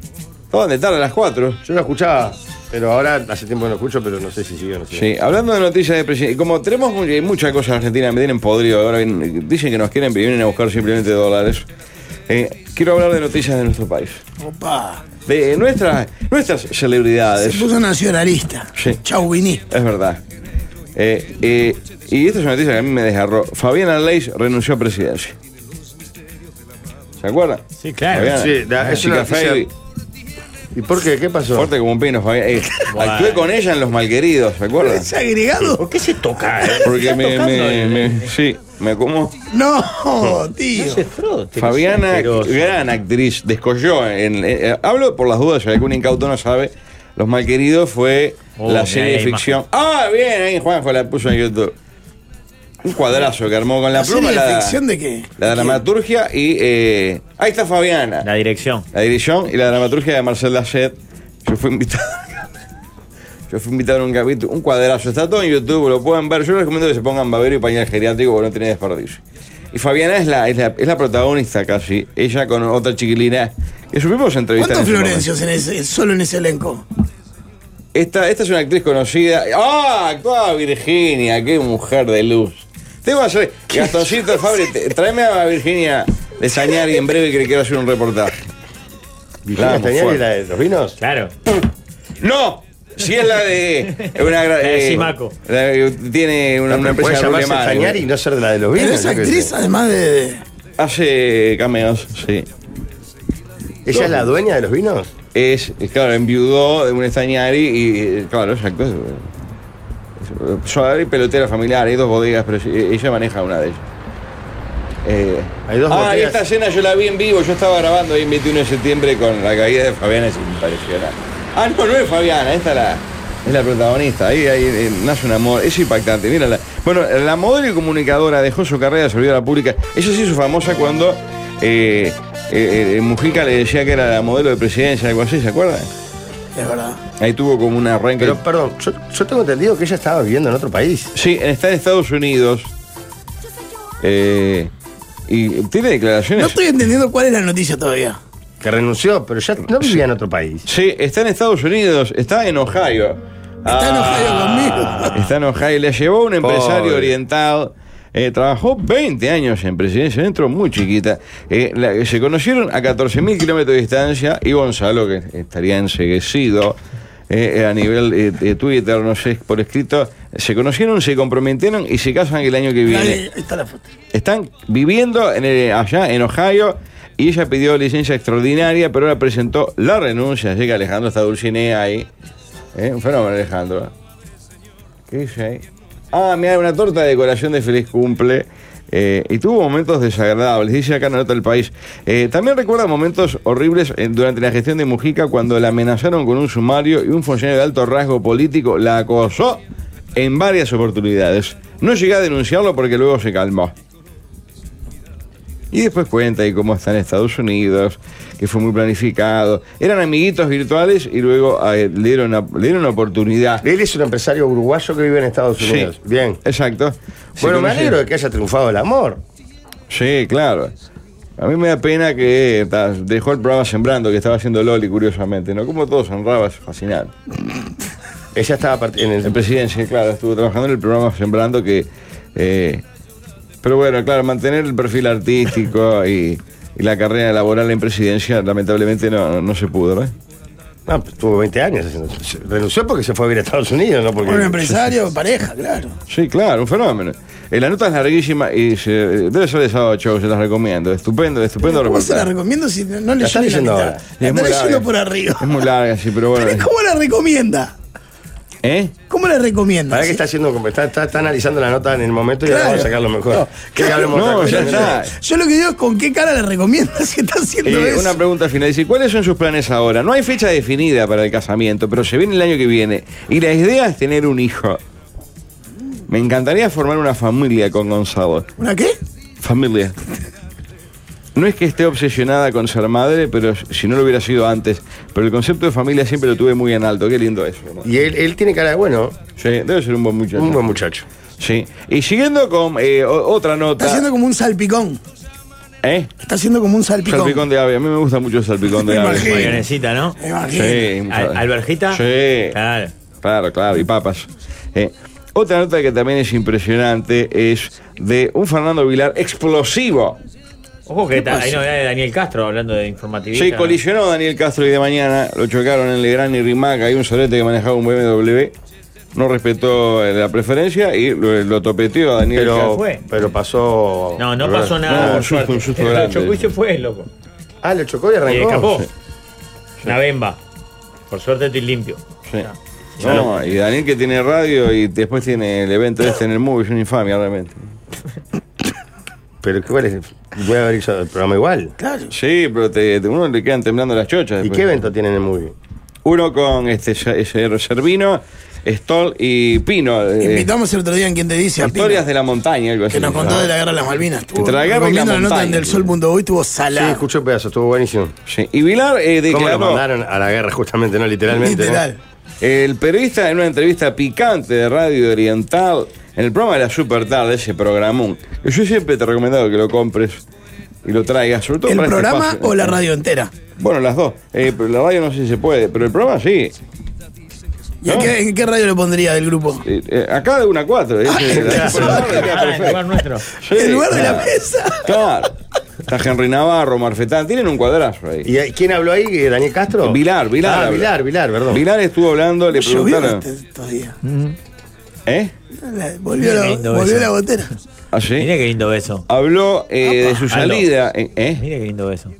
Speaker 3: ¿Dónde están a las 4?
Speaker 1: Yo lo escuchaba, pero ahora hace tiempo que no escucho, pero no sé si sigue o no sigue.
Speaker 3: Sí, hablando de noticias de presidente, como tenemos mu- eh, muchas cosas en Argentina, me tienen podrido, ahora vienen- eh, dicen que nos quieren, pero vienen a buscar simplemente dólares. Eh, quiero hablar de noticias de nuestro país,
Speaker 2: Opa.
Speaker 3: de nuestras, nuestras celebridades.
Speaker 2: Se puso nacionalista.
Speaker 3: Sí.
Speaker 2: Chauvinista.
Speaker 3: Es verdad. Eh, eh, y esta es una noticia que a mí me desgarró. Fabiana Leis renunció a presidencia. ¿Se acuerdan?
Speaker 4: Sí, claro.
Speaker 3: Fabiana,
Speaker 1: Eh, Sí, da-
Speaker 3: una
Speaker 1: es una
Speaker 3: chica
Speaker 1: noticia-
Speaker 3: fea y
Speaker 1: ¿Y por qué? ¿Qué pasó?
Speaker 3: fuerte como un pino. Fabiana. Eh,
Speaker 4: Bueno.
Speaker 3: Actué con ella en Los Malqueridos, ¿se
Speaker 1: *laughs*
Speaker 3: acuerdan?
Speaker 2: ¿Se ha agregado?
Speaker 4: ¿Por qué se toca? eh?
Speaker 3: Porque
Speaker 4: Estás
Speaker 3: me,
Speaker 4: tocando
Speaker 3: me-
Speaker 4: el-
Speaker 3: me- sí, me como.
Speaker 2: *laughs* No, tío.
Speaker 4: Ese frote,
Speaker 3: Fabiana,
Speaker 4: ese asqueroso.
Speaker 3: gran actriz, descolló. En, eh, eh, hablo por las dudas, si algún incauto no sabe. Los Malqueridos fue
Speaker 4: Oh,
Speaker 3: la
Speaker 4: mira
Speaker 3: serie de
Speaker 4: la
Speaker 3: ficción. Ah, bien, ahí Juanjo la puso en YouTube. Un cuadrazo que armó con la,
Speaker 2: ¿La
Speaker 3: pluma.
Speaker 2: serie de
Speaker 3: la,
Speaker 2: ficción de qué?
Speaker 3: La dramaturgia y. eh, ahí está Fabiana.
Speaker 4: La dirección.
Speaker 3: La dirección y la dramaturgia de Marcel Lachet. Yo fui invitado. *laughs* Yo fui invitado a un capítulo, un cuadrazo. Está todo en YouTube, lo pueden ver. Yo les recomiendo que se pongan babero y pañal geriátrico porque no tiene desperdicio. Y Fabiana es la, es la, es la protagonista casi. Ella con otra chiquilina que supimos entrevistar.
Speaker 2: ¿Cuántos
Speaker 3: en su
Speaker 2: Florencios en ese, solo en ese elenco?
Speaker 3: momento. Esta, esta es una actriz conocida. ¡Ah! Actuaba Virginia, qué mujer de luz. Te voy a
Speaker 1: *laughs*
Speaker 3: hacer. Gastoncito Fabri, te- tráeme a Virginia de Sañar y en breve que le quiero hacer un reportaje.
Speaker 1: ¿Virginia
Speaker 3: La amo,
Speaker 1: Castañeda y
Speaker 3: fuerte.
Speaker 1: la de los vinos?
Speaker 4: Claro.
Speaker 3: No, si es la de. es Una, gra-
Speaker 4: La de
Speaker 3: eh,
Speaker 4: Simaco.
Speaker 3: la que tiene una,
Speaker 1: No,
Speaker 3: una
Speaker 1: pero
Speaker 3: empresa
Speaker 1: puede
Speaker 3: de
Speaker 1: llamarse
Speaker 3: Rulemán,
Speaker 1: Castañari y no ser de la de los vinos.
Speaker 2: Pero esa
Speaker 1: yo qué
Speaker 2: actriz,
Speaker 1: sé.
Speaker 2: además de. de-
Speaker 3: Hace cameos, sí.
Speaker 1: ¿Ella es la dueña de los vinos?
Speaker 3: Es, es, claro, enviudó de un Estañari y, eh, claro, exacto. es- es- Suave y pelotera familiar, hay dos bodegas, pero sí, e-, ella maneja una de ellas. Eh,
Speaker 1: Hay dos
Speaker 3: ah, y
Speaker 1: bodegas.
Speaker 3: esta escena yo la vi en vivo, yo estaba grabando ahí el 21 de septiembre con la caída de Fabiana, es impresionante. Ah, no, no es Fabiana, esta la- es la protagonista, ahí, ahí eh, nace un amor, es impactante, mírala. Bueno, la modelo y comunicadora dejó su carrera de servidora pública, ella se hizo famosa cuando eh, eh, eh, Mujica le decía que era la modelo de presidencia, algo así, ¿se acuerdan?
Speaker 2: Es verdad.
Speaker 3: Ahí tuvo como un arranque.
Speaker 1: Pero, perdón, yo, yo tengo entendido que ella estaba viviendo en otro país.
Speaker 3: Sí, está en Estados Unidos. Eh, y tiene declaraciones.
Speaker 2: No estoy entendiendo cuál es la noticia todavía.
Speaker 1: Que renunció, pero ya no vivía en otro país.
Speaker 3: Sí, está en Estados Unidos, está en Ohio.
Speaker 2: Está
Speaker 3: Ah,
Speaker 2: enojado conmigo.
Speaker 3: Está en Ohio. Le llevó un empresario
Speaker 1: Pobre.
Speaker 3: oriental. eh, trabajó 20 años en presidencia, entró muy chiquita. Eh, la- se conocieron a 14.000 kilómetros de distancia y Gonzalo, que estaría enseguecido eh, eh, a nivel eh, de Twitter, no sé, por escrito, se conocieron, se comprometieron y se casan el año que viene.
Speaker 2: Ahí ahí está la foto.
Speaker 3: Están viviendo en el- allá en Ohio y ella pidió licencia extraordinaria, pero ahora presentó la renuncia. Llega Alejandro, está Dulcinea ahí. ¿Eh? Un fenómeno, Alejandro. ¿Qué dice ahí? Ah, mira, una torta de decoración de feliz cumple. Eh, y tuvo momentos desagradables, dice acá en la nota del país. Eh, también recuerda momentos horribles eh, durante la gestión de Mujica cuando la amenazaron con un sumario y un funcionario de alto rasgo político la acosó en varias oportunidades. No llegué a denunciarlo porque luego se calmó. Y después cuenta y cómo está en Estados Unidos, que fue muy planificado. Eran amiguitos virtuales y luego eh, le, dieron una, le dieron una oportunidad.
Speaker 1: Él es un empresario uruguayo que vive en Estados
Speaker 3: Sí.
Speaker 1: Unidos. Bien.
Speaker 3: Exacto. Se
Speaker 1: Bueno,
Speaker 3: conocieron.
Speaker 1: me alegro de que haya triunfado el amor.
Speaker 3: Sí, claro. A mí me da pena que eh, ta, dejó el programa sembrando, que estaba haciendo Loli, curiosamente, ¿no? Como todos en rabas, fascinante.
Speaker 1: Ella estaba part- en
Speaker 3: El
Speaker 1: el.
Speaker 3: presidente, claro, estuvo trabajando en el programa Sembrando que... eh, pero bueno, claro, mantener el perfil
Speaker 1: *laughs*
Speaker 3: artístico y, y la carrera laboral en presidencia lamentablemente no, no se pudo, ¿no?
Speaker 1: No, tuvo 20 años. haciendo- se- Renunció porque se fue a vivir a Estados Unidos, ¿no? Porque.
Speaker 2: Un empresario, pareja, claro.
Speaker 3: Sí, claro, un fenómeno. Eh, la nota es larguísima y se- eh, debe ser de sábado, show, se las recomiendo. Estupendo, estupendo
Speaker 2: ¿Cómo se la
Speaker 3: reportaje.
Speaker 2: recomiendo si no, no
Speaker 1: La
Speaker 2: le
Speaker 1: está
Speaker 2: llega la
Speaker 1: leyendo
Speaker 2: mitad?
Speaker 1: ahora.
Speaker 2: La
Speaker 3: Es
Speaker 2: está
Speaker 3: muy
Speaker 2: leyendo
Speaker 3: larga.
Speaker 2: por arriba. *laughs*
Speaker 3: Es muy larga, sí, pero bueno.
Speaker 2: Pero *laughs* ¿Cómo la recomienda?
Speaker 3: ¿Eh?
Speaker 2: ¿Cómo la recomienda?
Speaker 1: Para que
Speaker 2: Sí.
Speaker 1: está haciendo. como- Está, está- está analizando la nota en el momento y ahora
Speaker 2: Claro.
Speaker 1: vamos a sacar lo mejor.
Speaker 2: No,
Speaker 1: ¿Qué hablemos
Speaker 3: No,
Speaker 1: otra cosa?
Speaker 3: ya está.
Speaker 2: Yo lo que digo es con qué cara le recomienda *laughs* si está haciendo
Speaker 3: Eh,
Speaker 2: eso.
Speaker 3: una pregunta final. Dice, ¿cuáles son sus planes ahora? No hay fecha definida para el casamiento, pero se viene el año que viene. Y la idea es tener un hijo. Me encantaría formar una familia con Gonzalo.
Speaker 2: ¿Una qué?
Speaker 3: Familia. No es que esté obsesionada con ser madre, pero si no lo hubiera sido antes. Pero el concepto de familia siempre lo tuve muy en alto. Qué lindo eso. ¿no?
Speaker 1: Y él, él tiene cara de bueno,
Speaker 3: Sí, debe ser un buen muchacho.
Speaker 1: un buen muchacho.
Speaker 3: Sí. Y siguiendo con eh, o- otra
Speaker 2: Está
Speaker 3: nota.
Speaker 2: haciendo como un salpicón.
Speaker 3: ¿Eh?
Speaker 2: Está haciendo como un salpicón.
Speaker 3: Salpicón de ave. A mí me gusta mucho el salpicón de
Speaker 2: Me
Speaker 3: ave.
Speaker 2: imagino.
Speaker 4: Mayonesita, ¿no?
Speaker 2: Me imagino.
Speaker 3: Sí,
Speaker 4: Al-
Speaker 3: muchas-
Speaker 4: ¿Alberjita?
Speaker 3: Sí.
Speaker 4: Claro.
Speaker 3: Claro, claro, y papas. Eh, otra nota que también es impresionante es de un Fernando Vilar explosivo.
Speaker 4: Ojo que ta- hay
Speaker 2: pasó?
Speaker 4: novedades de Daniel Castro hablando de informatividad.
Speaker 3: Se colisionó Daniel Castro y de mañana, lo chocaron en Legrand y Rimac, hay un solete que manejaba un BMW, no respetó eh, la preferencia y lo, lo topeteó a Daniel
Speaker 1: Pero,
Speaker 3: Castro.
Speaker 4: fue.
Speaker 1: pero pasó.
Speaker 4: No, no
Speaker 1: ¿verdad?
Speaker 4: pasó
Speaker 3: No,
Speaker 4: nada. por
Speaker 3: un susto,
Speaker 4: suerte.
Speaker 3: un susto
Speaker 4: El *laughs*
Speaker 3: grande.
Speaker 4: Eh, chocó y se fue, loco.
Speaker 1: Ah, lo chocó y
Speaker 4: Y
Speaker 1: arrancó.
Speaker 4: escapó. Una bemba. Por suerte estoy limpio.
Speaker 3: Sí. No, y Daniel que tiene radio y después tiene el evento este en el movie, es una infamia realmente.
Speaker 1: Pero igual es, voy a ver el programa igual.
Speaker 2: Claro.
Speaker 3: Sí, pero te, te- uno le quedan temblando las chochas.
Speaker 1: ¿Y
Speaker 3: después.
Speaker 1: qué evento tienen en el movie?
Speaker 3: Uno con este ese Servino, Stoll y Pino. eh,
Speaker 2: Invitamos el otro día en quien te dice a
Speaker 3: Historias
Speaker 2: Pino,
Speaker 3: de la montaña, algo así.
Speaker 2: que nos contó de la guerra de las Malvinas. Estuvo,
Speaker 3: Entre la guerra y la
Speaker 2: recomiendo nota en
Speaker 3: montaña.
Speaker 2: del sol.uy, estuvo
Speaker 1: Sí,
Speaker 2: salado.
Speaker 1: escuché un pedazo, estuvo buenísimo.
Speaker 3: Sí, Y Vilar eh,
Speaker 1: ¿Cómo lo
Speaker 3: declaró,
Speaker 1: mandaron a la guerra justamente, no literalmente?
Speaker 2: Literal.
Speaker 3: el periodista en una entrevista picante de Radio Oriental, en el programa de la Super Tarde, ese programón, que yo siempre te he recomendado que lo compres y lo traigas, sobre todo
Speaker 2: ¿El
Speaker 3: para este
Speaker 2: programa
Speaker 3: espacio.
Speaker 2: o la radio entera?
Speaker 3: Bueno, las dos. Eh, pero la radio no sé si se puede, pero el programa sí.
Speaker 2: ¿Y
Speaker 3: No.
Speaker 2: en, qué, en qué radio le pondría del grupo?
Speaker 3: Eh, eh, acá de una a cuatro. eh,
Speaker 4: *laughs*
Speaker 3: eh, *laughs* la Super Tarde queda
Speaker 4: Ah, en
Speaker 3: perfecto.
Speaker 4: lugar nuestro.
Speaker 3: Sí,
Speaker 2: en lugar de la
Speaker 3: claro.
Speaker 2: mesa.
Speaker 3: Claro. Está Henry Navarro, Marfetán, tienen un cuadrazo ahí.
Speaker 1: ¿Y eh, quién habló ahí? eh, ¿Daniel Castro?
Speaker 3: Vilar, Vilar
Speaker 1: Ah,
Speaker 3: habló.
Speaker 1: Vilar, Vilar, perdón.
Speaker 3: Vilar estuvo hablando, le
Speaker 2: Llovió
Speaker 3: preguntaron.
Speaker 2: este- estos días.
Speaker 3: ¿Eh?
Speaker 2: La- Volvió, la,
Speaker 4: Lindo
Speaker 2: volvió
Speaker 4: eso.
Speaker 2: la botera.
Speaker 3: ¿Ah, sí?
Speaker 4: Mira qué lindo beso.
Speaker 3: Habló eh, de su
Speaker 4: Aló.
Speaker 3: salida. eh, ¿Eh?
Speaker 4: Mira qué lindo beso.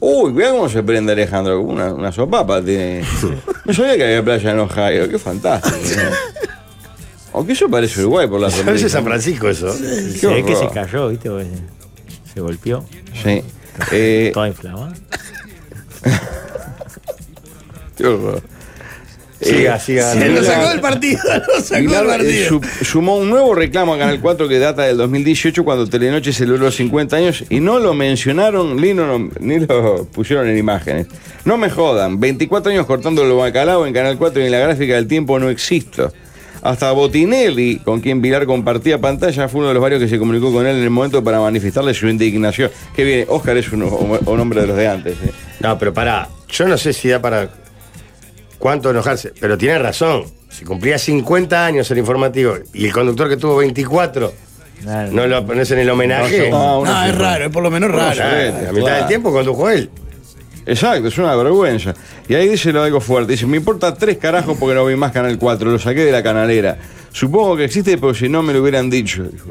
Speaker 3: Uy, cuidado cómo se prende Alejandro. como Una, una sopapa tiene. No sabía que había playa en Ohio. Qué fantástico.
Speaker 4: *laughs*
Speaker 3: ¿no? Aunque eso parece Uruguay
Speaker 1: *laughs*
Speaker 3: por la
Speaker 1: A veces San
Speaker 3: sonrisa.
Speaker 1: Francisco eso.
Speaker 3: Qué
Speaker 4: Se ve que se
Speaker 3: horror.
Speaker 4: cayó, ¿viste? Porque Se, se golpeó.
Speaker 3: Sí. Eh,
Speaker 4: Toda inflamada.
Speaker 3: *laughs* qué horror. Eh,
Speaker 1: Siga, siga.
Speaker 2: Se lo
Speaker 3: Vilar-
Speaker 2: sacó del partido, *laughs* lo sacó
Speaker 3: Vilar,
Speaker 2: del
Speaker 3: eh,
Speaker 2: partido.
Speaker 3: su- sumó un nuevo reclamo a Canal 4 que data del 2018 cuando Telenoche celebró los 50 años y no lo mencionaron ni lo, nom- ni lo *laughs* pusieron en imágenes. No me jodan, 24 años cortando lo bacalao en Canal 4 y en la gráfica del tiempo no existo. Hasta Botinelli, con quien Vilar compartía pantalla, fue uno de los varios que se comunicó con él en el momento para manifestarle su indignación. Qué bien, Oscar es un, ho- un hombre de los de antes. eh.
Speaker 1: No, pero
Speaker 4: Ah.
Speaker 1: pará. Yo no sé si da para cuánto enojarse, pero tiene razón. Si cumplía 50 años el informativo y el conductor que tuvo 24,
Speaker 4: Claro.
Speaker 1: no lo pones en el homenaje.
Speaker 3: Ah, una
Speaker 2: No, es
Speaker 3: sorpresa.
Speaker 2: raro, es por lo menos
Speaker 1: Ah,
Speaker 2: raro.
Speaker 1: a mitad del tiempo condujo él.
Speaker 3: Exacto, es una vergüenza. Y ahí dice lo algo fuerte. Dice, me importa tres carajos porque no vi más Canal 4, lo saqué de la canalera. Supongo que existe, pero si no me lo hubieran dicho. Dijo.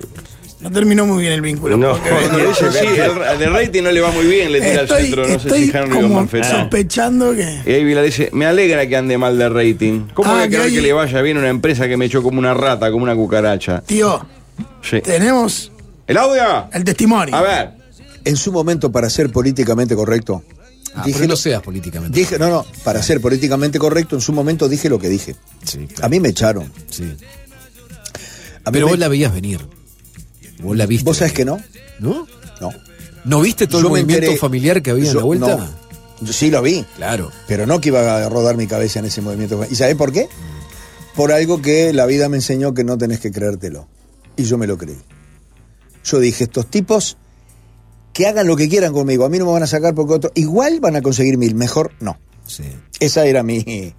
Speaker 2: No terminó muy bien el vínculo.
Speaker 3: *laughs*
Speaker 1: No,
Speaker 2: porque-
Speaker 3: Y dice, sí, el, al de rating no le va muy bien, le tira al
Speaker 2: Estoy,
Speaker 3: centro. No sé
Speaker 2: estoy
Speaker 3: si Henry o
Speaker 2: como
Speaker 3: Manfred.
Speaker 2: sospechando que...
Speaker 3: Y ahí Vila dice, me alegra que ande mal de rating. ¿Cómo
Speaker 2: Ah,
Speaker 3: voy a
Speaker 2: que
Speaker 3: querer
Speaker 2: hay-
Speaker 3: que le vaya bien a una empresa que me echó como una rata, como una cucaracha?
Speaker 2: Tío,
Speaker 3: Sí.
Speaker 2: tenemos
Speaker 3: ¿El audio?
Speaker 2: el testimonio.
Speaker 3: A ver.
Speaker 9: En su momento, para ser políticamente correcto,
Speaker 10: Ah,
Speaker 9: dije,
Speaker 11: Ah, no seas políticamente.
Speaker 9: dije- no, no, para ser políticamente correcto, en su momento dije lo que dije.
Speaker 11: Sí,
Speaker 9: A mí me echaron.
Speaker 11: sí.
Speaker 9: A mí
Speaker 11: Pero
Speaker 9: me-
Speaker 11: vos la veías venir. Vos la viste.
Speaker 9: ¿Vos sabés que no?
Speaker 11: ¿No?
Speaker 9: No.
Speaker 11: ¿No viste todo
Speaker 9: Yo
Speaker 11: el
Speaker 9: me
Speaker 11: movimiento
Speaker 9: enteré-
Speaker 11: familiar que había en
Speaker 9: yo-
Speaker 11: la vuelta?
Speaker 9: no. Yo sí lo vi,
Speaker 11: Claro.
Speaker 9: pero no que iba a rodar mi cabeza en ese movimiento. ¿Y sabés por qué? Por algo que la vida me enseñó que no tenés que creértelo. Y yo me lo creí. Yo dije, estos tipos que hagan lo que quieran conmigo, a mí no me van a sacar porque otro, igual van a conseguir mil, mejor no.
Speaker 11: Sí.
Speaker 9: Esa era mi,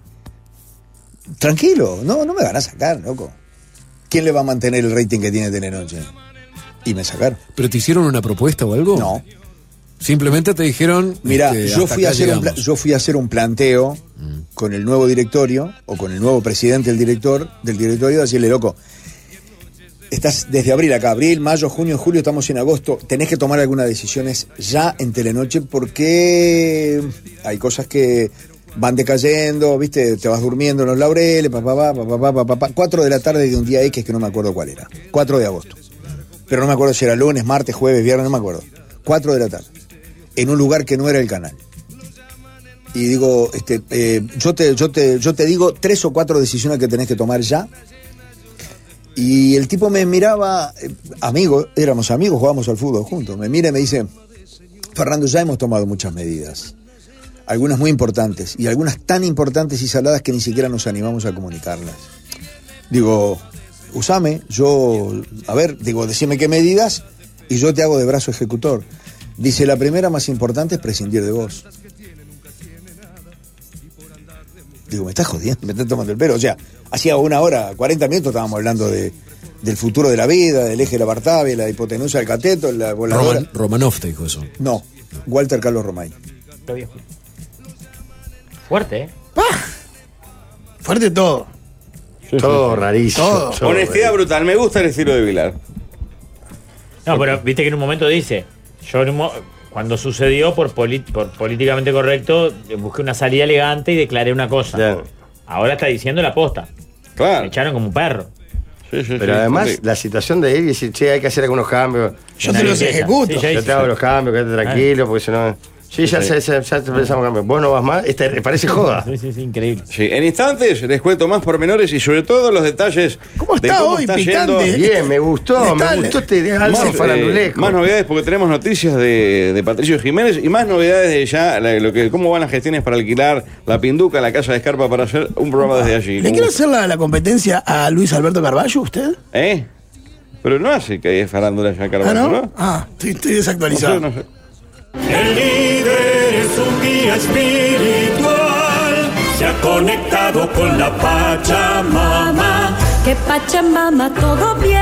Speaker 9: Tranquilo, no, no me van a sacar, loco. ¿Quién le va a mantener el rating que tiene Telenoche? Y me sacaron.
Speaker 11: ¿Pero te hicieron una propuesta o algo?
Speaker 9: No.
Speaker 11: Simplemente te dijeron.
Speaker 9: Mirá,
Speaker 11: este,
Speaker 9: yo,
Speaker 11: hasta
Speaker 9: fui a
Speaker 11: acá
Speaker 9: hacer un pla-
Speaker 11: llegamos. Mm.
Speaker 9: yo fui a hacer un planteo con el nuevo directorio o con el nuevo presidente del director del directorio, decirle, loco, estás desde abril acá, abril, mayo, junio, julio, estamos en agosto, tenés que tomar algunas decisiones ya en Telenoche porque hay cosas que van decayendo, viste, te vas durmiendo en los laureles, papá, papá, papá, papá, papá, 4 de la tarde de un día X que no me acuerdo cuál era, 4 de agosto, pero no me acuerdo si era lunes, martes, jueves, viernes, no me acuerdo, 4 de la tarde, en un lugar que no era el canal y digo, este, eh, yo, te, yo, te, yo te digo tres o cuatro decisiones que tenés que tomar ya. Y el tipo me miraba, eh, amigo, éramos amigos, jugábamos al fútbol juntos. Me mira y me dice, Fernando, ya hemos tomado muchas medidas. Algunas muy importantes y algunas tan importantes y saladas que ni siquiera nos animamos a comunicarlas. Digo, usame, yo, a ver, digo, decime qué medidas y yo te hago de brazo ejecutor. Dice, la primera más importante es prescindir de vos. Digo, me estás jodiendo, me estás tomando el pelo. O sea, hacía una hora, 40 minutos estábamos hablando de, del futuro de la vida, del eje de la Bartavia, la hipotenusa del cateto, la voladora.
Speaker 11: Roman- Romanov te dijo eso.
Speaker 9: No, Walter Carlos Romay.
Speaker 4: Está viejo. Fuerte, ¿eh?
Speaker 2: Fuerte todo.
Speaker 1: Todo rarísimo.
Speaker 2: Todo.
Speaker 1: todo
Speaker 3: Honestidad brutal, me gusta el estilo de Vilar.
Speaker 4: No, pero viste que en un momento dice, yo en un mo- cuando sucedió por, poli- por políticamente correcto, eh, busqué una salida elegante y declaré una cosa.
Speaker 1: Claro.
Speaker 4: Ahora está diciendo la posta. Me
Speaker 3: Claro.
Speaker 4: echaron como un perro.
Speaker 3: Sí, sí,
Speaker 1: Pero
Speaker 3: sí.
Speaker 1: además,
Speaker 3: Sí.
Speaker 1: la situación de él, dice, che, hay que hacer algunos cambios.
Speaker 2: Yo
Speaker 4: Una
Speaker 2: te los
Speaker 4: belleza. Sí,
Speaker 2: ejecuto.
Speaker 4: ya
Speaker 1: Yo
Speaker 4: hice.
Speaker 1: te hago los cambios, quédate tranquilo, porque si no. Sí, ya, se- se- ya te pensamos cambios. Vos no vas más, este, parece joda.
Speaker 4: Sí, sí, sí, increíble.
Speaker 3: Sí, en instantes les cuento más pormenores y sobre todo los detalles
Speaker 2: ¿Cómo
Speaker 3: de
Speaker 2: está
Speaker 3: cómo
Speaker 2: hoy,
Speaker 3: está
Speaker 2: picante?
Speaker 3: yendo
Speaker 1: Bien, me gustó, me
Speaker 2: Dale.
Speaker 1: gustó este
Speaker 3: Más,
Speaker 1: alza
Speaker 3: eh,
Speaker 1: farandulesco.
Speaker 3: más novedades porque tenemos noticias de, de Patricio Jiménez y más novedades de ya la- lo que, cómo van las gestiones para alquilar la pinduca, la casa de escarpa para hacer un programa
Speaker 2: Ah,
Speaker 3: desde allí.
Speaker 2: ¿Le quiere hacer la, la competencia a Luis Alberto Carballo usted?
Speaker 3: ¿Eh? Pero no hace que haya farándula ya
Speaker 2: ¿Ah,
Speaker 3: Carvalho,
Speaker 2: no?
Speaker 3: ¿no?
Speaker 2: Ah, estoy, estoy
Speaker 3: No sé,
Speaker 2: desactualizado.
Speaker 3: no sé.
Speaker 7: El líder es un guía espiritual, se ha conectado con la Pachamama.
Speaker 12: Que Pachamama, todo bien.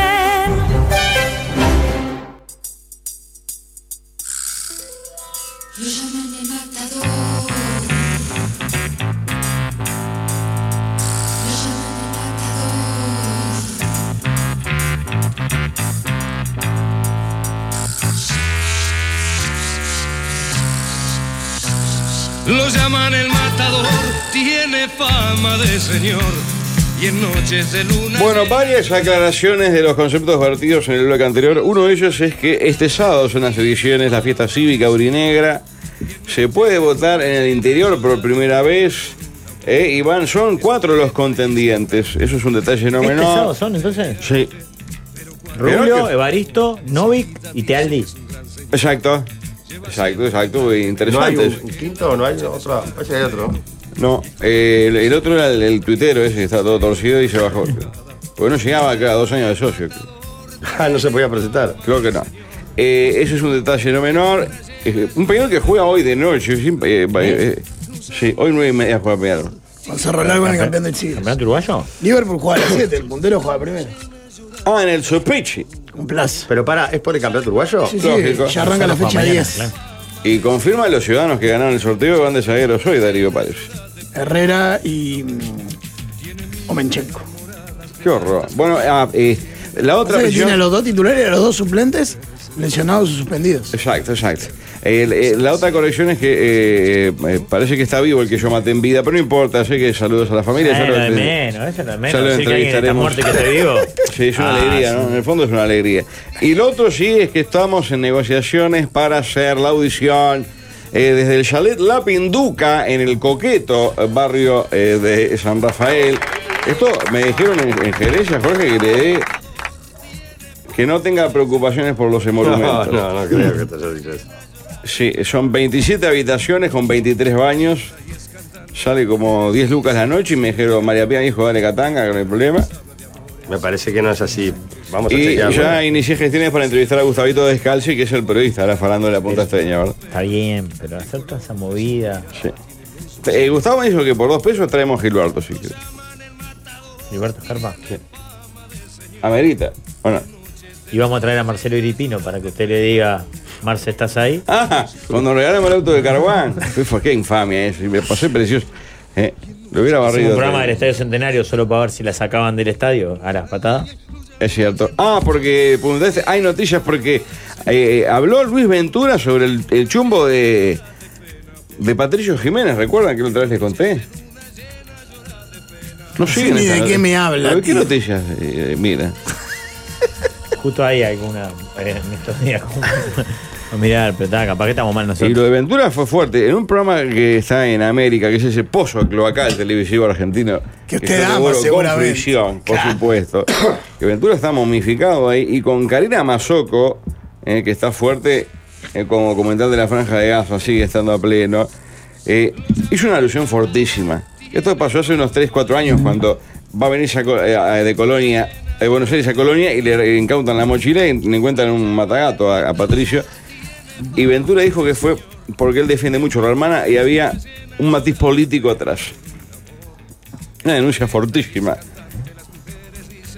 Speaker 8: Lo llaman el matador, tiene fama de señor. Y en noches de luna.
Speaker 3: Bueno,
Speaker 8: llena-
Speaker 3: varias aclaraciones de los conceptos vertidos en el bloque anterior. Uno de ellos es que este sábado son las ediciones, la fiesta cívica urinegra. Se puede votar en el interior por primera vez. eh, y van, son cuatro los contendientes. Eso es un detalle no
Speaker 4: ¿Este sábado
Speaker 3: menor.
Speaker 4: son entonces?
Speaker 3: Sí,
Speaker 4: Rubio,
Speaker 3: que-
Speaker 4: Evaristo, Novik y Tealdi.
Speaker 3: exacto. Exacto, exacto.
Speaker 1: ¿No hay
Speaker 3: Interesante.
Speaker 1: un quinto no hay otro? Parece que hay otro.
Speaker 3: No, eh, el, el otro era el, el tuitero ese que está todo torcido y se bajó. Porque no llegaba acá a dos años de socio.
Speaker 1: *laughs* Ah, no se podía presentar.
Speaker 3: Creo que no. Eh, ese es un detalle no menor. Eh, un Peñarol que juega hoy de noche. Sí, eh, eh, sí, hoy nueve y media juega Peñarol.
Speaker 2: Cerro Largo en el campeón del Chile.
Speaker 4: ¿Campeonato uruguayo?
Speaker 2: Liverpool juega a las 7, el puntero juega primero.
Speaker 3: Ah, en el Sopechi.
Speaker 2: Un plazo.
Speaker 1: Pero para, ¿es por el campeonato uruguayo?
Speaker 2: Sí, sí,
Speaker 3: Lógico.
Speaker 2: ya arranca la fecha 10.
Speaker 3: Y confirma a los ciudadanos que ganaron el sorteo que van de zagueros hoy, Darío Párez.
Speaker 2: Herrera y. mm, Omenchenko.
Speaker 3: Qué horror. Bueno, ah, eh, la otra
Speaker 2: Pasa que
Speaker 3: opción-
Speaker 2: tiene a los dos titulares y a los dos suplentes lesionados o suspendidos.
Speaker 3: Exacto, exacto. El- el- Eh, la otra corrección es que eh, eh, parece que está vivo el que yo maté en vida, pero no importa, así que saludos a la familia.
Speaker 4: Eso
Speaker 3: ya
Speaker 4: es
Speaker 3: lo
Speaker 4: Ah, lo de
Speaker 3: entendí.
Speaker 4: menos, eso es lo de menos.
Speaker 3: Ya lo
Speaker 4: Decir que alguien está
Speaker 3: entrevistaremos.
Speaker 4: muerto y que esté vivo.
Speaker 3: Sí, es una
Speaker 4: Ah,
Speaker 3: alegría, ¿no? En el fondo es una alegría. Y lo otro sí es que estamos en negociaciones para hacer la audición eh, desde el chalet La Pinduca en el coqueto eh, barrio eh, de San Rafael. Esto me dijeron en, en Gerencia, Jorge, que le dé- que no tenga preocupaciones por los
Speaker 1: *laughs* No,
Speaker 3: emolumentos.
Speaker 1: no, no creo que te haya dicho eso.
Speaker 3: Sí, son 27 habitaciones con 23 baños. Sale como 10 lucas la noche y me dijeron, María Pía, hijo, dale catanga, que no hay problema.
Speaker 1: Me parece que no es así. Vamos a
Speaker 3: Y
Speaker 1: chequear.
Speaker 3: ya
Speaker 1: bueno.
Speaker 3: inicié gestiones para entrevistar a Gustavito Descalzi, que es el periodista, ahora falando de la punta esteña, ¿verdad?
Speaker 4: Está bien, pero hacer toda esa movida.
Speaker 3: Sí. Eh, Gustavo me dijo que por dos pesos traemos Gilberto, si quieres.
Speaker 4: Gilberto Escarpa.
Speaker 3: Amerita. Bueno.
Speaker 4: Y vamos a traer a Marcelo Iripino para que usted le diga, Marce, ¿estás ahí?
Speaker 3: Ah, *laughs* cuando regalamos el auto de
Speaker 4: *laughs*
Speaker 3: Carván. Fui, fue, qué infamia eso. y Me pasé precioso. Eh, lo hubiera
Speaker 4: Hicimos
Speaker 3: barrido.
Speaker 4: un programa del Estadio Centenario solo para ver si la sacaban del estadio a las patadas.
Speaker 3: Es cierto. Ah, porque preguntaste, hay noticias porque eh, habló Luis Ventura sobre el, el chumbo de, de Patricio Jiménez, ¿recuerdan que la otra vez les conté? No
Speaker 2: sé
Speaker 3: siguen
Speaker 2: ni
Speaker 3: esa
Speaker 2: de
Speaker 3: nota-
Speaker 2: qué me habla,
Speaker 3: Pero, ¿Qué
Speaker 2: tío.
Speaker 3: noticias? Eh, mira.
Speaker 4: Justo ahí alguna eh, en estos días. Mirá, pero está, capaz que estamos mal nosotros.
Speaker 3: Y lo de Ventura fue fuerte. En un programa que está en América, que es ese pozo cloacal televisivo argentino.
Speaker 2: Que
Speaker 3: yo
Speaker 2: usted ama,
Speaker 3: devoro con
Speaker 2: seguramente.
Speaker 3: fruición, por
Speaker 2: *coughs*
Speaker 3: supuesto. que Ventura está momificado ahí. Y con Karina Mazoco, eh, que está fuerte eh, como comandante de la Franja de Gaza, sigue estando a pleno, eh, hizo una alusión fortísima. Esto pasó hace unos 3, 4 años cuando va a venir Jaco- eh, a- de Colonia, de Buenos Aires a Colonia y le incautan la mochila y le encuentran un matagato a- a Patricio. Y Ventura dijo que fue porque él defiende mucho a la hermana y había un matiz político atrás. Una denuncia fortísima.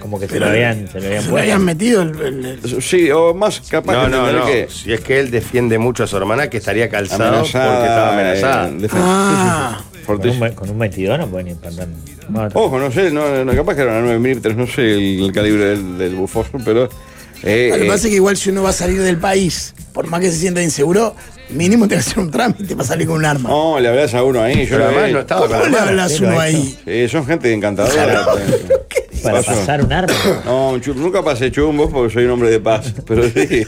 Speaker 4: Como que se lo habían, se lo habían
Speaker 2: Se le habían metido el- el- el-
Speaker 3: Sí, o más capaz
Speaker 1: No,
Speaker 3: de
Speaker 1: no,
Speaker 3: entender
Speaker 1: no.
Speaker 3: que-
Speaker 1: Si es que él defiende mucho a su hermana, que estaría calzado
Speaker 3: Amenazada,
Speaker 1: porque estaba
Speaker 3: eh,
Speaker 1: amenazada.
Speaker 3: defen-
Speaker 2: Ah.
Speaker 4: Con un, con un 22 no pueden ir pantalón.
Speaker 3: Ojo, no sé, no, no, capaz que era una 9 milímetros, no sé el, el calibre del, del bufoso, pero. eh,
Speaker 2: Lo que
Speaker 3: eh,
Speaker 2: pasa es que igual si uno va a salir del país, por más que se sienta inseguro, mínimo tiene que hacer un trámite para salir con un arma.
Speaker 3: no, oh, le hablas a uno ahí. Yo
Speaker 1: Pero
Speaker 3: lo
Speaker 1: además
Speaker 3: vi.
Speaker 1: no estaba con
Speaker 2: ¿Cómo
Speaker 1: la
Speaker 2: le
Speaker 1: hermana.
Speaker 2: hablas
Speaker 4: sí, ¿eh? lo
Speaker 2: uno
Speaker 4: ha hecho.
Speaker 2: ahí?
Speaker 3: Sí, son gente encantadora.
Speaker 4: *laughs* Para
Speaker 3: Paso.
Speaker 4: pasar un arma.
Speaker 3: No, chu- nunca pasé chumbos porque soy un hombre de paz, pero
Speaker 4: *laughs*
Speaker 3: sí.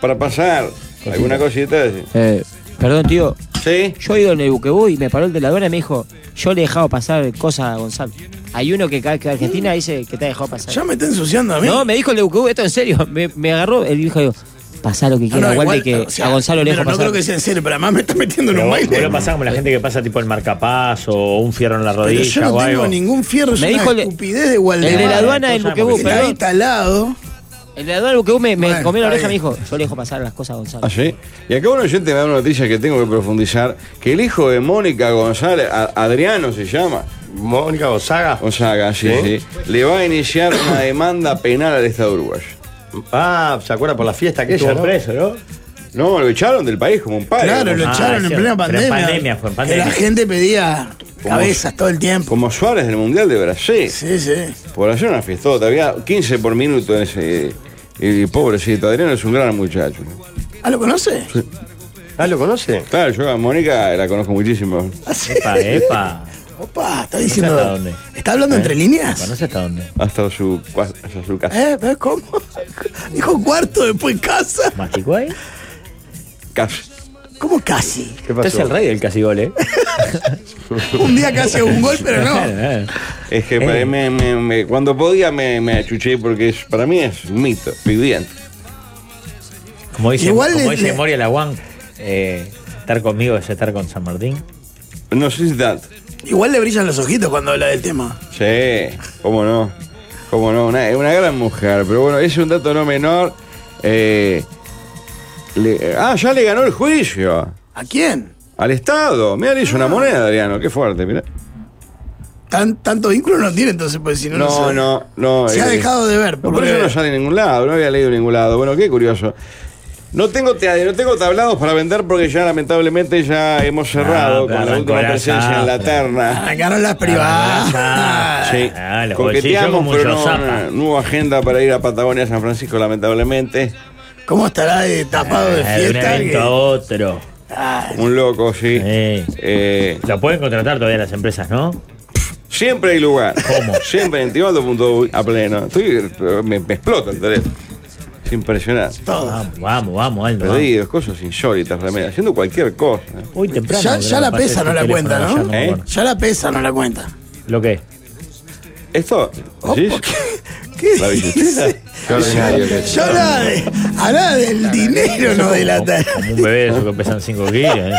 Speaker 3: Para pasar alguna cosita. sí.
Speaker 6: Eh, perdón, tío.
Speaker 3: Sí.
Speaker 6: Yo he ido en el buquebú y me paró el de la aduana y me dijo, yo le he dejado pasar cosas a Gonzalo. Hay uno que cada vez que va a Argentina dice que te ha dejado pasar.
Speaker 2: Ya me está ensuciando a mí.
Speaker 6: No, me dijo el de buquebú, esto en serio. Me, me agarró, el viejo dijo, pasá lo que
Speaker 2: No, no,
Speaker 6: quieras, igual de que
Speaker 2: o sea,
Speaker 6: a Gonzalo le
Speaker 2: pero
Speaker 6: dejo
Speaker 2: no
Speaker 6: pasar.
Speaker 2: creo que sea en serio, pero además me está metiendo en
Speaker 4: Pero
Speaker 2: un
Speaker 4: vos, vos
Speaker 2: baile.
Speaker 4: lo pasás como la gente que pasa tipo el marcapaz o un fierro en la
Speaker 2: Pero
Speaker 4: rodilla
Speaker 2: yo no
Speaker 4: o
Speaker 2: tengo
Speaker 4: algo.
Speaker 2: ningún fierro, es
Speaker 6: Me
Speaker 2: una
Speaker 6: dijo el-
Speaker 2: estupidez de Gualdemar.
Speaker 6: el de la aduana del
Speaker 4: entonces,
Speaker 6: buquebú,
Speaker 2: Está ahí
Speaker 6: perdón.
Speaker 2: talado.
Speaker 6: El de la aduana del buquebú me, me
Speaker 2: Bueno,
Speaker 6: comió la oreja
Speaker 2: está
Speaker 6: y me
Speaker 2: bien.
Speaker 6: dijo, yo le dejo pasar las cosas a Gonzalo.
Speaker 3: Ah, sí. Y acá un oyente me da una noticia que tengo que profundizar, que el hijo de Mónica González, a- Adriano se llama,
Speaker 1: Mónica Gonzaga.
Speaker 3: Gonzaga, sí,
Speaker 1: ¿Sí?
Speaker 3: sí, le va a iniciar una demanda penal al Estado uruguayo.
Speaker 1: Ah, ¿se acuerda por la fiesta aquella?
Speaker 4: Estuvo
Speaker 1: ¿no?
Speaker 4: preso, ¿no?
Speaker 3: No, lo echaron del país como un padre.
Speaker 2: Claro,
Speaker 3: como,
Speaker 2: lo
Speaker 4: Ah,
Speaker 2: echaron
Speaker 4: es
Speaker 2: en
Speaker 4: cierto.
Speaker 2: plena
Speaker 4: Pero
Speaker 2: pandemia.
Speaker 4: en pandemia fue, en
Speaker 2: Que
Speaker 4: pandemia.
Speaker 2: La gente pedía cabezas todo el tiempo.
Speaker 3: como Suárez del Mundial de Brasil.
Speaker 2: Sí, sí.
Speaker 3: Por hacer una fiestota, había 15 por minuto en ese... Y pobrecito, Adriano es un gran muchacho.
Speaker 2: ¿Ah, lo conoce?
Speaker 1: Ah, ¿lo conoce?
Speaker 3: Claro, yo a Mónica la conozco muchísimo.
Speaker 2: Ah,
Speaker 3: *laughs*
Speaker 2: sí.
Speaker 4: Epa, epa.
Speaker 2: Opa, está diciendo.
Speaker 4: hasta dónde. ¿Eh?
Speaker 2: ¿Está hablando
Speaker 3: Eh,
Speaker 2: entre
Speaker 4: Bueno, no
Speaker 2: líneas?
Speaker 4: sé hasta dónde.
Speaker 3: Hasta su, hasta su casa.
Speaker 2: ¿Eh? ¿Ves cómo? Dijo cuarto, después casa.
Speaker 4: ¿Masticó ahí?
Speaker 3: Casi.
Speaker 2: ¿Cómo casi?
Speaker 1: ¿Qué
Speaker 4: Usted Este es
Speaker 1: pasó?
Speaker 4: el rey del casigol, ¿eh?
Speaker 2: *laughs* Un día casi hago un gol,
Speaker 4: *laughs*
Speaker 2: pero no.
Speaker 4: Claro,
Speaker 3: Es que
Speaker 4: Eh.
Speaker 3: para- me- me- me- cuando podía me, me achuché porque es- para mí es un mito, viviente.
Speaker 4: Como dice,
Speaker 2: Igual
Speaker 4: como
Speaker 2: le-
Speaker 4: dice
Speaker 2: le-
Speaker 4: Moria Laguán, eh, estar conmigo es estar con San Martín.
Speaker 3: No sé si tanto.
Speaker 2: Igual le brillan los ojitos cuando habla del tema.
Speaker 3: Sí, cómo no. Cómo no, una, una gran mujer. Pero bueno, es un dato no menor. Eh, le- ah, ya le ganó el juicio
Speaker 2: ¿A quién? Ah.
Speaker 3: al Estado. Mira, le hizo una moneda, Adriano. Qué fuerte, mira.
Speaker 2: Tan, tanto vínculo no tiene entonces, pues si no.
Speaker 3: No,
Speaker 2: sé.
Speaker 3: no, no.
Speaker 2: Se ha
Speaker 3: eh,
Speaker 2: dejado de ver.
Speaker 3: No,
Speaker 2: porque-
Speaker 3: por eso no sale en ningún lado, no había leído en ningún lado. Bueno, qué curioso. No tengo, te- no tengo tablados para vender porque ya lamentablemente ya hemos cerrado
Speaker 4: Ah,
Speaker 3: con la
Speaker 4: arrancó
Speaker 3: última
Speaker 4: la
Speaker 3: presencia
Speaker 4: zafra.
Speaker 3: en la terna.
Speaker 2: Arrancaron las privadas.
Speaker 3: Sí,
Speaker 4: Ah, los bolsillos
Speaker 3: coqueteamos,
Speaker 4: como un
Speaker 3: pero no,
Speaker 4: yozapa.
Speaker 3: no, no hubo agenda para ir a Patagonia a San Francisco, lamentablemente.
Speaker 2: ¿Cómo estará de tapado de
Speaker 4: Ah, de un
Speaker 2: fiesta?
Speaker 4: evento a
Speaker 2: que-
Speaker 4: otro.
Speaker 2: Ay,
Speaker 3: Ah, Un loco, sí.
Speaker 4: Eh,
Speaker 3: Eh,
Speaker 4: lo pueden contratar todavía las empresas, ¿no?
Speaker 3: siempre hay lugar.
Speaker 4: ¿Cómo?
Speaker 3: *laughs* Siempre en Tibaldo.uy a pleno. Estoy, me, me explota el teléfono. Es impresionante.
Speaker 2: todo.
Speaker 4: Vamos, vamos, vamos, Aldo. vamos.
Speaker 3: Perdidos, cosas insólitas, realmente, haciendo cualquier cosa.
Speaker 4: Uy, temprano.
Speaker 2: Ya-
Speaker 4: creo
Speaker 2: ya
Speaker 4: que
Speaker 2: la
Speaker 4: pasé
Speaker 2: pesa,
Speaker 4: este
Speaker 2: no la
Speaker 4: teléfono
Speaker 2: cuenta, ¿no?
Speaker 4: ya me
Speaker 3: ¿Eh?
Speaker 4: acuerdo.
Speaker 2: Ya la pesa, no la cuenta.
Speaker 4: ¿Lo qué?
Speaker 3: Esto,
Speaker 2: Oh,
Speaker 3: ¿sí? *laughs*
Speaker 2: ¿por ¿Qué? ¿Qué
Speaker 3: La billetera.
Speaker 2: dice?
Speaker 1: Qué ordinario que es.
Speaker 2: Yo hablaba, de- hablaba del dinero, no de la
Speaker 4: Como,
Speaker 2: tarea.
Speaker 4: como un bebé de esos que pesan 5 kilos. ¿eh?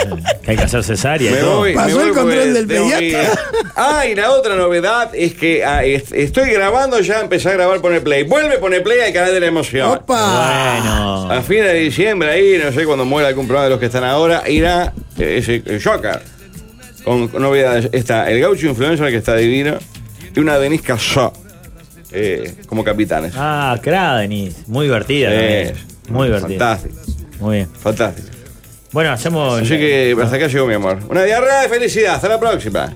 Speaker 4: Que hay que hacer cesárea. y
Speaker 3: Me
Speaker 4: todo.
Speaker 3: voy,
Speaker 2: Pasó
Speaker 3: me voy
Speaker 2: el
Speaker 3: porque
Speaker 2: control del
Speaker 3: tengo que
Speaker 2: pediatra. *laughs*
Speaker 3: ir. Ah, y la otra novedad es que ah, es- estoy grabando ya, empecé a grabar Pone Play. Vuelve Pone Play al canal de la emoción.
Speaker 2: ¡Opa!
Speaker 4: Bueno.
Speaker 3: A fines de diciembre, ahí, no sé, cuando muera algún programa de los que están ahora, irá eh, ese eh, Joker. Con, con novedades. Está el gaucho influencer que está divino. de una Denise Cachá eh, como capitanes.
Speaker 4: Ah, claro, Denise. Muy divertida.
Speaker 3: Eh,
Speaker 4: también. Muy divertida.
Speaker 3: Fantástico.
Speaker 4: Muy bien.
Speaker 3: Fantástico.
Speaker 4: Bueno, hacemos.
Speaker 3: Así que hasta acá llegó mi amor. Una diarrea de felicidad. Hasta la próxima.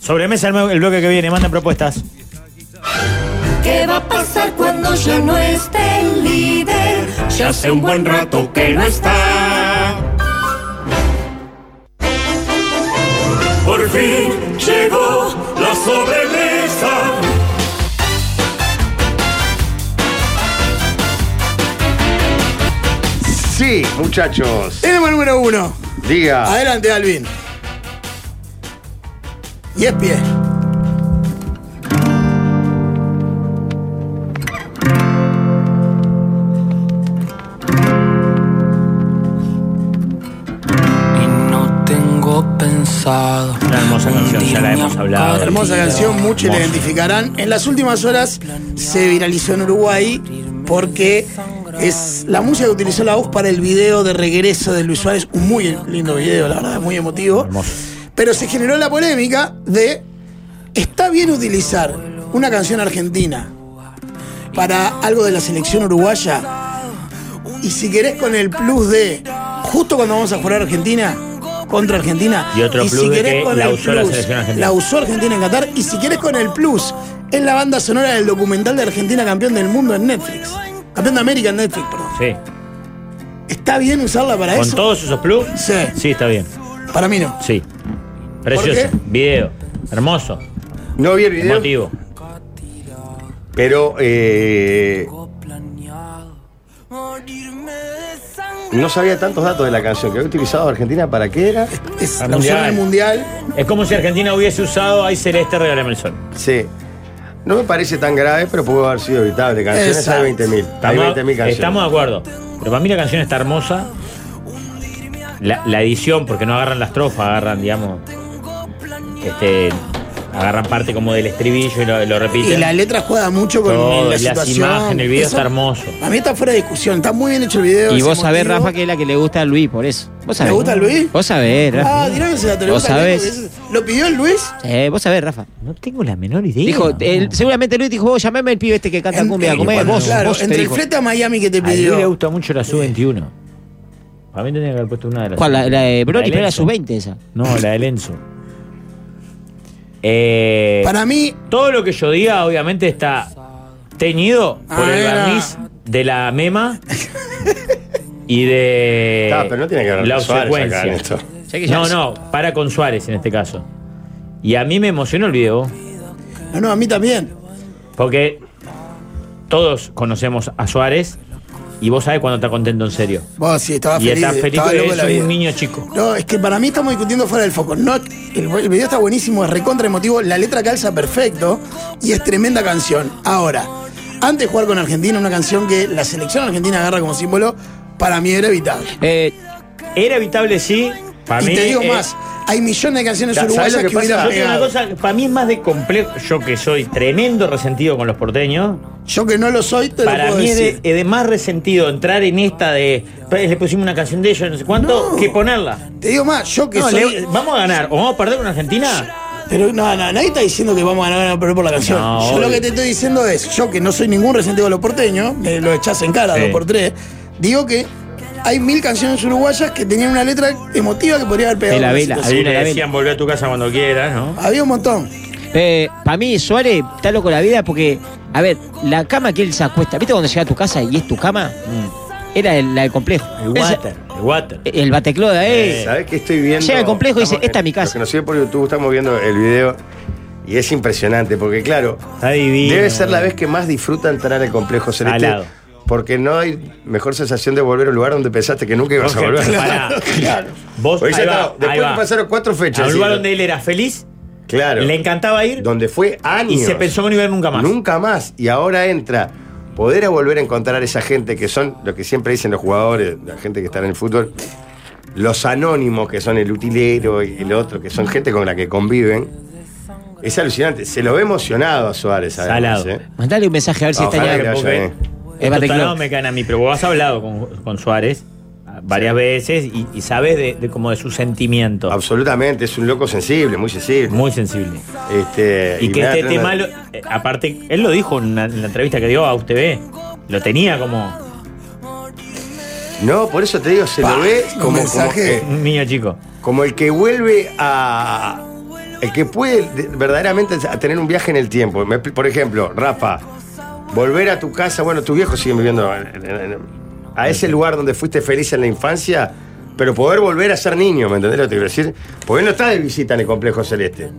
Speaker 4: Sobremesa el, el bloque que viene. Manden propuestas.
Speaker 12: ¿Qué va a pasar cuando ya no esté el líder?
Speaker 7: Ya hace un buen rato que no está. Por fin llegó la sobremesa.
Speaker 1: Sí, muchachos.
Speaker 2: Tenemos número uno.
Speaker 1: Diga.
Speaker 4: Ah.
Speaker 2: Adelante, Alvin. Y es pie.
Speaker 13: No tengo pensado.
Speaker 4: Una hermosa canción, ya la hemos hablado.
Speaker 2: Ah, Hermosa canción, muchos la identificarán. En las últimas horas se viralizó en Uruguay porque es la música que utilizó la voz para el video de regreso de Luis Suárez. Un muy lindo video, la verdad, muy emotivo. Pero se generó la polémica de, ¿está bien utilizar una canción argentina para algo de la selección uruguaya? Y si querés con el plus de, justo cuando vamos a jugar a Argentina, contra Argentina,
Speaker 4: Y otro plus
Speaker 2: si
Speaker 4: de
Speaker 2: querés
Speaker 4: que
Speaker 2: con
Speaker 4: la
Speaker 2: el
Speaker 4: usó la
Speaker 2: plus,
Speaker 4: selección argentina.
Speaker 2: la usó Argentina en Qatar, y si querés con el plus, es la banda sonora del documental de Argentina campeón del mundo en Netflix. Campeón de América en Netflix, perdón.
Speaker 4: Sí.
Speaker 2: ¿Está bien usarla para
Speaker 4: ¿Con
Speaker 2: eso?
Speaker 4: todos esos plus?
Speaker 2: Sí.
Speaker 4: Sí, está bien.
Speaker 2: Para mí no.
Speaker 4: Sí. Precioso. Video. Hermoso.
Speaker 1: No vi el video.
Speaker 4: Emotivo.
Speaker 1: Pero eh, no sabía tantos datos de la canción que había utilizado Argentina para qué era.
Speaker 2: Es
Speaker 4: Para la usó en el
Speaker 2: mundial.
Speaker 4: Es como si Argentina hubiese usado Ay Celeste, regálame el sol.
Speaker 1: Sí. No me parece tan grave, pero pudo haber sido evitable. Canciones hay 20.000. Hay 20.000 canciones.
Speaker 4: Estamos de acuerdo. Pero para mí la canción está hermosa. La, la edición, porque no agarran las trofas, agarran, digamos. Este, agarran parte como del estribillo y lo, lo repiten.
Speaker 2: Y la letra juega mucho con
Speaker 4: Todo,
Speaker 2: la
Speaker 4: y las
Speaker 2: situación.
Speaker 4: imágenes, el video
Speaker 2: Eso,
Speaker 4: está hermoso.
Speaker 2: A mí está fuera de discusión, está muy bien hecho el video.
Speaker 6: Y
Speaker 2: es
Speaker 6: vos sabés,
Speaker 2: emotivo.
Speaker 6: Rafa, que es la que le gusta a Luis, por eso. ¿Vos sabés?
Speaker 2: ¿Le gusta a Luis?
Speaker 6: Vos sabés, Rafa.
Speaker 2: Ah, dirá que se la
Speaker 6: Vos
Speaker 2: tenemos
Speaker 6: sabés.
Speaker 2: ¿Lo pidió el Luis?
Speaker 6: Eh, vos sabés, Rafa.
Speaker 4: No tengo la menor idea.
Speaker 6: Dijo, él- seguramente Luis dijo, vos llamame el pibe este que canta cumbia, comé,
Speaker 4: cuando-
Speaker 6: vos,
Speaker 4: claro,
Speaker 6: vos, te
Speaker 2: Entre el
Speaker 6: dijo.
Speaker 2: flete a Miami que te
Speaker 4: A él le
Speaker 2: pidió.
Speaker 4: gusta mucho la sub-21. A mí tendría que haber puesto una de las.
Speaker 6: ¿Cuál? La, la de
Speaker 4: La
Speaker 6: Broly,
Speaker 4: de
Speaker 6: pero era
Speaker 4: Lenzo.
Speaker 6: sub-20 esa.
Speaker 4: No, la de Lenzo. Eh,
Speaker 2: Para mí,
Speaker 4: todo lo que yo diga, obviamente, está teñido por
Speaker 2: Ah,
Speaker 4: el
Speaker 2: era.
Speaker 4: barniz de la mema y de
Speaker 1: Ah, pero no tiene que ver
Speaker 4: la
Speaker 1: con Suárez
Speaker 4: obsecuencia.
Speaker 1: acá en esto.
Speaker 6: Ya que ya
Speaker 4: No,
Speaker 6: es-
Speaker 4: no, para con Suárez en este caso. Y a mí me emocionó el video,
Speaker 2: no, no, a mí también.
Speaker 4: porque todos conocemos a Suárez y vos sabés cuando está contento en serio.
Speaker 2: Vos sí, estaba
Speaker 4: y
Speaker 2: feliz.
Speaker 4: está feliz
Speaker 2: estaba
Speaker 4: porque
Speaker 2: loco de la
Speaker 4: es
Speaker 2: vida.
Speaker 4: un niño chico.
Speaker 2: No, es que para mí estamos discutiendo fuera del foco. No, el, el video está buenísimo, es recontra emotivo, la letra calza perfecto y es tremenda canción. Ahora, antes de jugar con Argentina, una canción que la selección argentina agarra como símbolo, para mí era evitable.
Speaker 6: eh,
Speaker 4: Era evitable, sí. Para
Speaker 2: y
Speaker 4: mí,
Speaker 2: te digo
Speaker 4: eh,
Speaker 2: más, hay millones de canciones
Speaker 1: Ya, ¿sabes lo
Speaker 2: uruguayas que,
Speaker 1: que pasa?
Speaker 2: hubieran
Speaker 4: Yo tengo una
Speaker 2: pegado.
Speaker 4: cosa, para mí es más de complejo, yo que soy tremendo resentido con los porteños,
Speaker 2: Yo que no lo soy, te lo
Speaker 4: para
Speaker 2: puedo
Speaker 4: mí es
Speaker 2: decir.
Speaker 4: de, es de más resentido entrar en esta de, "Pues, le pusimos una canción de ellos, no sé cuánto,
Speaker 2: No.
Speaker 4: que ponerla.
Speaker 2: Te digo más, yo que
Speaker 4: No,
Speaker 2: soy.
Speaker 4: le- vamos a ganar, o vamos a perder con Argentina.
Speaker 2: Pero no, no, nadie está diciendo que vamos a ganar a Perú por la canción.
Speaker 4: No,
Speaker 2: yo lo
Speaker 4: obvio.
Speaker 2: que te estoy diciendo es, yo que no soy ningún resentido de los porteños, me lo echás en cara
Speaker 4: Sí.
Speaker 2: dos por tres, digo que hay mil canciones uruguayas que tenían una letra emotiva que podría haber pegado.
Speaker 6: De la
Speaker 2: en una
Speaker 6: vela.
Speaker 2: situación.
Speaker 4: Ahí
Speaker 6: Alguna
Speaker 4: le
Speaker 6: la
Speaker 4: decían volver a tu casa cuando quieras, ¿no?
Speaker 2: Había un montón.
Speaker 6: para Eh, mí, Suárez está loco la vida porque, a ver, la cama que él se acuesta, ¿viste cuando llega a tu casa y es tu cama? Era el- la del complejo.
Speaker 4: Mm. El water, el water.
Speaker 6: Esa- el batecloda, eh.
Speaker 1: ¿Sabés que estoy viendo?
Speaker 6: Llega al complejo y dice,
Speaker 1: Estamos-
Speaker 6: "Esta es mi casa".
Speaker 1: Los que nos siguen por YouTube estamos viendo el video y es impresionante porque, claro,
Speaker 4: Está divino.
Speaker 1: debe ser la vez que más disfruta entrar al complejo celeste.
Speaker 4: Salado.
Speaker 1: Porque no hay mejor sensación de volver a un lugar donde pensaste que nunca ibas
Speaker 4: Jorge,
Speaker 1: a volver. *laughs*
Speaker 4: pará. Vos,
Speaker 1: Porque ya
Speaker 4: ahí va,
Speaker 1: está, después
Speaker 4: ahí
Speaker 1: de
Speaker 4: va.
Speaker 1: pasaron cuatro
Speaker 4: A
Speaker 1: fechas.
Speaker 4: un lugar
Speaker 1: sí,
Speaker 4: donde él era feliz,
Speaker 1: claro.
Speaker 4: le encantaba ir
Speaker 1: Donde fue años.
Speaker 4: y se pensó que no iba a ir nunca más.
Speaker 1: Nunca más. Y ahora entra poder a volver a encontrar esa gente que son lo que siempre dicen los jugadores, la gente que está en el fútbol, los anónimos que son el utilero y el otro, que son gente con la que conviven. Es alucinante. Se lo ve emocionado a Suárez. además,
Speaker 4: Salado.
Speaker 1: ¿eh?
Speaker 6: Mandale un mensaje a ver si
Speaker 1: Ah,
Speaker 6: está
Speaker 1: ojalá
Speaker 6: ya.
Speaker 1: que vaya
Speaker 4: porque-
Speaker 1: bien.
Speaker 6: El
Speaker 4: Estos
Speaker 6: batecloda.
Speaker 4: tarados me caen a mí, pero vos has hablado con, con Suárez. Ah, varias veces y, y sabes de, de como de su sentimiento.
Speaker 1: Absolutamente, es un loco sensible, muy sensible.
Speaker 4: Muy sensible.
Speaker 1: Este,
Speaker 4: Y que
Speaker 1: me da
Speaker 4: este
Speaker 1: tremenda-
Speaker 4: tema, lo- eh, aparte, él lo dijo en, una- en la entrevista que dio a UTV, lo tenía como
Speaker 1: No, por eso te digo, se
Speaker 4: Pa,
Speaker 1: lo ve
Speaker 4: un
Speaker 1: como,
Speaker 4: mensaje.
Speaker 1: como que-
Speaker 4: niño chico.
Speaker 1: como el que vuelve a. El que puede de- verdaderamente a tener un viaje en el tiempo. Me expli- Por ejemplo, Rafa, volver a tu casa, bueno, tus viejos siguen viviendo en- en- en- a ese lugar donde fuiste feliz en la infancia, pero poder volver a ser niño, ¿me entendés lo que te quiero decir? Porque él no está de visita en el complejo celeste.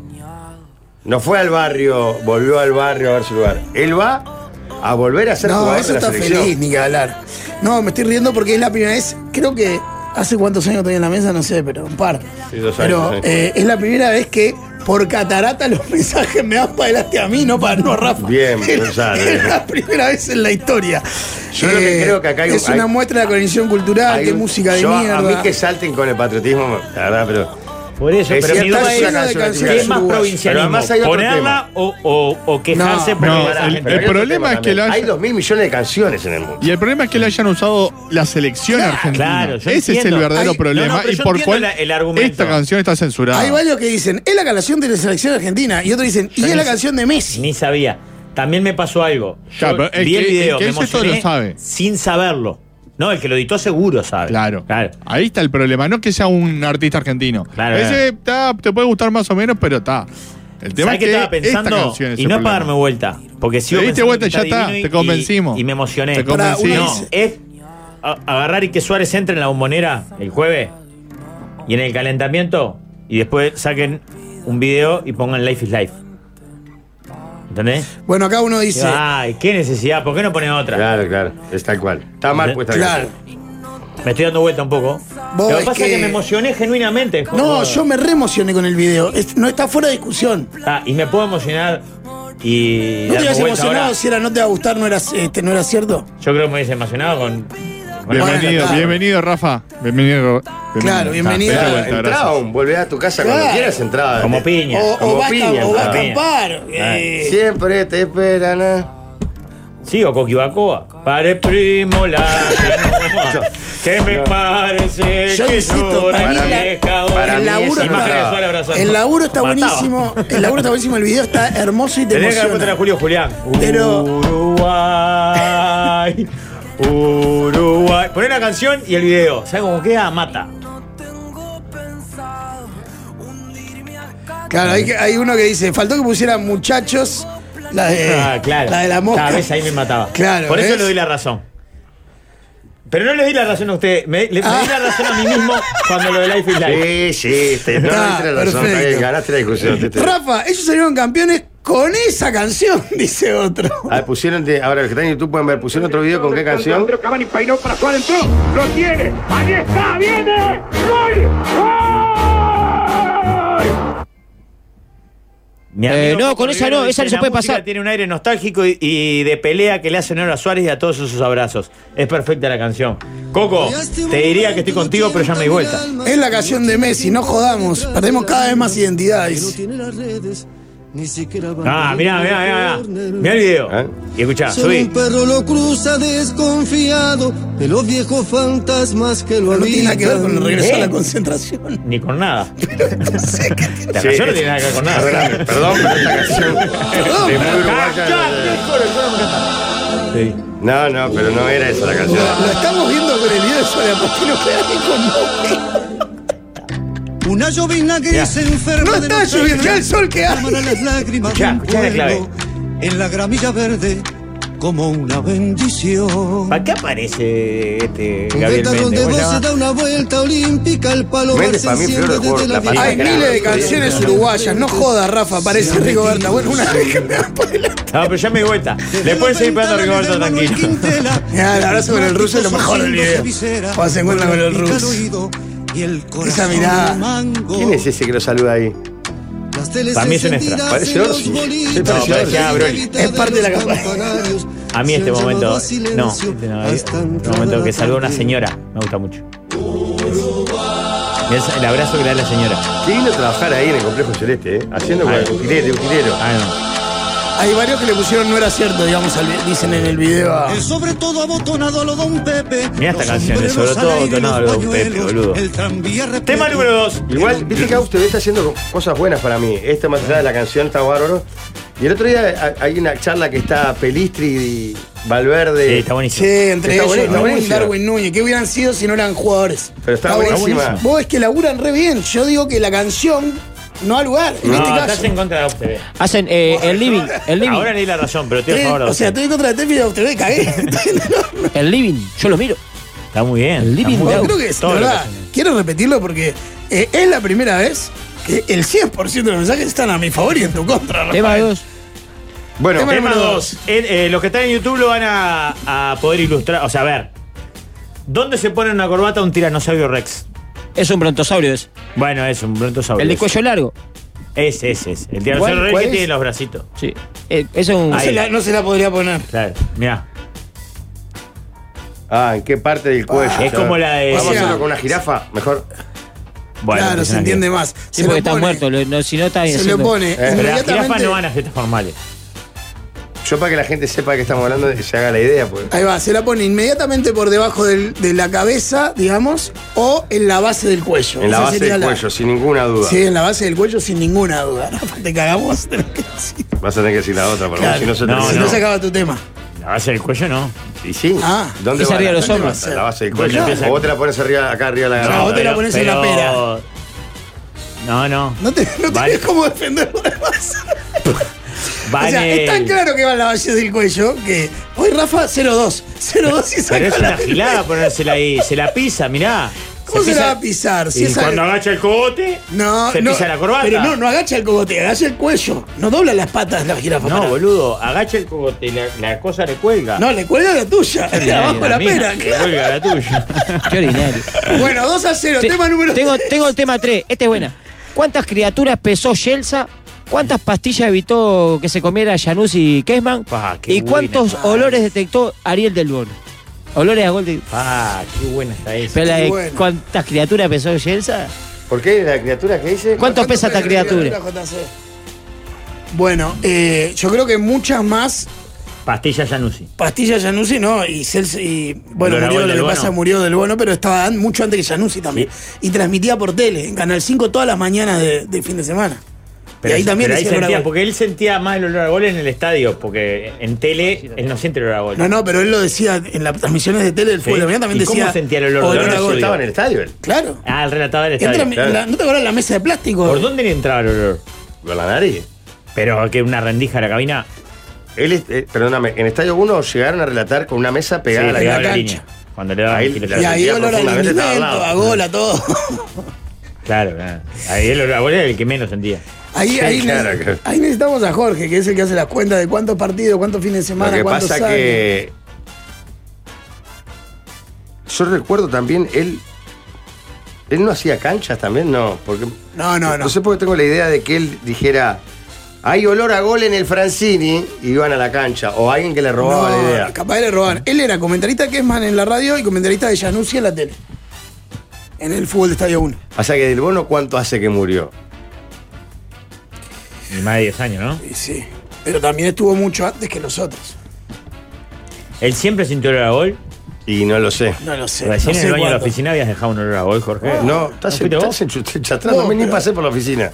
Speaker 1: No fue al barrio, volvió al barrio a ver su lugar. Él va a volver a ser
Speaker 2: No,
Speaker 1: jugador de
Speaker 2: eso
Speaker 1: la
Speaker 2: está
Speaker 1: selección.
Speaker 2: feliz, ni que hablar. No, me estoy riendo porque es la primera vez, creo que hace cuántos años tenía en la mesa, no sé, pero un par.
Speaker 1: Sí, dos años,
Speaker 2: Pero
Speaker 1: sí.
Speaker 2: eh, es la primera vez que por catarata los *laughs* mensajes me dan para adelante a mí, no para no a
Speaker 1: *laughs*
Speaker 2: Rafa.
Speaker 1: Bien, Gonzalo,
Speaker 2: Es
Speaker 1: bien.
Speaker 2: *laughs* la primera vez en la historia.
Speaker 1: Eh,
Speaker 2: Eh,
Speaker 1: Yo lo que creo que acá hay un-
Speaker 2: Es una
Speaker 1: hay-
Speaker 2: muestra de conexión cultural,
Speaker 1: Hay
Speaker 2: de
Speaker 1: un-
Speaker 2: música de
Speaker 1: yo a-
Speaker 2: mierda.
Speaker 1: A mí que salten con el patriotismo, la verdad, pero.
Speaker 4: Por eso,
Speaker 1: Es
Speaker 4: pero mi
Speaker 1: cierto,
Speaker 4: duda
Speaker 1: es una
Speaker 4: es,
Speaker 1: canción
Speaker 4: ¿qué
Speaker 1: nacional.
Speaker 4: es más
Speaker 1: Uruguay. Pero
Speaker 4: provincialismo?
Speaker 1: además hay otro
Speaker 4: ¿Ponerla
Speaker 1: tema. este
Speaker 4: o, o- o quejarse por
Speaker 5: No,
Speaker 4: la-
Speaker 5: el- el
Speaker 4: pero hay otro
Speaker 5: problema
Speaker 4: tema
Speaker 5: es que
Speaker 4: también.
Speaker 5: la-
Speaker 1: Hay dos mil millones de canciones en el mundo.
Speaker 5: Y el problema es que le hayan usado la selección argentina.
Speaker 4: claro, yo
Speaker 5: Ese es el
Speaker 4: entiendo.
Speaker 5: verdadero
Speaker 4: Ay,
Speaker 5: problema.
Speaker 4: no, no, pero
Speaker 5: y
Speaker 4: yo
Speaker 5: por
Speaker 4: entiendo
Speaker 5: cual
Speaker 4: la- el argumento.
Speaker 5: esta canción está censurada.
Speaker 1: Ah.
Speaker 2: Hay varios que dicen, es la canción de la selección argentina. Y otros dicen, y
Speaker 4: Yo
Speaker 2: es
Speaker 4: ni-
Speaker 2: la canción de Messi.
Speaker 4: Ni sabía. También me pasó algo. Yo
Speaker 5: Claro, pero el
Speaker 4: vi
Speaker 5: que-
Speaker 4: el
Speaker 5: el
Speaker 4: video,
Speaker 5: que
Speaker 4: me
Speaker 5: hizo esto
Speaker 4: emocioné
Speaker 5: lo sabe.
Speaker 4: sin saberlo. No, el que lo editó seguro sabe.
Speaker 5: Claro.
Speaker 4: Claro.
Speaker 5: Ahí está el problema. No es que sea un artista argentino.
Speaker 4: Claro,
Speaker 5: Ese está- te puede gustar más o menos, pero está. El tema es
Speaker 4: ¿Sabés qué
Speaker 5: que
Speaker 4: estaba
Speaker 5: esta
Speaker 4: pensando?
Speaker 5: canción es
Speaker 4: Y
Speaker 5: el
Speaker 4: no
Speaker 5: problema.
Speaker 4: para darme vuelta. Porque si
Speaker 5: Te diste vuelta, ya está, te convencimos.
Speaker 4: Y, me emocioné.
Speaker 5: Te Pará, convencimos.
Speaker 4: No, es a- agarrar y que Suárez entre en la bombonera el jueves y en el calentamiento y después saquen un video y pongan Life is Life. ¿Entendés?
Speaker 2: Bueno, acá uno dice.
Speaker 4: Ay, qué necesidad, ¿por qué no ponen otra?
Speaker 1: Claro, claro, es tal cual. Está mal puesta la
Speaker 2: Claro.
Speaker 4: Me estoy dando vuelta un poco.
Speaker 2: Vos,
Speaker 4: Lo que
Speaker 2: es
Speaker 4: pasa es que
Speaker 2: que
Speaker 4: me emocioné genuinamente.
Speaker 2: No,
Speaker 4: Como-
Speaker 2: yo me reemocioné con el video. Es- no está fuera de discusión.
Speaker 4: Ah, y me puedo emocionar y.
Speaker 2: ¿No te
Speaker 4: darme vuelta
Speaker 2: hubieras emocionado
Speaker 4: ahora.
Speaker 2: si era no te va a gustar, no era, este, no era cierto?
Speaker 4: Yo creo que me hubiese emocionado con. con la
Speaker 5: Bienvenido,
Speaker 4: canción.
Speaker 5: bienvenido, Rafa. Bienvenido.
Speaker 2: Claro, bienvenido.
Speaker 5: Date
Speaker 1: canción.
Speaker 5: vuelta, gracias.
Speaker 1: Entrá, un, volvé a tu casa cuando
Speaker 2: Claro.
Speaker 1: quieras entrar.
Speaker 4: Como piña.
Speaker 2: O, o
Speaker 1: Como
Speaker 2: va, a
Speaker 1: piña,
Speaker 2: acam- o va a
Speaker 1: como piña.
Speaker 2: acampar. eh,
Speaker 1: Siempre te esperan ¿eh? a...
Speaker 4: Sí, o Coquibacoa. Pare primo la que me parece
Speaker 2: Yo
Speaker 4: que
Speaker 2: insisto,
Speaker 4: llora
Speaker 2: para mí la-
Speaker 4: vieja hoy.
Speaker 1: para
Speaker 2: el,
Speaker 1: mí
Speaker 2: laburo
Speaker 1: esa
Speaker 4: Imagen de Suárez
Speaker 2: está,
Speaker 4: abrazando.
Speaker 2: el laburo está
Speaker 4: Mataba.
Speaker 2: buenísimo. El laburo está buenísimo. El video está hermoso y te
Speaker 4: Tenía que haber puesto a
Speaker 2: emociona.
Speaker 4: Julio Julián.
Speaker 2: Pero-
Speaker 4: Uruguay. Uruguay. Poné una canción y el video. ¿Sabes cómo queda? Mata.
Speaker 2: Claro, hay, que- hay uno que dice, faltó que pusieran muchachos la de,
Speaker 4: *laughs* Ah, claro.
Speaker 2: la, de la mosca.
Speaker 4: Cada vez ahí me mataba.
Speaker 2: Claro,
Speaker 4: Por eso
Speaker 2: ¿ves?
Speaker 4: le doy la razón. Pero no le di la razón a usted. Me, le, me di
Speaker 2: Ah.
Speaker 4: la razón a mí mismo cuando lo de Life is Life.
Speaker 1: Sí, sí, te, no,
Speaker 2: Ah,
Speaker 1: tenés razón,
Speaker 2: perfecto.
Speaker 1: está bien, ganaste la discusión. te- te-
Speaker 2: Rafa, ellos salieron campeones con esa canción, *laughs* dice otro.
Speaker 1: *coughs* Ah, pusieron, de- ahora los que están en YouTube pueden ver, pusieron otro video con qué canción.
Speaker 14: Pero Cavani peinó para Suárez, entró, lo tiene, ahí está, viene, gol, gol.
Speaker 4: Mi
Speaker 6: Eh,
Speaker 4: amigo
Speaker 6: no,
Speaker 4: Coco
Speaker 6: con esa
Speaker 4: Rivero
Speaker 6: no,
Speaker 4: dice,
Speaker 6: esa no se
Speaker 4: "La
Speaker 6: puede
Speaker 4: música
Speaker 6: pasar".
Speaker 4: Tiene un aire nostálgico y, y de pelea que le hace honor a Suárez y a todos sus abrazos. Es perfecta la canción. Coco, te diría que estoy contigo, pero ya me di vuelta.
Speaker 2: Es la canción de Messi, no jodamos. Perdemos cada vez más identidad. dice.
Speaker 4: Ah, mirá, mirá, mirá. Mirá, mirá el video.
Speaker 1: ¿Eh?
Speaker 4: Y escuchá,
Speaker 10: Solo
Speaker 4: subí.
Speaker 10: un perro lo cruza desconfiado de los viejos fantasmas que lo
Speaker 2: No tiene nada que ver con
Speaker 10: habitan.
Speaker 2: regresar
Speaker 4: ¿Eh?
Speaker 2: a la concentración.
Speaker 4: Ni con
Speaker 2: *laughs*
Speaker 4: nada. La
Speaker 1: Sí,
Speaker 4: canción no
Speaker 1: es-
Speaker 4: tiene nada que ver con nada.
Speaker 1: Perdóname, Perdón, pero esta canción es muy uruguaya.
Speaker 4: Sí.
Speaker 1: No, no, pero no era esa la canción.
Speaker 2: Lo estamos viendo con el video de Soria Apostino Ferrari con vos.
Speaker 10: Una llovina gris se enferma
Speaker 2: No
Speaker 10: de
Speaker 2: está
Speaker 10: nostalgia,
Speaker 2: lloviendo, mirá el sol que hace.
Speaker 10: cámara las lágrimas de
Speaker 4: Escuchá,
Speaker 10: un
Speaker 4: escuchá la clave.
Speaker 10: pueblo en la gramilla verde como una bendición.
Speaker 4: ¿Para qué aparece este
Speaker 10: Un
Speaker 4: Gabriel
Speaker 10: pétalo
Speaker 4: Méndez?
Speaker 10: de
Speaker 4: ¿Cómo se
Speaker 10: voz se
Speaker 4: llama?
Speaker 10: da una vuelta olímpica, el palo
Speaker 1: Méndez,
Speaker 10: se
Speaker 1: para mí,
Speaker 10: enciende
Speaker 1: peor jugador,
Speaker 10: desde
Speaker 1: la
Speaker 10: la
Speaker 1: patada.
Speaker 2: Hay
Speaker 1: Claro,
Speaker 2: miles de
Speaker 1: sí,
Speaker 2: canciones
Speaker 1: claro.
Speaker 2: uruguayas. No joda, Rafa, parece Rigoberta. Bueno, una vez que me
Speaker 4: No, pero ya me di vuelta. Le pueden seguir pegando a Rigoberto tranquilo. *laughs*
Speaker 2: Mirá, el abrazo con el ruso es lo mejor del video. Cuando se encuentra con el ruso. Esa mirada.
Speaker 1: ¿Quién es ese que lo saluda ahí?
Speaker 4: Para mí es un extra.
Speaker 1: Parece Orsi. Sí,
Speaker 4: No,
Speaker 1: parece Orsi.
Speaker 4: parecía a Broly.
Speaker 2: Es parte de la campaña.
Speaker 4: A mí este momento, no, este no, este momento que salga una señora, me gusta mucho. Es el abrazo que le da la señora.
Speaker 1: Qué lindo trabajar ahí en el complejo celeste, ¿eh? Haciendo
Speaker 4: Ay.
Speaker 1: un utilero, utilero.
Speaker 4: Ah,
Speaker 2: Hay varios que le pusieron no era cierto, digamos, al- dicen en el video a.
Speaker 10: El sobre todo abotonado lo don Pepe.
Speaker 4: Mirá esta
Speaker 10: los
Speaker 4: canción, el sobre
Speaker 10: sombreros
Speaker 4: todo
Speaker 10: al aire,
Speaker 4: abotonado lo
Speaker 10: los
Speaker 4: don Pepe,
Speaker 10: pañuelos,
Speaker 4: boludo.
Speaker 10: El tranvía repleto.
Speaker 4: Tema número 2.
Speaker 1: Igual, viste que Agus TV está haciendo cosas buenas para mí. Esta más allá de la canción está bárbaro. Y el otro día ha- hay una charla que está Pelistri y Valverde.
Speaker 4: Sí, está buenísimo.
Speaker 2: Sí,
Speaker 1: Está
Speaker 2: entre ellos,
Speaker 1: buena- está
Speaker 2: Newell,
Speaker 1: buenísima.
Speaker 2: Darwin Núñez, ¿qué hubieran sido si no eran jugadores?
Speaker 1: Pero está buenísima.
Speaker 2: Vos es que laburan re bien. Yo digo que la canción no ha lugar. En
Speaker 4: No,
Speaker 2: este
Speaker 4: estás
Speaker 2: caso.
Speaker 4: en contra de Aus TV.
Speaker 6: Hacen eh, el living, el living, Eh,
Speaker 4: Ahora leí la razón, pero estoy a
Speaker 2: Tres-
Speaker 4: favor de
Speaker 2: o
Speaker 4: Aus
Speaker 2: sea,
Speaker 4: TV.
Speaker 2: estoy en contra de Tefi y de TV,
Speaker 4: *laughs*
Speaker 2: cagué.
Speaker 6: el living. Yo los miro.
Speaker 4: Está muy bien.
Speaker 6: El
Speaker 4: está
Speaker 6: living,
Speaker 4: muy
Speaker 2: Yo
Speaker 4: bien.
Speaker 2: creo que es, de
Speaker 4: Todo lo que
Speaker 2: verdad,
Speaker 4: hacen.
Speaker 2: quiero repetirlo porque eh, es la primera vez que el 100% de los mensajes están a mi favor y en tu contra.
Speaker 6: Tema
Speaker 2: Rafael.
Speaker 6: 2.
Speaker 1: Bueno,
Speaker 2: Tema
Speaker 4: Tema
Speaker 2: número
Speaker 4: 2. los que están en YouTube lo van a, a poder ilustrar. O sea, a ver. ¿Dónde se pone una corbata un tiranosaurio Rex?
Speaker 6: Es un brontosaurio ese.
Speaker 4: Bueno, es un brontosaurio.
Speaker 6: El de cuello largo.
Speaker 4: Ese, ese, ese. El tiranosaurio
Speaker 6: ¿Cuál-
Speaker 4: Rex
Speaker 6: cuál
Speaker 4: que
Speaker 6: es?
Speaker 4: tiene los bracitos.
Speaker 6: Sí. Eh, es un.
Speaker 2: No se,
Speaker 4: Ahí.
Speaker 2: la, no se la podría poner.
Speaker 4: Claro, mirá.
Speaker 1: Ah, ¿en qué parte del cuello?
Speaker 4: Ah, es como la de-
Speaker 1: Vamos a hacerlo
Speaker 2: Sí.
Speaker 1: con una jirafa, mejor.
Speaker 4: Bueno,
Speaker 2: claro,
Speaker 4: pues,
Speaker 2: se entiende más.
Speaker 6: Sí,
Speaker 2: se
Speaker 6: porque
Speaker 2: lo
Speaker 6: está
Speaker 2: pone,
Speaker 6: muerto. lo- no, si no está
Speaker 2: Se lo
Speaker 6: haciendo-
Speaker 2: pone.
Speaker 1: Pero
Speaker 4: Pero las jirafas
Speaker 2: inmediatamente.
Speaker 4: no van a fiestas formales.
Speaker 1: Yo para que la gente sepa que estamos hablando, se haga la idea, pues.
Speaker 2: Ahí va, se la pone inmediatamente por debajo del- de la cabeza, digamos, o en la base del cuello.
Speaker 1: En la
Speaker 2: Esa
Speaker 1: base
Speaker 2: sería
Speaker 1: del
Speaker 2: la-
Speaker 1: cuello, sin ninguna duda.
Speaker 2: Sí, en la base del cuello sin ninguna duda. Rafa, *laughs* Te cagamos. tenés que decir.
Speaker 1: Vas a tener que decir la otra, porque
Speaker 2: Claro.
Speaker 1: si no se
Speaker 4: No,
Speaker 1: termina.
Speaker 2: si no
Speaker 4: no.
Speaker 2: se acaba tu tema.
Speaker 4: La base del cuello no.
Speaker 1: Y sí.
Speaker 2: Ah, Pues
Speaker 1: ¿Dónde
Speaker 6: es
Speaker 1: va
Speaker 6: arriba
Speaker 1: la-
Speaker 6: de los
Speaker 1: dónde
Speaker 6: hombros.
Speaker 1: va? La base del
Speaker 4: Bueno,
Speaker 1: cuello.
Speaker 4: empieza-
Speaker 1: O vos te la pones arriba, acá arriba de la garganta.
Speaker 2: vos te la
Speaker 4: pero-
Speaker 2: pones en la pera.
Speaker 4: pero- No, no.
Speaker 2: No, te, no
Speaker 4: Vale.
Speaker 2: tenés cómo defenderlo *laughs* además.
Speaker 4: Van
Speaker 2: O sea, es tan
Speaker 4: el-
Speaker 2: claro que va en la base del cuello que hoy Rafa 0-2. 0-2 y
Speaker 4: Pero
Speaker 2: saca
Speaker 4: es una
Speaker 2: la
Speaker 4: gilada ponérsela ahí. Se la pisa, mirá.
Speaker 2: ¿Cómo se,
Speaker 4: pisa-
Speaker 2: la va a pisar? Si
Speaker 4: y
Speaker 2: esa-
Speaker 4: cuando agacha el cogote,
Speaker 2: no,
Speaker 4: se
Speaker 2: no,
Speaker 4: pisa la corbata.
Speaker 2: Pero no, no agacha el cogote, agacha el cuello. No dobla las patas la jirafa.
Speaker 4: No,
Speaker 2: pará.
Speaker 4: boludo, agacha el cogote, la, la cosa le cuelga.
Speaker 2: No, le cuelga la tuya. abajo de la
Speaker 4: mía,
Speaker 2: pera,
Speaker 4: le
Speaker 2: claro.
Speaker 4: cuelga la
Speaker 2: *laughs*
Speaker 4: tuya.
Speaker 6: Qué ordinario.
Speaker 2: Bueno, 2 a 0,
Speaker 6: Te-
Speaker 2: tema número
Speaker 6: tengo, tengo el tema 3. Esta es buena. ¿Cuántas criaturas pesó Yelsa? ¿Cuántas pastillas evitó que se comiera Janus y Kesman?
Speaker 4: Pa, qué
Speaker 6: ¿Y
Speaker 4: buena, eh.
Speaker 6: cuántos
Speaker 4: pa.
Speaker 6: olores detectó Ariel del Bono? Olores a gol de.
Speaker 4: Ah, qué buena está esa.
Speaker 6: Pero la de
Speaker 2: bueno.
Speaker 6: ¿Cuántas criaturas pesó Yelsa?
Speaker 1: ¿Por qué? ¿La criatura que dice?
Speaker 6: ¿Cuánto pesa esta criatura?
Speaker 2: JC? Bueno, eh, yo creo que muchas más
Speaker 4: Pastilla Janussi.
Speaker 2: pastillas Januzzi, ¿no? Y, Celso- y bueno,
Speaker 4: Lo grabó
Speaker 2: murió
Speaker 4: el
Speaker 2: lo
Speaker 4: del
Speaker 2: que pasa,
Speaker 4: Bono.
Speaker 2: murió del bono, pero estaba an- mucho antes que Januzzi también. Y transmitía por tele, en Canal 5 todas las mañanas de, de fin de semana. y ahí también
Speaker 4: pero ahí
Speaker 2: decía el
Speaker 4: sentía,
Speaker 2: Bravo.
Speaker 4: porque él sentía más el olor a gol en el estadio, porque en tele él no siente el olor a gol.
Speaker 2: No, no, pero él lo decía en las transmisiones de tele del
Speaker 4: Sí.
Speaker 2: fútbol. de la mañana
Speaker 4: ¿Y
Speaker 2: también
Speaker 4: cómo
Speaker 2: decía. "Oh,
Speaker 4: sentía el olor?
Speaker 1: No,
Speaker 2: olor
Speaker 1: no,
Speaker 2: a
Speaker 1: no,
Speaker 2: gol.
Speaker 1: estaba en el estadio él.
Speaker 2: Claro.
Speaker 4: Ah, el relatador del
Speaker 2: Entra
Speaker 4: estadio.
Speaker 2: en la- ¿No te acuerdas la mesa de plástico?
Speaker 4: ¿Por dónde le entraba el olor?
Speaker 1: Con la nariz.
Speaker 4: Pero que una rendija a la cabina.
Speaker 1: Él, es- eh, perdóname, en Estadio 1 llegaron a relatar con una mesa pegada
Speaker 4: sí,
Speaker 1: a la
Speaker 4: pegaba
Speaker 1: cara.
Speaker 4: a la
Speaker 2: cancha.
Speaker 4: línea. Cuando le daban
Speaker 1: Ahí-
Speaker 4: el tiro.
Speaker 2: Y ahí
Speaker 1: sentía
Speaker 2: olor al
Speaker 1: profundamente, estaba al
Speaker 2: alimento,
Speaker 1: lado.
Speaker 2: a gol, a todo.
Speaker 4: Claro, ah, ahí el olor a gol era el que menos sentía.
Speaker 2: Ahí,
Speaker 1: Sí,
Speaker 2: ahí,
Speaker 1: claro,
Speaker 2: neces-
Speaker 1: claro.
Speaker 2: ahí necesitamos a Jorge, que es el que hace las cuentas de cuántos partidos, cuántos fines de semana,
Speaker 1: Lo que
Speaker 2: cuántos
Speaker 1: pasa
Speaker 2: años.
Speaker 1: que. Yo recuerdo también él. Él no hacía canchas también, no. Porque,
Speaker 2: No, no, no.
Speaker 1: No sé por qué tengo la idea de que él dijera. Hay olor a gol en el Francini y iban a la cancha. O alguien que le robaba
Speaker 2: No,
Speaker 1: la idea.
Speaker 2: Capaz de robar. Él era comentarista que es man en la radio y comentarista de Januzzi en la tele. En el fútbol de Estadio 1.
Speaker 1: O sea que del bono, ¿cuánto hace que murió?
Speaker 4: Ni más de 10 años, ¿no?
Speaker 2: Y sí. Pero también estuvo mucho antes que nosotros.
Speaker 4: Él siempre sintió olor a gol.
Speaker 1: Y no lo sé.
Speaker 2: No lo sé.
Speaker 4: Recién
Speaker 2: no
Speaker 4: en
Speaker 2: sé
Speaker 4: el baño de la
Speaker 2: cuándo.
Speaker 4: oficina habías dejado un olor a gol, Jorge.
Speaker 1: No, estás,
Speaker 4: fuiste
Speaker 1: estás
Speaker 4: vos?
Speaker 1: en- enchastrándome,
Speaker 2: No,
Speaker 1: ni
Speaker 2: pero-
Speaker 1: pasé por la oficina.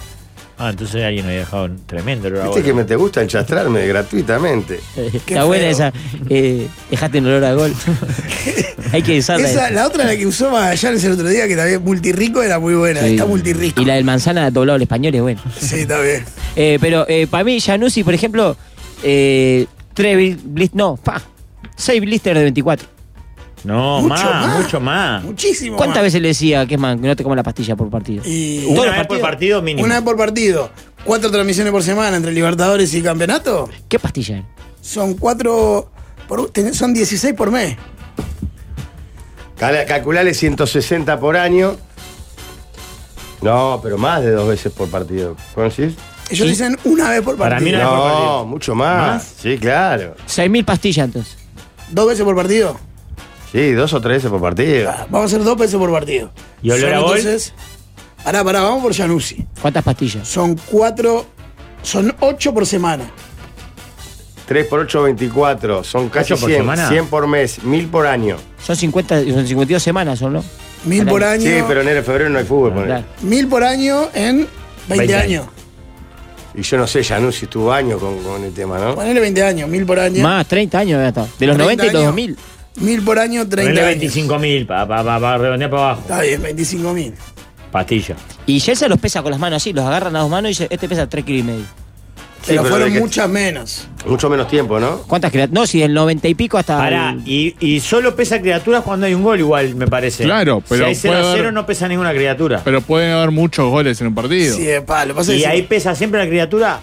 Speaker 4: Ah, entonces alguien había dejado un tremendo olor a
Speaker 1: Viste
Speaker 4: gol.
Speaker 1: que me te gusta enchastrarme
Speaker 4: *laughs*
Speaker 1: gratuitamente.
Speaker 2: Qué
Speaker 6: Está buena
Speaker 2: feo.
Speaker 6: esa. Eh, dejaste en olor a
Speaker 2: *laughs*
Speaker 6: gol. Hay que usarla.
Speaker 2: Esa,
Speaker 6: esa.
Speaker 2: la otra la que usó Magallanes el otro día, que también multirrico, era muy buena.
Speaker 6: Sí.
Speaker 2: Está multirrico.
Speaker 6: Y la del manzana doblado al español es buena.
Speaker 2: Sí, está bien.
Speaker 6: Eh, pero eh, para mí, Januzzi, por ejemplo, eh, tres blisters. No, pa. Seis blisters de 24.
Speaker 4: No,
Speaker 2: Mucho
Speaker 4: más,
Speaker 2: más.
Speaker 4: mucho más.
Speaker 2: Muchísimo.
Speaker 6: ¿Cuántas
Speaker 2: más.
Speaker 6: veces le decía que es man, que no te comas la pastilla por partido?
Speaker 2: Y
Speaker 6: Todos
Speaker 4: Una vez
Speaker 6: los
Speaker 4: por
Speaker 6: partidos.
Speaker 4: partido mínimo.
Speaker 2: Una vez por partido. Cuatro transmisiones por semana entre Libertadores y Campeonato.
Speaker 6: ¿Qué pastilla era?
Speaker 2: Son cuatro. Por, tenés- son 16 por mes.
Speaker 1: Cal- Calculale 160 por año. No, pero más de dos veces por partido. ¿Conocís?
Speaker 2: Ellos dicen una vez por
Speaker 4: Para
Speaker 2: partido.
Speaker 4: mí Una vez por partido.
Speaker 1: No, mucho más.
Speaker 4: ¿Más?
Speaker 1: Sí, claro.
Speaker 6: 6.000 pastillas entonces.
Speaker 2: ¿Dos veces por partido?
Speaker 1: Sí, dos o tres veces por partido.
Speaker 2: Ah, Vamos a hacer dos veces por partido.
Speaker 4: ¿Y olor
Speaker 2: Son,
Speaker 4: a gol?
Speaker 2: Entonces, pará, pará, vamos por Januzzi.
Speaker 6: ¿Cuántas pastillas?
Speaker 2: Son cuatro. Son ocho por semana.
Speaker 1: 3 por 8, 24. Son casi
Speaker 6: ¿Ocho por
Speaker 1: 100.
Speaker 6: semana?
Speaker 1: 100 por mes, 1000 por año.
Speaker 6: Son, 50, son 52 semanas, ¿o no?
Speaker 2: Mil por año.
Speaker 1: Sí, pero enero, febrero no hay fútbol. ponele.
Speaker 2: Mil por año en 20,
Speaker 1: 20
Speaker 2: años.
Speaker 1: Y yo no sé, Janus, si estuvo año con, con el tema, ¿no?
Speaker 2: Ponele 20 años, mil por año.
Speaker 6: Más, 30 años había estado. De los 90 y los 2000.
Speaker 2: Mil por año, 30
Speaker 4: Ponele
Speaker 2: años.
Speaker 4: 25 mil, para pa, pa, pa, redondear para abajo.
Speaker 2: Está bien, 25 mil.
Speaker 4: Pastilla.
Speaker 6: Y Yelsa los pesa con las manos así, los agarran a dos manos y dice, este pesa 3 kilos y medio. pero
Speaker 2: pero, fueron
Speaker 6: de que-
Speaker 2: muchas menos.
Speaker 1: Mucho menos tiempo, ¿no?
Speaker 6: ¿Cuántas criaturas? No, si del 90 y pico hasta...
Speaker 4: Pará, y, y solo pesa criaturas cuando hay un gol igual, me parece.
Speaker 5: Claro, pero
Speaker 4: Si hay 0
Speaker 5: puede
Speaker 4: a 0
Speaker 5: haber-
Speaker 4: no pesa ninguna criatura.
Speaker 5: Pero pueden haber muchos goles en un partido.
Speaker 2: Sí, pa, lo que pasa es
Speaker 4: y
Speaker 2: que-
Speaker 4: ahí pesa siempre la criatura.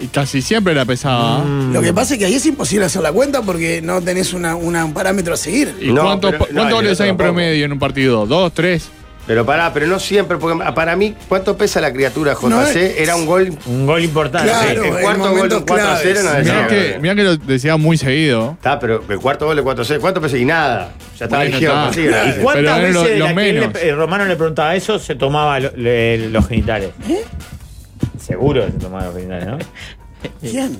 Speaker 5: Y casi siempre la pesaba. ¿eh?
Speaker 1: Mm.
Speaker 2: Lo que pasa es que ahí es imposible hacer la cuenta porque no tenés una, una- un parámetro a seguir.
Speaker 5: ¿Y cuántos
Speaker 1: pero- no,
Speaker 5: cuántos
Speaker 1: el
Speaker 5: goles
Speaker 1: otro
Speaker 5: hay en
Speaker 1: tampoco.
Speaker 5: promedio en un partido? ¿Dos, tres?
Speaker 1: Pero pará, pero no siempre, porque para mí, ¿cuánto pesa la criatura, JC?
Speaker 5: No es-
Speaker 1: Era un gol.
Speaker 4: Un gol importante.
Speaker 1: el cuarto gol de un 4 a 0 no decía
Speaker 5: Mirá que,
Speaker 1: nada.
Speaker 5: mirá que lo decía muy seguido.
Speaker 1: Está, pero el cuarto gol de 4 a 0, ¿cuánto pesa? Y nada. Ya está
Speaker 5: Bueno,
Speaker 1: dirigido
Speaker 5: está.
Speaker 1: así, era.
Speaker 4: ¿Y cuántas veces de la que
Speaker 5: menos.
Speaker 4: le- el romano le preguntaba eso, se tomaba lo- le- los genitales? Seguro que se tomaba los genitales, ¿no?
Speaker 2: ¿Quién?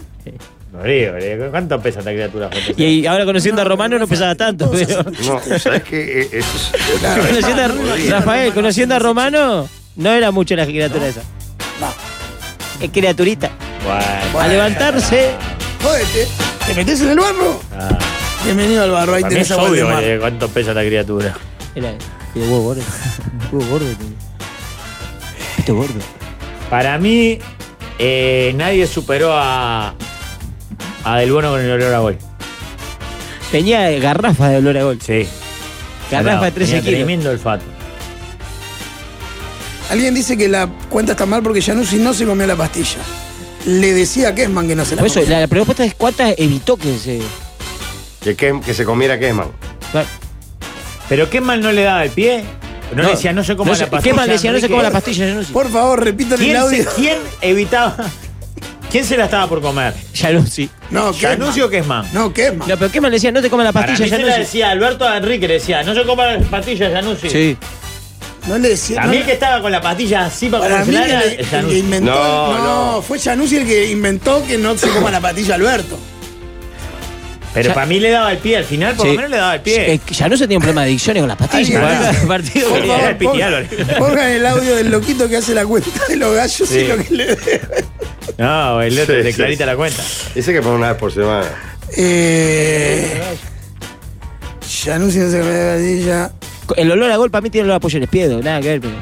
Speaker 4: Rodrigo, Rodrigo, ¿cuánto pesa esta criatura? JC?
Speaker 6: Y, y ahora conociendo a Romano no pesaba tanto. pero-
Speaker 1: No, ¿sabes qué? Eh, Eso es.
Speaker 6: conociendo a- Rafael, conociendo a Romano, no era mucho la criatura esa. Es criaturita.
Speaker 4: Bueno.
Speaker 6: A levantarse.
Speaker 2: Jódete, te metes en el barro.
Speaker 4: Ah.
Speaker 2: Bienvenido al barro, ahí
Speaker 4: Para mí es
Speaker 2: tenés agua de
Speaker 4: obvio
Speaker 2: mar.
Speaker 4: eh, cuánto pesa esta criatura.
Speaker 6: Era, pero huevo *laughs* gordo. Huevo gordo. tenía. Pito Este gordo.
Speaker 4: Para mí, eh, nadie superó a, a Del Bono con el olor a gol.
Speaker 6: Tenía eh, garrafas de olor a gol.
Speaker 4: Sí.
Speaker 6: Garrafa de 13
Speaker 4: Tenía
Speaker 6: kilos.
Speaker 4: Tremendo olfato.
Speaker 2: Alguien dice que la cuenta está mal porque Januzzi no se comió la pastilla. Le decía a Kessman que no se la
Speaker 6: Por eso,
Speaker 2: comió.
Speaker 6: la, la pregunta es cuántas evitó que se.
Speaker 4: Ah,
Speaker 1: Que, Kem- que se comiera Kesman.
Speaker 4: Pero qué mal no le daba el pie. No,
Speaker 6: No,
Speaker 4: le decía, no se
Speaker 6: no
Speaker 4: coma la
Speaker 6: sé-
Speaker 4: pastilla.
Speaker 6: ¿qué mal le decía? No se
Speaker 4: Enrique?
Speaker 6: coma la pastilla, Januzzi.
Speaker 2: Por favor, repitan el
Speaker 4: ¿Quién, se-
Speaker 2: audio.
Speaker 4: quién evitaba? ¿Quién se la estaba por comer?
Speaker 6: Januzzi.
Speaker 2: No,
Speaker 4: ¿Yanuzzi o Kesman?
Speaker 2: No, Kessman.
Speaker 6: No, pero ¿qué mal le decía? No te comas la
Speaker 4: Para mí
Speaker 6: pastilla,
Speaker 4: se la
Speaker 6: Januzzi.
Speaker 4: decía Alberto a Enrique, le decía, no se coma las pastillas, Januzzi.
Speaker 6: Sí.
Speaker 2: No le decía.
Speaker 4: A
Speaker 2: no-
Speaker 4: mí el que estaba con la pastilla así para,
Speaker 2: para mí que
Speaker 4: comerse
Speaker 2: le- el que inventó. No, fue Januzzi el que inventó que no se coma la pastilla Alberto.
Speaker 4: Pero
Speaker 6: Ya-
Speaker 4: para mí le daba el pie, al final por lo menos le daba el pie.
Speaker 6: Ya no se tiene un problema de adicciones con las pastillas.
Speaker 2: Alguien-
Speaker 6: ¿verdad? El partido
Speaker 4: Por
Speaker 6: que-
Speaker 4: favor,
Speaker 6: el pitiado.
Speaker 2: Pongan el audio del loquito que hace la cuenta de los gallos
Speaker 4: Sí.
Speaker 2: y lo que le
Speaker 4: No, el otro
Speaker 1: Sí,
Speaker 4: te
Speaker 1: sí,
Speaker 4: clarita
Speaker 1: sí.
Speaker 4: la cuenta.
Speaker 1: Dice que pone una vez por semana.
Speaker 2: Eh,
Speaker 6: *laughs*
Speaker 2: Januzzi no se comió la pastilla.
Speaker 6: El olor a gol para mí tiene olor a pollo les pido, nada que ver. Pero...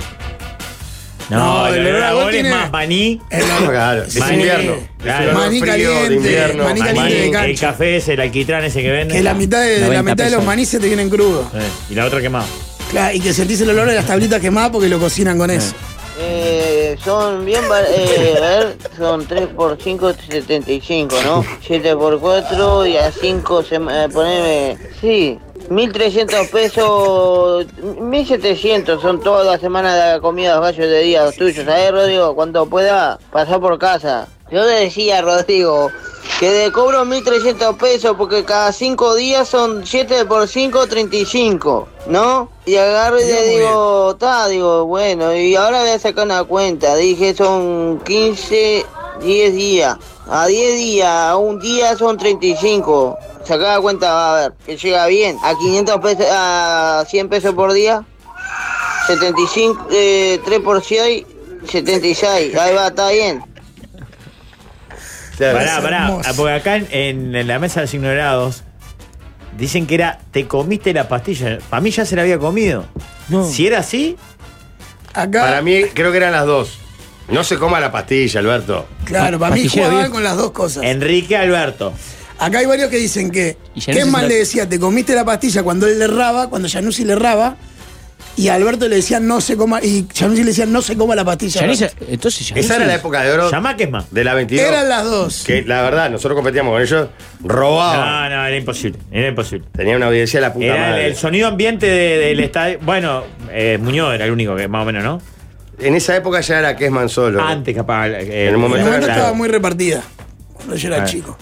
Speaker 4: No,
Speaker 2: No,
Speaker 4: el
Speaker 2: el
Speaker 4: olor a
Speaker 2: Dragón
Speaker 4: gol es
Speaker 2: tiene-
Speaker 4: más maní.
Speaker 1: Claro, es
Speaker 4: Maní,
Speaker 1: invierno.
Speaker 4: claro.
Speaker 1: Es un olor
Speaker 2: Maní
Speaker 1: frío
Speaker 2: caliente,
Speaker 1: de invierno.
Speaker 2: maní caliente
Speaker 4: Maní,
Speaker 2: de cancha.
Speaker 4: el café es el alquitrán ese que venden.
Speaker 2: Que la mitad de, de la
Speaker 6: 90
Speaker 2: mitad de los
Speaker 6: pesos.
Speaker 2: maní se te vienen crudos.
Speaker 4: Eh, y la otra quemada.
Speaker 2: Claro, y que sentís el olor de las tablitas quemadas porque lo cocinan
Speaker 4: Ah,
Speaker 2: con eso.
Speaker 15: Eh, son bien, va- eh, a ver, son 3 por 5, 75, ¿no? 7 por 4 y a 5, se, eh, poneme, sí, 1.300 pesos, 1.700 son todas las semanas de la comida de los gallos de día los tuyos, ¿sabes, Rodrigo? Cuando pueda, pasar por casa. Yo le decía, Rodrigo, que le cobro 1.300 pesos porque cada 5 días son 7 por 5, 35, ¿no? Y agarro y le digo, está, digo, bueno, y ahora voy a sacar una cuenta. Dije, son 15, 10 días. A 10 días, a un día son 35. Sacá la cuenta, va a ver, que llega bien. A 500 pesos, a 100 pesos por día, 75, eh, 3 por 6, 76. Ahí va, está bien.
Speaker 1: Claro.
Speaker 4: Pará, pará. ah, Porque acá en, en- en la mesa de los ignorados dicen que era te comiste la pastilla. Para mí ya se la había comido. Si era así,
Speaker 2: Acá,
Speaker 1: Para mí, creo que eran las dos. No se coma la pastilla, Alberto.
Speaker 2: claro,
Speaker 4: Ah,
Speaker 2: para mí
Speaker 6: Pastillero,
Speaker 2: jugaban
Speaker 6: viejo.
Speaker 2: con las dos cosas.
Speaker 4: Enrique Alberto.
Speaker 2: Acá hay varios que dicen que
Speaker 6: Y Januzzi
Speaker 2: Kessman
Speaker 6: se la-
Speaker 2: le decía, te comiste la pastilla cuando él le erraba, cuando Januzzi le erraba, y a Alberto le decía, no se coma, y Januzzi le decía, no se coma la pastilla.
Speaker 6: Yanuzzi- entonces Yanuzzi-
Speaker 1: Esa era la época de oro
Speaker 4: Llamá que es más.
Speaker 1: de la 22.
Speaker 2: Eran las dos.
Speaker 1: Que la verdad, nosotros competíamos con ellos, robaban.
Speaker 4: No, no, era imposible. Era imposible.
Speaker 1: Tenía una audiencia de la puta
Speaker 4: Era el,
Speaker 1: madre.
Speaker 4: el sonido ambiente de- del estadio. Bueno, eh, Muñoz era el único que más o menos, ¿no?
Speaker 1: En esa época ya era Kesman solo.
Speaker 4: Antes, capaz. eh,
Speaker 1: En el
Speaker 2: En
Speaker 1: momento
Speaker 2: el momento
Speaker 1: Claro.
Speaker 2: estaba muy repartida, cuando yo era
Speaker 4: Ah.
Speaker 2: chico.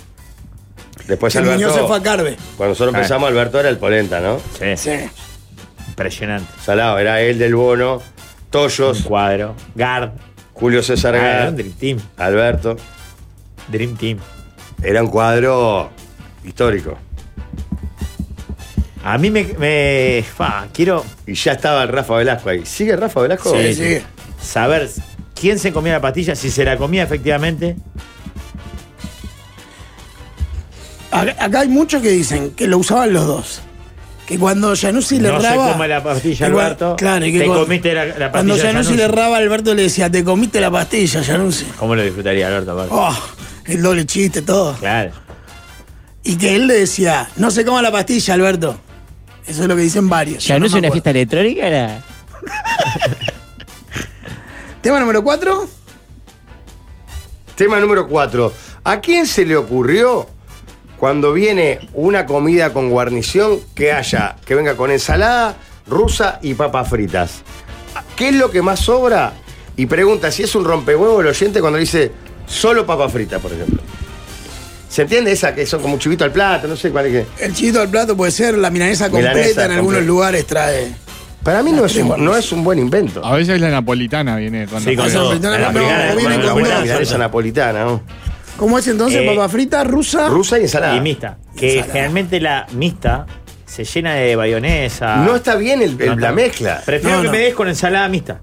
Speaker 1: Después
Speaker 2: el niño se fue a
Speaker 1: pues Alberto.
Speaker 2: Carve.
Speaker 1: Cuando nosotros
Speaker 4: Ah.
Speaker 1: empezamos, Alberto era el polenta, ¿no?
Speaker 4: Sí,
Speaker 2: Sí.
Speaker 4: impresionante.
Speaker 1: Salado, era él del bono, Toyos,
Speaker 4: Cuadro. Guard.
Speaker 1: Julio César
Speaker 4: Ah, era
Speaker 1: Gá,
Speaker 4: un Dream Team.
Speaker 1: Alberto.
Speaker 4: Dream Team.
Speaker 1: Era un cuadro histórico.
Speaker 4: A mí me. me- fa, quiero.
Speaker 1: Y ya estaba Rafa Velasco ahí. ¿Sigue Rafa Velasco?
Speaker 4: Sí, sí. Saber quién se comía la pastilla, si se la comía efectivamente.
Speaker 2: Acá acá hay muchos que dicen que lo usaban los dos. Que cuando Januzzi le
Speaker 4: no se
Speaker 2: erraba.
Speaker 4: come la pastilla,
Speaker 2: que cua-
Speaker 4: Alberto.
Speaker 2: Claro, y que
Speaker 4: te
Speaker 2: cuando-
Speaker 4: comiste la, la pastilla.
Speaker 2: Cuando Januzzi le erraba, Alberto le decía, te comiste la pastilla, Januzzi.
Speaker 4: ¿Cómo lo disfrutaría Alberto? Aparte?
Speaker 2: Oh, el doble chiste, todo.
Speaker 4: Claro.
Speaker 2: Y que él le decía, no se coma la pastilla, Alberto. Eso es lo que dicen varios.
Speaker 6: ¿Ya no es
Speaker 2: me
Speaker 6: una
Speaker 2: acuerdo.
Speaker 6: fiesta electrónica? Era...
Speaker 2: Tema número 4.
Speaker 1: Tema número 4. ¿A quién se le ocurrió cuando viene una comida con guarnición que haya, que venga con ensalada rusa y papas fritas? ¿Qué es lo que más sobra? Y pregunta si es un rompehuevo el oyente cuando le dice solo papas fritas, por ejemplo. ¿Se entiende esa que son como un chivito al plato? No sé cuál es que.
Speaker 2: El chivito al plato puede ser la milanesa completa
Speaker 1: Milanesa
Speaker 2: en algunos
Speaker 1: completa.
Speaker 2: lugares trae.
Speaker 1: Para mí no es, un, no es un buen invento.
Speaker 5: A veces la napolitana viene con
Speaker 1: Sí,
Speaker 5: la
Speaker 1: con todo.
Speaker 5: napolitana.
Speaker 1: La napolitana,
Speaker 5: no,
Speaker 1: con
Speaker 5: viene
Speaker 1: la
Speaker 5: con
Speaker 1: napolitana,
Speaker 5: huevo.
Speaker 1: milanesa napolitana, ¿no?
Speaker 2: ¿Cómo es entonces?
Speaker 4: Eh,
Speaker 2: papa frita, rusa.
Speaker 1: Rusa y ensalada.
Speaker 4: Y mixta. Que generalmente la mixta se llena de bayonesa.
Speaker 1: No está bien el- el-
Speaker 4: está
Speaker 1: la
Speaker 4: bien.
Speaker 1: mezcla.
Speaker 4: Prefiero
Speaker 1: No,
Speaker 4: que
Speaker 1: no.
Speaker 4: me des con ensalada mixta.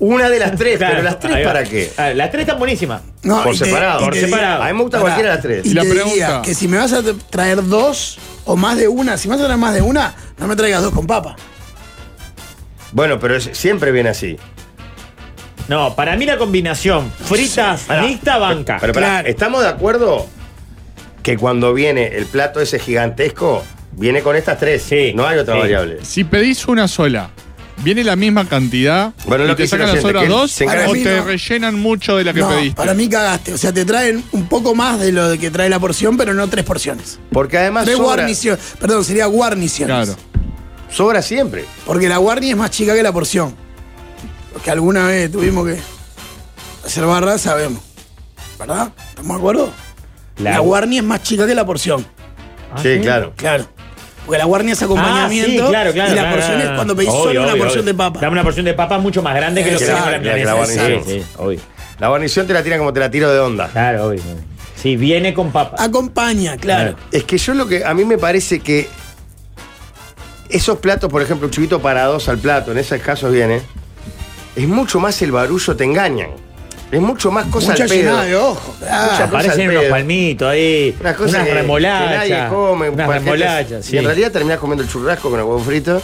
Speaker 1: Una de las tres,
Speaker 4: Claro,
Speaker 1: pero las tres
Speaker 4: ahí va.
Speaker 1: ¿para qué?
Speaker 4: Ah, las tres están buenísimas.
Speaker 2: No,
Speaker 1: por
Speaker 2: y te-
Speaker 1: separado.
Speaker 2: y
Speaker 1: por
Speaker 2: te digo-
Speaker 1: separado. A mí me gusta
Speaker 2: Pará.
Speaker 1: cualquiera de las tres.
Speaker 2: Y, te diría que si me vas a traer dos o más de una, si me vas a traer más de una, no me traigas dos con papa.
Speaker 1: Bueno, pero es- siempre viene así.
Speaker 4: No, para mí la combinación fritas, mixta, banca.
Speaker 1: Pero pará, ¿estamos de acuerdo que cuando viene el plato ese gigantesco, viene con estas tres? No hay otra variable.
Speaker 5: Si pedís una sola, viene la misma cantidad.
Speaker 1: Bueno,
Speaker 5: y
Speaker 1: lo que
Speaker 5: te
Speaker 1: dice
Speaker 5: sacan
Speaker 1: el
Speaker 5: las
Speaker 1: oyente,
Speaker 5: otras
Speaker 1: que él
Speaker 5: dos
Speaker 1: se
Speaker 2: encarga-
Speaker 5: o
Speaker 2: Para mí
Speaker 5: te
Speaker 2: no.
Speaker 5: rellenan mucho de la que
Speaker 2: No,
Speaker 5: pediste.
Speaker 2: para mí cagaste. O sea, te traen un poco más de lo que trae la porción, pero no tres porciones.
Speaker 1: Porque además
Speaker 2: Tres
Speaker 1: sobra,
Speaker 2: guarnición. Perdón, sería guarniciones.
Speaker 5: Claro.
Speaker 1: sobra siempre.
Speaker 2: Porque la guarni es más chica que la porción. Lo que alguna vez tuvimos que hacer barra, sabemos. ¿Verdad? ¿Estamos de acuerdo? La, guarni es más chica que la porción.
Speaker 1: Ah, sí, claro.
Speaker 2: Claro. Porque la guarni es acompañamiento.
Speaker 4: Ah, sí, claro, claro.
Speaker 2: y la
Speaker 4: claro,
Speaker 2: porción
Speaker 4: claro,
Speaker 2: es
Speaker 4: claro.
Speaker 2: cuando pedís
Speaker 4: Obvio,
Speaker 2: solo una
Speaker 4: obvio,
Speaker 2: porción
Speaker 4: obvio.
Speaker 2: de papa.
Speaker 4: Dame una porción de papa mucho más grande que lo que
Speaker 1: Exacto.
Speaker 4: tiene la
Speaker 1: Mira que la
Speaker 4: milanesa.
Speaker 1: guarnición.
Speaker 4: Sí, sí, obvio.
Speaker 1: La guarnición te la tira como te la tiro de onda.
Speaker 4: Claro, obvio. Sí, viene con papa.
Speaker 2: Acompaña, claro.
Speaker 1: Es que yo lo que. A mí me parece que. Esos platos, por ejemplo, un chivito para dos al plato, en esos casos viene. Es mucho más el barullo, te engañan. Es mucho más cosa Ah,
Speaker 2: Mucha
Speaker 1: al pedo.
Speaker 2: llenada de ojo.
Speaker 1: Mucha cosa
Speaker 4: Ah,
Speaker 1: al
Speaker 4: aparecen unos
Speaker 1: pedo.
Speaker 4: palmitos ahí,
Speaker 1: Una cosa
Speaker 4: unas
Speaker 1: que- que nadie
Speaker 4: remolachas.
Speaker 1: come,
Speaker 4: Unas
Speaker 1: paquetes.
Speaker 4: remolachas,
Speaker 1: Y
Speaker 4: sí.
Speaker 1: en realidad terminás comiendo el churrasco con el huevo frito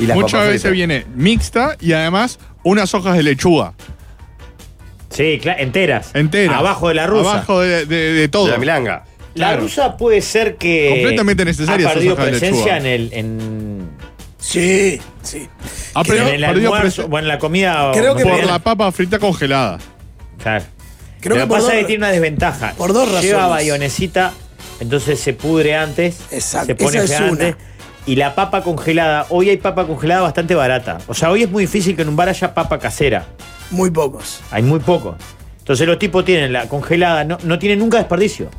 Speaker 1: y las
Speaker 5: Muchas
Speaker 1: papas
Speaker 5: veces
Speaker 1: fritas.
Speaker 5: viene mixta y además unas hojas de lechuga.
Speaker 4: Sí, cla- enteras.
Speaker 5: Enteras.
Speaker 4: Abajo de la rusa.
Speaker 5: Abajo de, de- de todo.
Speaker 1: De la milanga.
Speaker 4: La
Speaker 5: Claro.
Speaker 4: rusa puede ser que.
Speaker 5: Completamente necesaria
Speaker 4: Ha
Speaker 5: esa
Speaker 4: perdido
Speaker 5: soja de
Speaker 4: presencia
Speaker 5: lechuga.
Speaker 4: en el. En,
Speaker 2: Sí, sí.
Speaker 5: Ha perdido-
Speaker 4: en el
Speaker 5: perdido
Speaker 4: almuerzo.
Speaker 5: presen-
Speaker 4: Bueno, en la comida.
Speaker 2: Creo que
Speaker 5: por
Speaker 4: por
Speaker 5: la papa frita congelada.
Speaker 4: Claro. Lo
Speaker 2: Creo que
Speaker 4: que
Speaker 2: por
Speaker 4: pasa
Speaker 2: dos-
Speaker 4: es que tiene una desventaja.
Speaker 2: por dos
Speaker 4: Lleva
Speaker 2: razones.
Speaker 4: bayonesita, entonces se pudre antes.
Speaker 2: Exacto,
Speaker 4: Se pone
Speaker 2: esa es
Speaker 4: fea antes.
Speaker 2: una.
Speaker 4: Y la papa congelada, hoy hay papa congelada bastante barata. O sea, hoy es muy difícil que en un bar haya papa casera.
Speaker 2: Muy pocos.
Speaker 4: Hay muy poco. Entonces los tipos tienen la congelada, no, no tienen nunca desperdicio.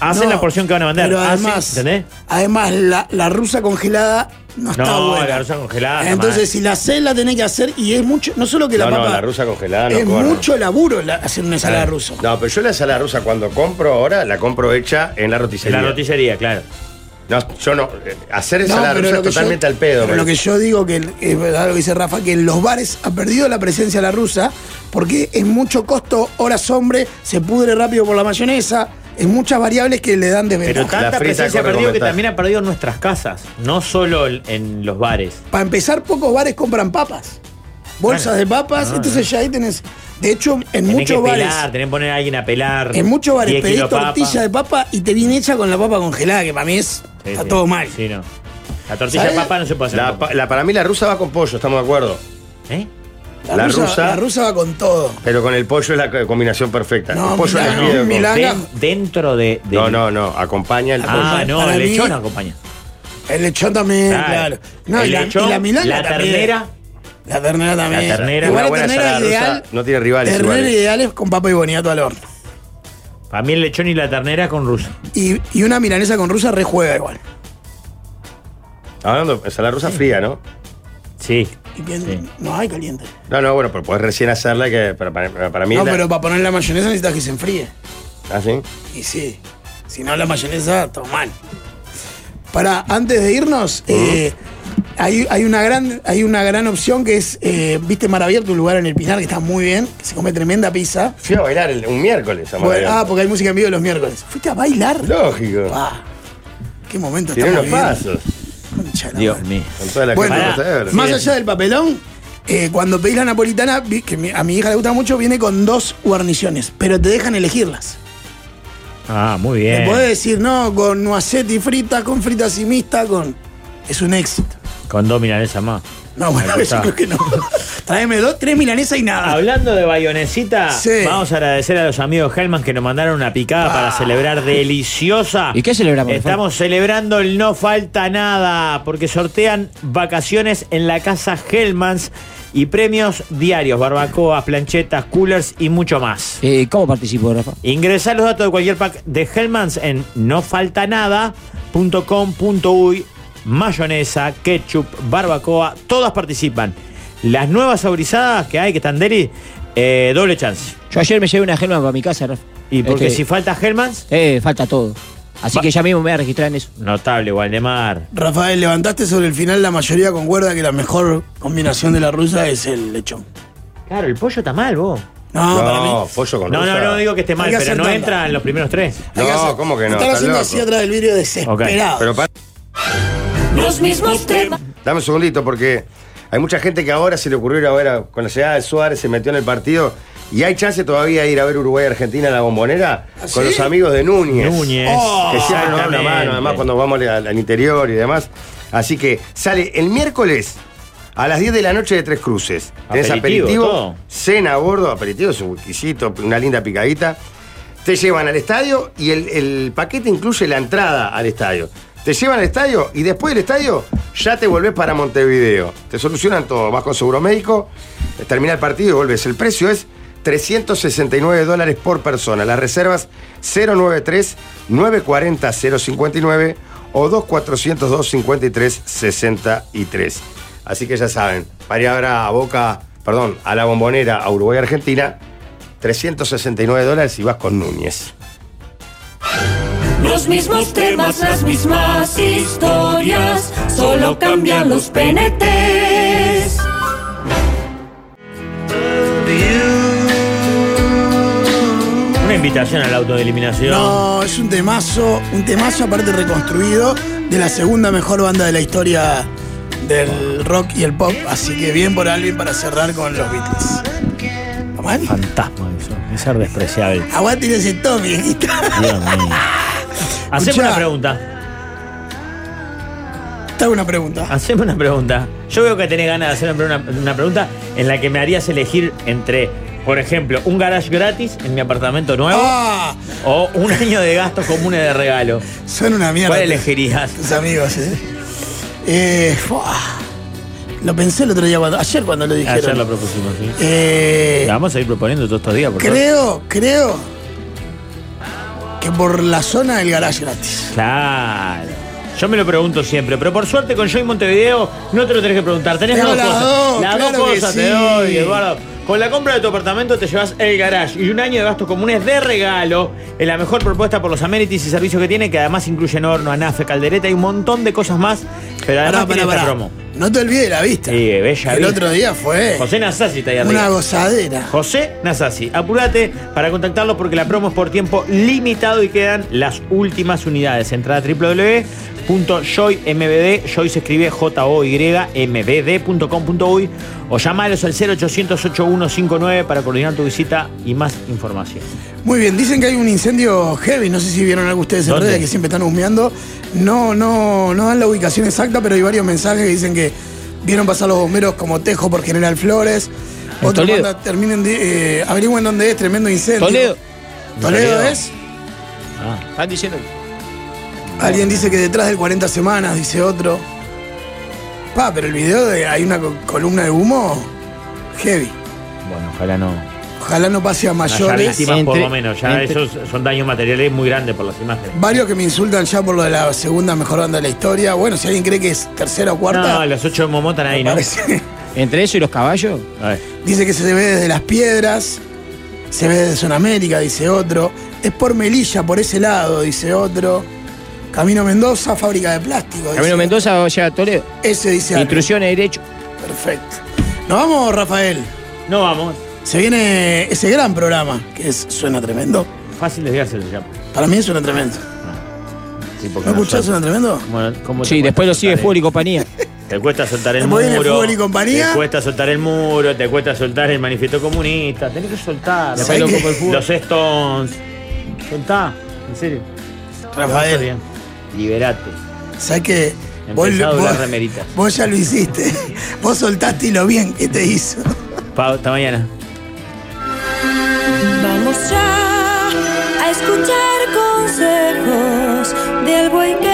Speaker 4: Hacen
Speaker 2: No,
Speaker 4: la porción que van a mandar.
Speaker 2: Pero
Speaker 4: Hacen-
Speaker 2: además,
Speaker 4: ¿entendés?
Speaker 2: además la, la rusa congelada no está
Speaker 4: No,
Speaker 2: buena.
Speaker 4: Ah, la rusa congelada está
Speaker 2: Ah, Entonces,
Speaker 4: mal.
Speaker 2: si la haces, la tenés que hacer y es mucho. No solo que la
Speaker 1: No,
Speaker 2: papa.
Speaker 1: no, la rusa congelada no
Speaker 2: es
Speaker 1: corre.
Speaker 2: mucho laburo la- hacer una ensalada
Speaker 1: Claro.
Speaker 2: rusa.
Speaker 1: No, pero yo la ensalada rusa cuando compro ahora, la compro hecha en la roticería.
Speaker 4: En la roticería, claro.
Speaker 1: No, yo no. eh, Hacer
Speaker 2: No,
Speaker 1: ensalada
Speaker 2: pero
Speaker 1: rusa
Speaker 2: lo
Speaker 1: es
Speaker 2: que yo-
Speaker 1: totalmente al pedo.
Speaker 2: Pero lo
Speaker 1: man.
Speaker 2: que yo digo que es verdad lo que dice Rafa, que en los bares ha perdido la presencia la rusa porque es mucho costo, horas hombre, se pudre rápido por la mayonesa, es muchas variables que le dan
Speaker 4: Pero
Speaker 2: desventaja.
Speaker 1: frita
Speaker 4: tanta presencia ha
Speaker 1: corre
Speaker 4: perdido
Speaker 1: con
Speaker 4: que
Speaker 1: ventaja.
Speaker 4: también ha perdido en nuestras casas, no solo en- en los bares.
Speaker 2: Para empezar, pocos bares compran papas. Bolsas
Speaker 4: Claro.
Speaker 2: de papas,
Speaker 4: No,
Speaker 2: entonces ya ahí tenés. De hecho, en
Speaker 4: Tenés
Speaker 2: muchos
Speaker 4: que
Speaker 2: bares.
Speaker 4: pelar, tenés que poner a alguien a pelar.
Speaker 2: En muchos bares
Speaker 4: 10
Speaker 2: pedís
Speaker 4: kilos de papa.
Speaker 2: tortilla de papa y te viene hecha con la papa congelada, que para mí es.
Speaker 4: Sí,
Speaker 2: está
Speaker 4: sí.
Speaker 2: todo mal.
Speaker 4: Sí, no. La tortilla de
Speaker 1: ¿Sabes?
Speaker 4: papa no se puede hacer.
Speaker 1: La,
Speaker 4: con papa.
Speaker 1: pa- la- para mí la rusa va con pollo, estamos de acuerdo.
Speaker 4: ¿Eh?
Speaker 2: La,
Speaker 1: La
Speaker 2: rusa,
Speaker 1: rusa-
Speaker 2: la rusa va con todo.
Speaker 1: Pero con el pollo es la co- combinación perfecta.
Speaker 2: No,
Speaker 1: el pollo
Speaker 2: milanga,
Speaker 1: le pido con-
Speaker 2: milanga.
Speaker 4: Den- dentro de. de-
Speaker 1: No, no, no. Acompaña el pollo.
Speaker 4: Ah, no,
Speaker 2: Para
Speaker 4: el
Speaker 2: mí-
Speaker 4: lechón acompaña.
Speaker 2: El lechón también,
Speaker 4: Claro.
Speaker 2: claro. No,
Speaker 4: El
Speaker 2: y, la,
Speaker 4: lechón,
Speaker 2: y la milanga
Speaker 4: la
Speaker 2: también.
Speaker 4: ternera.
Speaker 2: La ternera también.
Speaker 4: La ternera.
Speaker 2: Igual
Speaker 1: Una
Speaker 2: la
Speaker 1: buena
Speaker 2: ternera
Speaker 1: ensalada
Speaker 2: ideal.
Speaker 1: rusa no tiene rivales.
Speaker 2: ternera
Speaker 1: iguales.
Speaker 2: ideal es con papa y boniato al horno.
Speaker 4: Para mí el lechón y la ternera con rusa.
Speaker 2: Y, y una milanesa con rusa rejuega igual.
Speaker 1: Hablando de ensalada rusa fría, ¿no?
Speaker 4: Sí.
Speaker 2: Y que- No hay caliente.
Speaker 1: No, no, bueno, pero podés recién hacerla, que pero para, para mí.
Speaker 2: No,
Speaker 1: la-
Speaker 2: pero para poner la mayonesa necesitas que se enfríe.
Speaker 1: ¿Ah, sí?
Speaker 2: Y sí. Si no la mayonesa, todo mal. Para, antes de irnos, eh, hay, hay una gran, hay una gran opción que es, eh, viste, Mar Abierto, un lugar en el Pinar que está muy bien, que se come tremenda pizza.
Speaker 1: Fui a bailar el- un miércoles a Mar
Speaker 2: Bueno, ah,
Speaker 1: Abierto.
Speaker 2: porque hay música en vivo los miércoles. ¿Fuiste a bailar?
Speaker 1: Lógico.
Speaker 2: Pa, qué momento
Speaker 1: Tiene
Speaker 2: estamos
Speaker 1: unos
Speaker 2: viviendo.
Speaker 1: pasos.
Speaker 4: Dios mío.
Speaker 1: Con toda la
Speaker 2: Bueno,
Speaker 1: camioneta de verde.
Speaker 2: más allá del papelón, eh, cuando pedís la napolitana, vi- que mi- a mi hija le gusta mucho, viene con dos guarniciones, pero te dejan elegirlas.
Speaker 4: Ah, muy
Speaker 2: Le
Speaker 4: bien.
Speaker 2: podés decir, no, con nuacetti frita, con fritas y mixta, con. Es un éxito.
Speaker 4: Con dos milanesas más.
Speaker 2: No, *laughs* bueno,
Speaker 4: Ahí
Speaker 2: yo
Speaker 4: está.
Speaker 2: creo que no. Tráeme dos, tres milanesas y nada.
Speaker 4: Hablando de bayonesita,
Speaker 2: Sí.
Speaker 4: vamos a agradecer a los amigos Hellman que nos mandaron una picada para celebrar deliciosa.
Speaker 6: Ah. ¿Y qué celebramos?
Speaker 4: Estamos celebrando el No Falta Nada, porque sortean vacaciones en la casa Hellmans y premios diarios, barbacoas, planchetas, coolers y mucho más.
Speaker 6: Eh, ¿Cómo participó, Rafa?
Speaker 4: Ingresá los datos de cualquier pack de Hellmans en nofaltanada.com.uy. Mayonesa, ketchup, barbacoa, todas participan. Las nuevas saborizadas que hay, que están deli, eh, doble chance.
Speaker 6: Yo ayer me llevé una Helman para mi casa, Rafa. Este,
Speaker 4: Y porque si falta Hellmans,
Speaker 6: Eh, falta todo. Así que ya mismo me voy a registrar en eso.
Speaker 4: notable, Waldemar.
Speaker 2: Rafael, levantaste sobre el final la mayoría concuerda que la mejor combinación de la rusa es el lechón.
Speaker 4: Claro, el pollo está mal, vos.
Speaker 2: No, para mí.
Speaker 1: pollo con
Speaker 4: No, no,
Speaker 1: rusa.
Speaker 4: no digo que esté mal,
Speaker 2: Hay que
Speaker 4: pero
Speaker 2: hacer
Speaker 4: no
Speaker 2: tanda.
Speaker 4: entra en los primeros tres.
Speaker 1: No, ¿cómo que no?
Speaker 2: Están
Speaker 1: Estás
Speaker 2: haciendo
Speaker 1: loco.
Speaker 2: así atrás del vidrio desesperado.
Speaker 1: Pero pa-
Speaker 12: Los mismos temas.
Speaker 1: Dame un segundito porque hay mucha gente que ahora se le ocurrió ir a ver a- con la llegada de Suárez, se metió en el partido y hay chance todavía de ir a ver Uruguay-Argentina en la bombonera con
Speaker 2: sí?
Speaker 1: los amigos de Núñez.
Speaker 4: Núñez.
Speaker 1: Que siempre nos dan una
Speaker 4: Exactamente.
Speaker 1: mano, además cuando vamos al, al interior y demás. Así que sale el miércoles a las 10 de la noche de Tres Cruces. Tenés
Speaker 4: Aperitivo,
Speaker 1: aperitivo,
Speaker 4: todo.
Speaker 1: cena a bordo, aperitivo, es un whiskycito, una linda picadita. Te llevan al estadio y el, el paquete incluye la entrada al estadio. Te llevan al estadio y después del estadio ya te volvés para Montevideo. Te solucionan todo. Vas con seguro médico, eh, termina el partido y volvés. El precio es 369 dólares por persona. Las reservas 093-940-059 o 2402-5363. Así que ya saben, para ir ahora a Boca, perdón, a la bombonera, a Uruguay, Argentina, 369 dólares y vas con Núñez.
Speaker 12: Los mismos temas, las mismas historias, solo cambian los penetes.
Speaker 4: Una invitación al auto de eliminación.
Speaker 2: No, es un temazo, un temazo aparte reconstruido de la segunda mejor banda de la historia del rock y el pop. Así que bien por Alvin para cerrar con los Beatles. ¿Está mal?
Speaker 4: Fantasma eso. Un ser despreciable.
Speaker 2: Aguante ese Tommy, viejita.
Speaker 4: Dios
Speaker 2: *laughs*
Speaker 4: mío. Haceme
Speaker 2: Escuchá.
Speaker 4: una pregunta.
Speaker 2: Te hago una pregunta.
Speaker 4: Haceme una pregunta. Yo veo que tenés ganas de hacer una, una pregunta en la que me harías elegir entre, por ejemplo, un garage gratis en mi apartamento nuevo
Speaker 2: Ah,
Speaker 4: o un año de gastos comunes de regalo.
Speaker 2: son una mierda.
Speaker 4: ¿Cuál elegirías?
Speaker 2: Tus amigos, ¿eh? Eh, fua. lo pensé el otro día, cuando- ayer cuando lo dijeron.
Speaker 4: Ayer lo propusimos, ¿sí?
Speaker 2: Eh,
Speaker 4: La vamos a ir proponiendo todos estos días. por favor.
Speaker 2: creo, creo que por la zona del garage gratis.
Speaker 4: Claro. Yo me lo pregunto siempre, pero por suerte con Joy Montevideo no te lo tenés que preguntar. Tenés
Speaker 2: Tengo
Speaker 4: dos
Speaker 2: las
Speaker 4: cosas.
Speaker 2: dos,
Speaker 4: las
Speaker 2: claro
Speaker 4: dos
Speaker 2: que
Speaker 4: cosas
Speaker 2: sí.
Speaker 4: te doy, Eduardo. Con la compra de tu apartamento te llevas el garage y un año de gastos comunes de regalo. Es la mejor propuesta por los amenities y servicios que tiene, que además incluyen horno, anafe, caldereta y un montón de cosas más. Pero además
Speaker 2: Pará,
Speaker 4: tiene
Speaker 2: pará,
Speaker 4: esta
Speaker 2: pará.
Speaker 4: promo.
Speaker 2: No te olvides de la vista.
Speaker 4: Sí, bella
Speaker 2: El
Speaker 4: vista.
Speaker 2: otro día fue
Speaker 4: José Nasassi está ahí arriba.
Speaker 2: una gozadera.
Speaker 4: José Nasasi. Apúrate para contactarlos porque la promo es por tiempo limitado y quedan las últimas unidades. Entrada a www.joymbd, joy se escribe j-o-y-mbd.com.uy o llamalos al 0800-8159 para coordinar tu visita y más información.
Speaker 2: Muy bien, dicen que hay un incendio heavy, no sé si vieron algo ustedes en
Speaker 4: ¿Dónde?
Speaker 2: redes que siempre están husmeando. No, no, no dan la ubicación exacta, pero hay varios mensajes que dicen que vieron pasar los bomberos como Tejo por General Flores.
Speaker 6: En
Speaker 2: Otro
Speaker 6: Toledo.
Speaker 2: manda, terminen de, eh, averigüen dónde es, tremendo incendio.
Speaker 6: Toledo.
Speaker 2: Toledo
Speaker 6: Toledo.
Speaker 2: es.
Speaker 4: Ah,
Speaker 6: Están diciendo.
Speaker 2: Alguien dice que detrás del 40 semanas, dice otro. Pa, pero el video de hay una co- columna de humo heavy.
Speaker 4: Bueno, ojalá no.
Speaker 2: Ojalá no pase a
Speaker 4: Haya
Speaker 2: mayores.
Speaker 4: víctimas por
Speaker 6: entre-
Speaker 4: lo menos. Ya
Speaker 6: entre-
Speaker 4: esos son daños materiales muy grandes por las imágenes.
Speaker 2: Varios que me insultan ya por lo de la segunda mejor banda de la historia. Bueno, si alguien cree que es tercera o
Speaker 4: No,
Speaker 2: cuarta,
Speaker 4: los ocho momos están ahí, ¿no? *laughs*
Speaker 2: parece.
Speaker 6: Entre eso y los caballos.
Speaker 4: A ver.
Speaker 2: dice que se ve desde las piedras. se ve desde Sudamérica, dice otro. Es por Melilla, por ese lado, dice otro. Camino Mendoza, fábrica de plástico. dice.
Speaker 6: Camino Mendoza llega a Toledo.
Speaker 2: Ese dice algo.
Speaker 6: Intrusiones derecho.
Speaker 2: Perfecto. ¿Nos vamos, Rafael?
Speaker 4: No vamos.
Speaker 2: Se viene ese gran programa, que es, suena tremendo.
Speaker 4: Fácil desviarse se llama.
Speaker 2: Para mí suena tremendo.
Speaker 4: Sí,
Speaker 2: ¿No
Speaker 4: porque
Speaker 2: escuchás
Speaker 4: suelta.
Speaker 2: suena tremendo?
Speaker 4: Bueno, ¿cómo te
Speaker 6: Sí, después
Speaker 4: cuesta
Speaker 6: lo sigue
Speaker 4: soltar
Speaker 6: Fútbol y Compañía.
Speaker 4: el- Te cuesta soltar el
Speaker 2: Después viene
Speaker 4: muro.
Speaker 2: Fútbol y Compañía.
Speaker 4: Te cuesta soltar el muro, te cuesta soltar el manifiesto comunista. Tenés que soltar.
Speaker 2: ¿Sabés
Speaker 4: Los-
Speaker 2: qué?
Speaker 4: Los Stones. Soltá, en serio.
Speaker 2: Rafael.
Speaker 4: Bien. Liberate.
Speaker 2: ¿Sabes qué? Vos,
Speaker 4: Empezado
Speaker 2: vos-
Speaker 4: las remeritas.
Speaker 2: vos ya lo hiciste. *laughs* vos soltaste y lo bien que te hizo.
Speaker 4: Pa- Hasta mañana.
Speaker 12: Vamos ya a escuchar consejos del buen que